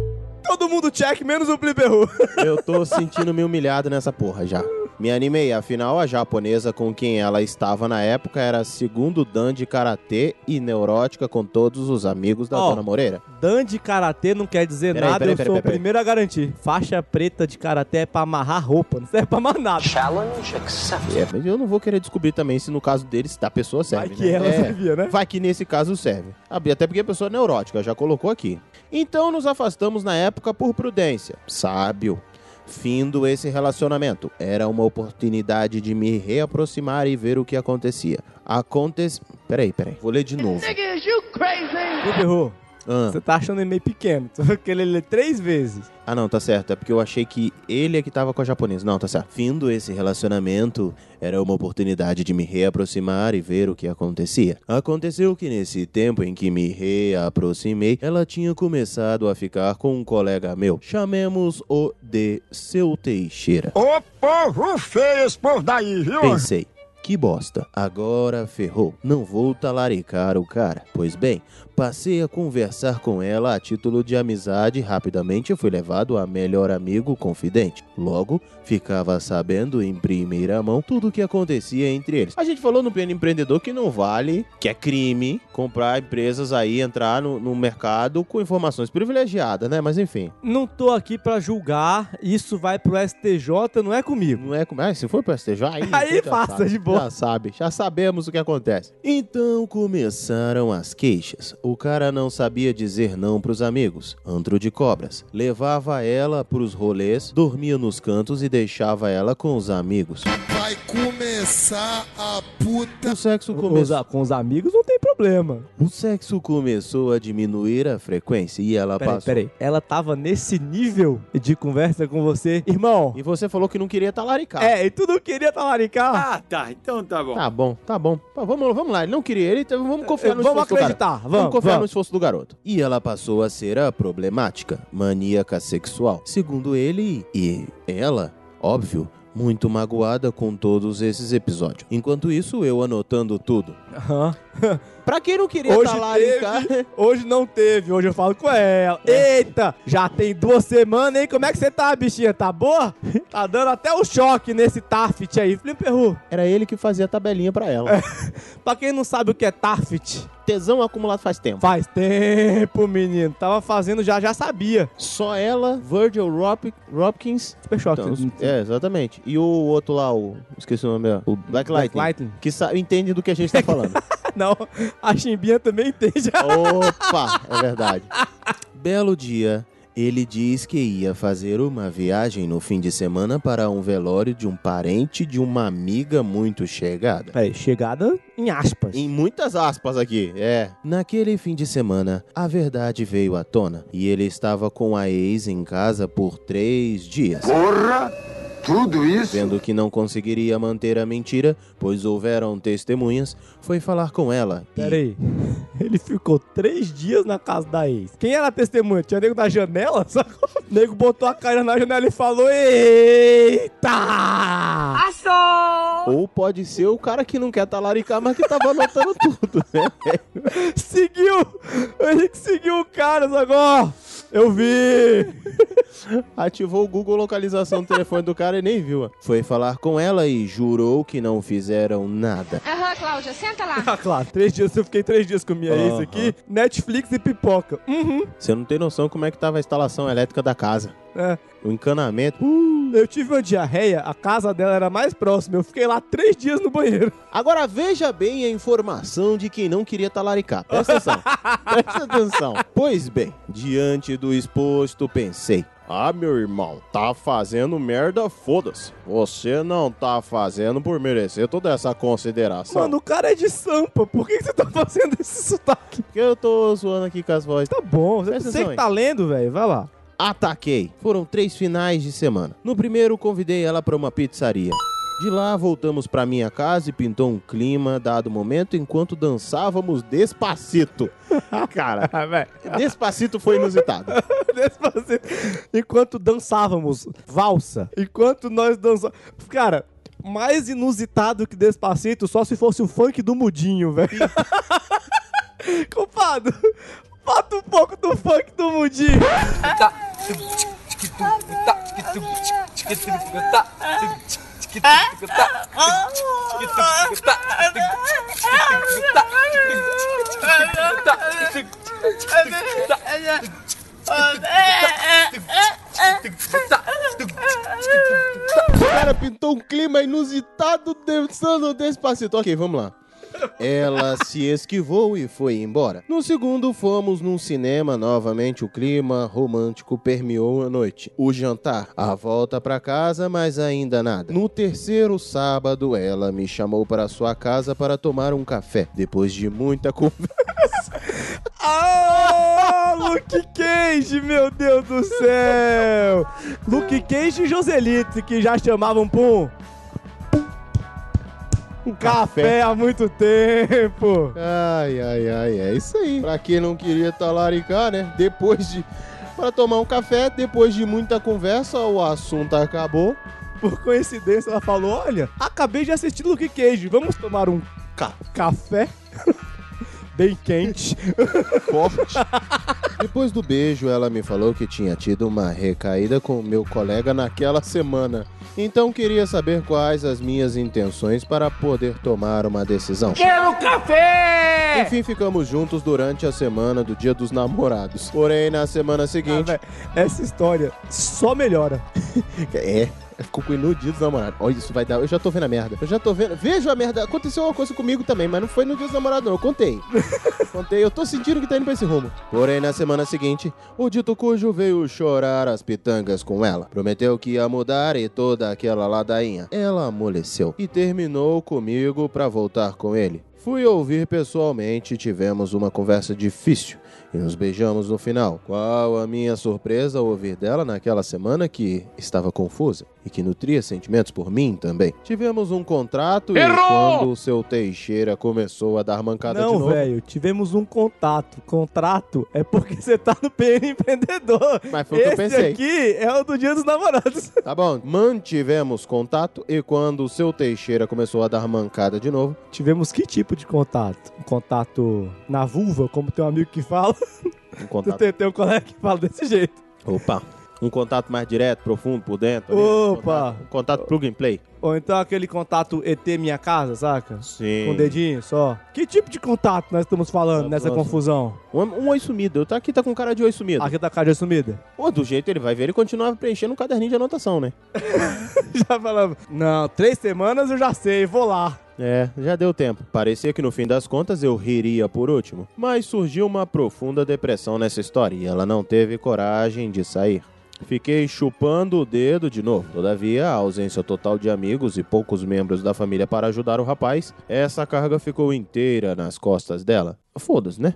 Speaker 1: Todo mundo check, menos o Bliberu.
Speaker 2: Eu tô sentindo-me humilhado nessa porra já. Me animei, afinal a japonesa com quem ela estava na época era segundo dan de karatê e neurótica com todos os amigos da
Speaker 1: Ó,
Speaker 2: Dona Moreira.
Speaker 1: Dan de karatê não quer dizer
Speaker 2: Peraí,
Speaker 1: nada,
Speaker 2: peraí,
Speaker 1: eu
Speaker 2: peraí,
Speaker 1: sou o
Speaker 2: peraí.
Speaker 1: primeiro a garantir. Faixa preta de karatê é pra amarrar roupa, não serve pra mais nada.
Speaker 7: Challenge accepted.
Speaker 2: É, mas eu não vou querer descobrir também se no caso deles da pessoa serve.
Speaker 1: que
Speaker 2: né?
Speaker 1: ela
Speaker 2: É,
Speaker 1: servia, né?
Speaker 2: Vai que nesse caso serve. Ah, Até porque a pessoa é neurótica, já colocou aqui. Então nos afastamos na época por prudência. Sábio. Findo esse relacionamento. Era uma oportunidade de me reaproximar e ver o que acontecia. Acontece. Peraí, peraí. Vou ler de novo.
Speaker 5: Niggas, you crazy!
Speaker 1: Bliberu,
Speaker 2: Ah.
Speaker 1: você tá achando e-mail pequeno, tu vai querer ler três vezes.
Speaker 2: Ah, não, tá certo. É porque eu achei que ele é que tava com a japonesa. Não, tá certo. Findo esse relacionamento, era uma oportunidade de me reaproximar e ver o que acontecia. Aconteceu que nesse tempo em que me reaproximei, ela tinha começado a ficar com um colega meu. Chamemos o de Seu Teixeira.
Speaker 15: Ô povo feio esse povo daí, viu?
Speaker 2: Pensei. Que bosta, agora ferrou. Não vou talaricar o cara. Pois bem, passei a conversar com ela a título de amizade e rapidamente fui levado a melhor amigo confidente. Logo, ficava sabendo em primeira mão tudo o que acontecia entre eles. A gente falou no Plano Empreendedor que não vale, que é crime, comprar empresas aí, entrar no, no mercado com informações privilegiadas, né? Mas enfim.
Speaker 1: Não tô aqui pra julgar, isso vai pro STJ, não é comigo.
Speaker 2: Não é comigo. Ah, se for pro STJ, aí,
Speaker 1: Aí
Speaker 2: você já
Speaker 1: passa
Speaker 2: sabe,
Speaker 1: de boa.
Speaker 2: Já sabe, já sabemos o que acontece. Então começaram as queixas. O cara não sabia dizer não pros amigos, antro de cobras. Levava ela pros rolês, dormia nos cantos e deixava ela com os amigos.
Speaker 16: Vai começar a puta.
Speaker 2: O sexo
Speaker 1: Com os,
Speaker 2: começou.
Speaker 1: com os amigos não tem problema.
Speaker 2: O sexo começou a diminuir a frequência e ela
Speaker 1: Peraí,
Speaker 2: passou.
Speaker 1: peraí. Ela tava nesse nível de conversa com você, irmão.
Speaker 2: E você falou que não queria talaricar.
Speaker 1: É, e tu não queria talaricar?
Speaker 15: Ah, tá. Então tá bom.
Speaker 2: Tá bom, tá bom. Pá, Vamos, vamos lá, ele não queria ele, então vamos confiar no
Speaker 1: Vamos
Speaker 2: esforço do cara.
Speaker 1: acreditar, vamos,
Speaker 2: confiar no
Speaker 1: vamos.
Speaker 2: esforço do garoto. E ela passou a ser a problemática, maníaca sexual, segundo ele e ela, óbvio, muito magoada com todos esses episódios. Enquanto isso, eu anotando tudo.
Speaker 1: Aham.
Speaker 2: Pra quem não queria tá
Speaker 1: hoje
Speaker 2: talaricar-
Speaker 1: teve, hoje não teve, hoje eu falo com ela. Eita, já tem duas semanas, hein? Como é que você tá, bichinha? Tá boa? Tá dando até um choque nesse Tafit aí. Flipperru,
Speaker 2: Era ele que fazia a tabelinha pra ela.
Speaker 1: pra quem não sabe o que é Tafit,
Speaker 2: Tesão acumulado faz tempo.
Speaker 1: faz tempo, menino. Tava fazendo já, já sabia.
Speaker 2: Só ela, Virgil Rop Hopkins.
Speaker 1: Super choque.
Speaker 2: Então, é, exatamente. E o outro lá, o. Esqueci o nome dela. O Black Lightning.
Speaker 1: Black Lightning.
Speaker 2: Que sa- entende do que a gente tá falando.
Speaker 1: Não, a chimbinha também entende.
Speaker 2: Opa, é verdade. Belo dia, ele diz que ia fazer uma viagem no fim de semana para um velório de um parente de uma amiga muito chegada.
Speaker 1: É, chegada em aspas.
Speaker 2: Em muitas aspas aqui, é. Naquele fim de semana, a verdade veio à tona e ele estava com a ex em casa por três dias.
Speaker 15: Porra! Tudo isso?
Speaker 2: Vendo que não conseguiria manter a mentira, pois houveram testemunhas, foi falar com ela. e-
Speaker 1: Peraí. Ele ficou três dias na casa da ex. Quem era a testemunha? Tinha nego na janela? Sacou? O nego botou a cara na janela e falou: Eita!
Speaker 6: Achou!
Speaker 2: Ou pode ser o cara que não quer talaricar, mas que tava anotando tudo, né?
Speaker 1: Seguiu! Ele que seguiu o cara, sacou? Eu vi!
Speaker 2: Ativou o Google localização do telefone do cara e nem viu. ó. Foi falar com ela e jurou que não fizeram nada.
Speaker 6: Aham, Cláudia, senta lá.
Speaker 1: Ah, claro, três dias, eu fiquei três dias com minha ex
Speaker 2: Aham.
Speaker 1: aqui, Netflix e pipoca. Uhum.
Speaker 2: Você não tem noção como é que tava a instalação elétrica da casa.
Speaker 1: É.
Speaker 2: O encanamento.
Speaker 1: Uh, eu tive uma diarreia, a casa dela era mais próxima, eu fiquei lá três dias no banheiro.
Speaker 2: Agora veja bem a informação de quem não queria talaricar. Presta atenção. Presta atenção. Pois bem, diante do exposto, pensei. Ah, meu irmão, tá fazendo merda, foda-se. Você não tá fazendo por merecer toda essa consideração.
Speaker 1: Mano, o cara é de sampa. Por que, que você tá fazendo esse sotaque?
Speaker 2: Porque eu tô zoando aqui com as vozes.
Speaker 1: Tá bom, você, você que tá lendo, velho. Vai lá.
Speaker 2: Ataquei. Foram três finais de semana. No primeiro, convidei ela pra uma pizzaria. De lá, voltamos pra minha casa e pintou um clima dado momento enquanto dançávamos Despacito. Cara, Despacito foi inusitado.
Speaker 1: Despacito. assim, Enquanto dançávamos valsa. Enquanto nós dançávamos. Cara, mais inusitado que Despacito só se fosse o funk do Mudinho, velho. Culpado, bota um pouco do funk do Mudinho.
Speaker 7: Ah,
Speaker 2: O cara pintou um clima inusitado dançando Despacito. Ok, vamos lá. Ela se esquivou e foi embora. No segundo, fomos num cinema. Novamente, o clima romântico permeou a noite. O jantar, a volta pra casa, mas ainda nada. No terceiro sábado, ela me chamou para sua casa para tomar um café. Depois de muita conversa.
Speaker 1: Ah, Luke Cage, meu Deus do céu! Luke Cage e Joselito, que já chamavam Pum. Um café há muito tempo.
Speaker 2: Ai, ai, ai, é isso aí. Pra quem não queria talaricar, né? Depois de. Para tomar um café, depois de muita conversa, o assunto acabou.
Speaker 1: Por coincidência, ela falou: Olha, acabei de assistir Luke Cage, vamos tomar um ca- café? Bem quente.
Speaker 2: Forte. Depois do beijo, ela me falou que tinha tido uma recaída com o meu colega naquela semana. Então queria saber quais as minhas intenções para poder tomar uma decisão.
Speaker 5: Quero café!
Speaker 2: Enfim, ficamos juntos durante a semana do Dia dos Namorados. Porém, na semana seguinte.
Speaker 1: essa história só melhora.
Speaker 2: é. Ficou com o no dia dos namorados. Olha, isso vai dar. Eu já tô vendo a merda. Eu já tô vendo. Vejo a merda. Aconteceu uma coisa comigo também, mas não foi no dia dos namorados, não. Eu contei. contei. Eu tô sentindo que tá indo pra esse rumo. Porém, na semana seguinte, o dito cujo veio chorar as pitangas com ela. Prometeu que ia mudar e toda aquela ladainha. Ela amoleceu e terminou comigo pra voltar com ele. Fui ouvir pessoalmente, tivemos uma conversa difícil e nos beijamos no final. Qual a minha surpresa ao ouvir dela naquela semana que estava confusa e que nutria sentimentos por mim também. Tivemos um contrato e
Speaker 1: Errou!
Speaker 2: quando o seu Teixeira começou a dar mancada de
Speaker 1: Não,
Speaker 2: novo.
Speaker 1: velho, tivemos um contato. Contrato é porque você tá no PN empreendedor.
Speaker 2: Mas foi o que eu
Speaker 1: Esse
Speaker 2: pensei.
Speaker 1: aqui é o do dia dos namorados.
Speaker 2: Tá bom, mantivemos contato e quando o seu Teixeira começou a dar mancada de novo,
Speaker 1: Tivemos que tipo de contato? Um contato na vulva, como tem um amigo que fala?
Speaker 2: um
Speaker 1: Tu
Speaker 2: contato.
Speaker 1: tem, tem um colega que fala desse jeito.
Speaker 2: Opa! Um contato mais direto, profundo, por dentro. ali, um
Speaker 1: Opa!
Speaker 2: contato- Um contato plug and play.
Speaker 1: Ou então aquele contato ET Minha Casa, saca?
Speaker 2: Sim.
Speaker 1: Com o dedinho só. Que tipo de contato nós estamos falando nessa
Speaker 2: nossa.
Speaker 1: confusão?
Speaker 2: Um, um oi sumido. Eu tá aqui, tá com cara de oi sumido.
Speaker 1: Aqui tá cara de sumida.
Speaker 2: Pô, do jeito ele vai ver, ele continua preenchendo um caderninho de anotação, né?
Speaker 1: já falava, não, três semanas eu já sei, vou lá.
Speaker 2: É, já deu tempo. Parecia que no fim das contas eu riria por último. Mas surgiu uma profunda depressão nessa história e ela não teve coragem de sair. Fiquei chupando o dedo de novo. Todavia, a ausência total de amigos e poucos membros da família para ajudar o rapaz, essa carga ficou inteira nas costas dela. Foda-se, né?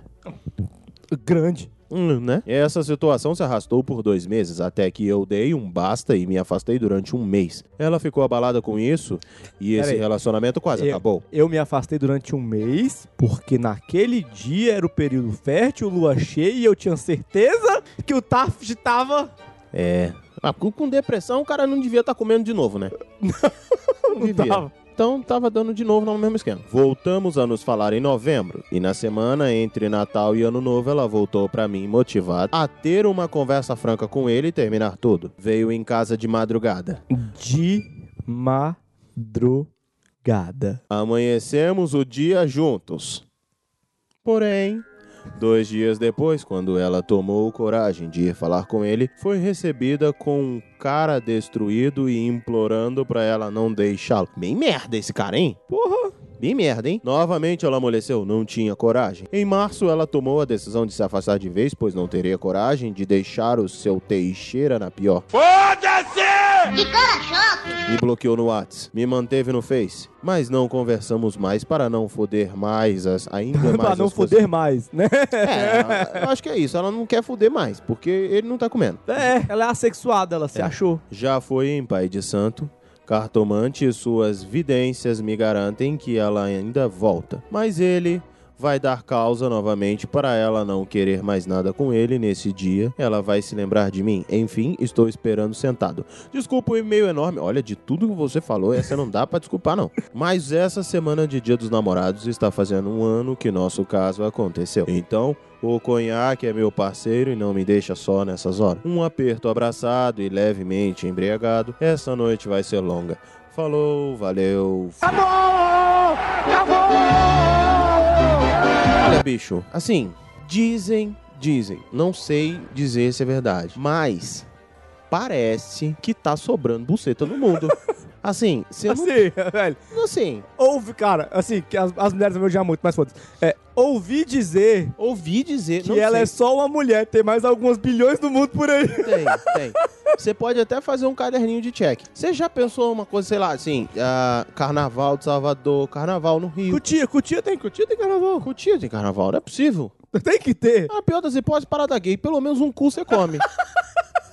Speaker 1: Grande.
Speaker 2: Hum, né? Essa situação se arrastou por dois meses, até que eu dei um basta e me afastei durante um mês. Ela ficou abalada com isso e esse
Speaker 1: Peraí.
Speaker 2: relacionamento quase
Speaker 1: eu,
Speaker 2: acabou.
Speaker 1: Eu me afastei durante um mês, porque naquele dia era o período fértil, lua cheia, e eu tinha certeza que o Taft tava...
Speaker 2: É. Ah, com com depressão o cara não devia estar comendo de novo, né? Não, devia.
Speaker 1: tava.
Speaker 2: Então tava dando de novo no mesmo esquema. Voltamos a nos falar em novembro. E na semana entre Natal e Ano Novo, ela voltou pra mim motivada a ter uma conversa franca com ele e terminar tudo. Veio em casa de madrugada.
Speaker 1: De madrugada.
Speaker 2: Amanhecemos o dia juntos. Porém, dois dias depois, quando ela tomou coragem de ir falar com ele, foi recebida com um cara destruído e implorando pra ela não deixá-lo. Bem merda esse cara, hein?
Speaker 1: Porra,
Speaker 2: Bem merda, hein? Novamente ela amoleceu, não tinha coragem. Em março, ela tomou a decisão de se afastar de vez, pois não teria coragem de deixar o seu Teixeira na pior.
Speaker 5: Foda-se! Que cara chato!
Speaker 2: Me bloqueou no Whats, me manteve no Face, mas não conversamos mais para não foder mais as ainda mais.
Speaker 1: pra não
Speaker 2: as
Speaker 1: foder mais, né?
Speaker 2: É, eu acho que é isso. Ela não quer foder mais, porque ele não tá comendo.
Speaker 1: É, ela é assexuada, ela se achou.
Speaker 2: Já foi em Pai de Santo. Cartomante e suas vidências me garantem que ela ainda volta. Mas ele vai dar causa novamente para ela não querer mais nada com ele nesse dia. Ela vai se lembrar de mim. Enfim, estou esperando sentado. Desculpa o e-mail enorme. Olha, de tudo que você falou, essa não dá pra desculpar não. Mas essa semana de Dia dos Namorados está fazendo um ano que nosso caso aconteceu. Então, o conhaque é meu parceiro e não me deixa só nessas horas. Um aperto abraçado e levemente embriagado. Essa noite vai ser longa. Falou, valeu.
Speaker 5: Acabou! Acabou!
Speaker 2: Olha, bicho, assim, dizem, dizem, não sei dizer se é verdade, mas parece que tá sobrando buceta no mundo. Assim, você
Speaker 1: Assim,
Speaker 2: não...
Speaker 1: velho.
Speaker 2: Assim.
Speaker 1: Ouve, cara, assim, que as, as mulheres também já muito, mas foda-se. É, ouvi dizer.
Speaker 2: Ouvi dizer.
Speaker 1: Que
Speaker 2: não
Speaker 1: ela
Speaker 2: sei.
Speaker 1: é só uma mulher, tem mais algumas bilhões no mundo por aí.
Speaker 2: Tem, tem. Você pode até fazer um caderninho de check. Você já pensou uma coisa, sei lá, assim, ah, carnaval de Salvador, carnaval no Rio.
Speaker 1: Cutia, cutia tem, cutia tem carnaval.
Speaker 2: Cutia tem carnaval, não é possível.
Speaker 1: Tem que ter.
Speaker 2: Na pior das hipóteses, parada gay, pelo menos um cu você come.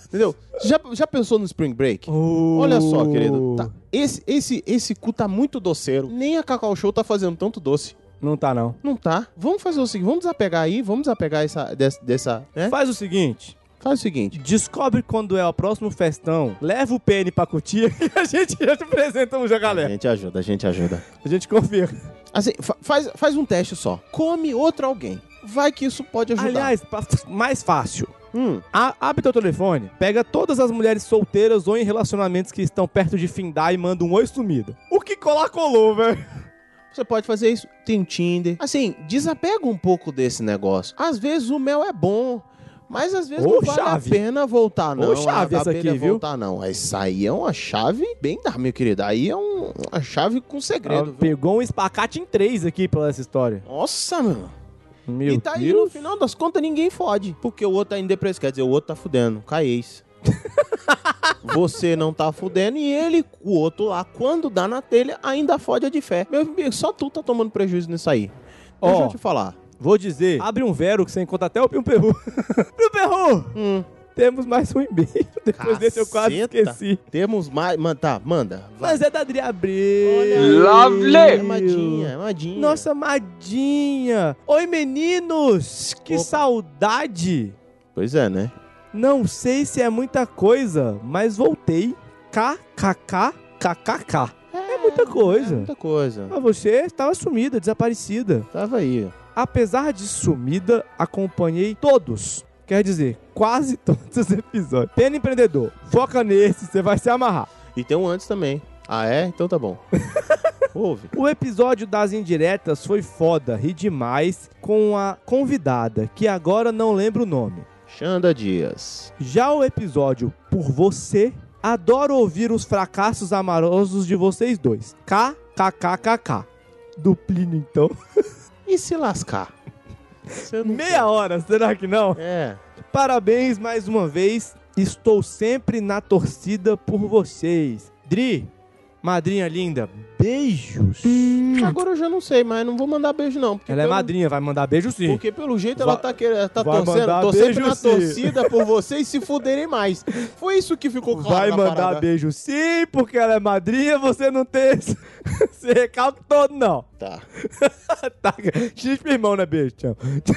Speaker 2: Entendeu? Já, já pensou no Spring Break? Olha só, querido. tá- esse, esse, esse cu tá muito doceiro. Nem a Cacau Show tá fazendo tanto doce.
Speaker 1: Não tá, não.
Speaker 2: Não tá. Vamos fazer o seguinte, vamos desapegar aí, vamos desapegar essa, dessa, dessa, né?
Speaker 1: Faz o seguinte.
Speaker 2: Faz o seguinte.
Speaker 1: Descobre quando é o próximo festão. Leva o pene pra cutia e a gente já te apresentamos a
Speaker 2: A
Speaker 1: galera.
Speaker 2: gente ajuda, a gente ajuda.
Speaker 1: A gente confia.
Speaker 2: Assim, fa- faz, faz um teste só. Come outro alguém. Vai que isso pode ajudar. Hum.
Speaker 1: Aliás, pa- mais fácil. A- abre teu telefone, pega todas as mulheres solteiras ou em relacionamentos que estão perto de findar e manda um oi sumida. O que colar colou, velho.
Speaker 2: Você pode fazer isso. Tem o Tinder. Assim, desapega um pouco desse negócio. Às vezes o mel é bom. Mas às vezes
Speaker 1: Ô,
Speaker 2: não vale
Speaker 1: chave.
Speaker 2: a pena voltar, não.
Speaker 1: Ô, chave
Speaker 2: a
Speaker 1: essa
Speaker 2: abelha
Speaker 1: aqui, viu?
Speaker 2: voltar, não. Isso aí é uma chave bem da, meu querido. Aí é um- uma chave com segredo,
Speaker 1: Ah,
Speaker 2: viu?
Speaker 1: pegou um espacate em três aqui pela essa história.
Speaker 2: Nossa, mano.
Speaker 1: Meu
Speaker 2: e tá aí, no
Speaker 1: Deus.
Speaker 2: final das contas, ninguém fode. Porque o outro tá indo depressa. Quer dizer, o outro tá fudendo. Caeis. Você não tá fudendo e ele, o outro lá, quando dá na telha, ainda fode a de fé. Meu amigo, só tu tá tomando prejuízo nisso aí. Deixa
Speaker 1: Ó.
Speaker 2: eu te falar.
Speaker 1: Vou dizer, abre um vero que você encontra até o Pio Perru. Pio Perru! Temos mais um e-mail. Depois desse eu quase
Speaker 2: Hum. Caceta.
Speaker 1: esqueci.
Speaker 2: Temos mais. Man, tá, manda.
Speaker 1: Mas é da Adri Abreu.
Speaker 2: Lovely. É Madinha, é Madinha.
Speaker 1: Nossa, Madinha. Oi, meninos. Que saudade.
Speaker 2: Pois é, né?
Speaker 1: Não sei se é muita coisa, mas voltei. KKK, KKK. É muita coisa.
Speaker 2: Muita coisa.
Speaker 1: Mas você estava sumida, desaparecida.
Speaker 2: Tava aí.
Speaker 1: Apesar de sumida, acompanhei todos. Quer dizer, quase todos os episódios. Pena empreendedor, foca nesse, você vai se amarrar.
Speaker 2: E tem um antes também. Ah, é? Então tá bom. Ouve.
Speaker 1: O episódio das indiretas foi foda, ri demais com a convidada, que agora não lembro o nome.
Speaker 2: Xanda Dias.
Speaker 1: Já o episódio Por Você, adoro ouvir os fracassos amorosos de vocês dois. KKKKK. Duplino então.
Speaker 2: E se lascar? Você não
Speaker 1: Meia hora, será que não?
Speaker 2: É.
Speaker 1: Parabéns mais uma vez. Estou sempre na torcida por vocês. Dri, madrinha linda, beijos.
Speaker 2: Agora eu já não sei, mas não vou mandar beijo, não. porque
Speaker 1: Hum. Ela é
Speaker 2: pelo-
Speaker 1: madrinha, vai mandar beijo sim.
Speaker 2: Porque pelo jeito ela
Speaker 1: Vai-
Speaker 2: tá, querendo, tá
Speaker 1: vai
Speaker 2: torcendo.
Speaker 1: mandar
Speaker 2: Tô sempre
Speaker 1: beijo
Speaker 2: na
Speaker 1: sim.
Speaker 2: torcida por vocês se fuderem mais. Foi isso que ficou claro.
Speaker 1: Vai
Speaker 2: na
Speaker 1: mandar
Speaker 2: parada.
Speaker 1: beijo sim, porque ela é madrinha, você não tem esse, esse recalque todo, não.
Speaker 2: Tá.
Speaker 1: tá. X meu irmão, né? Beijo, tchau.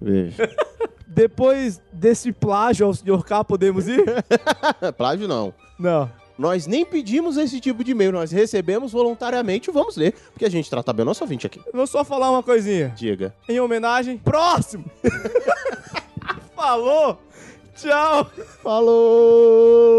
Speaker 2: Beijo.
Speaker 1: Depois desse plágio ao senhor K, podemos ir?
Speaker 2: Plágio não.
Speaker 1: Não.
Speaker 2: Nós nem pedimos esse tipo de e-mail, nós recebemos voluntariamente e vamos ler, porque a gente trata bem o nosso ouvinte aqui.
Speaker 1: Vou só falar uma coisinha.
Speaker 2: Diga.
Speaker 1: Em homenagem, próximo! Falou! Tchau!
Speaker 2: Falou!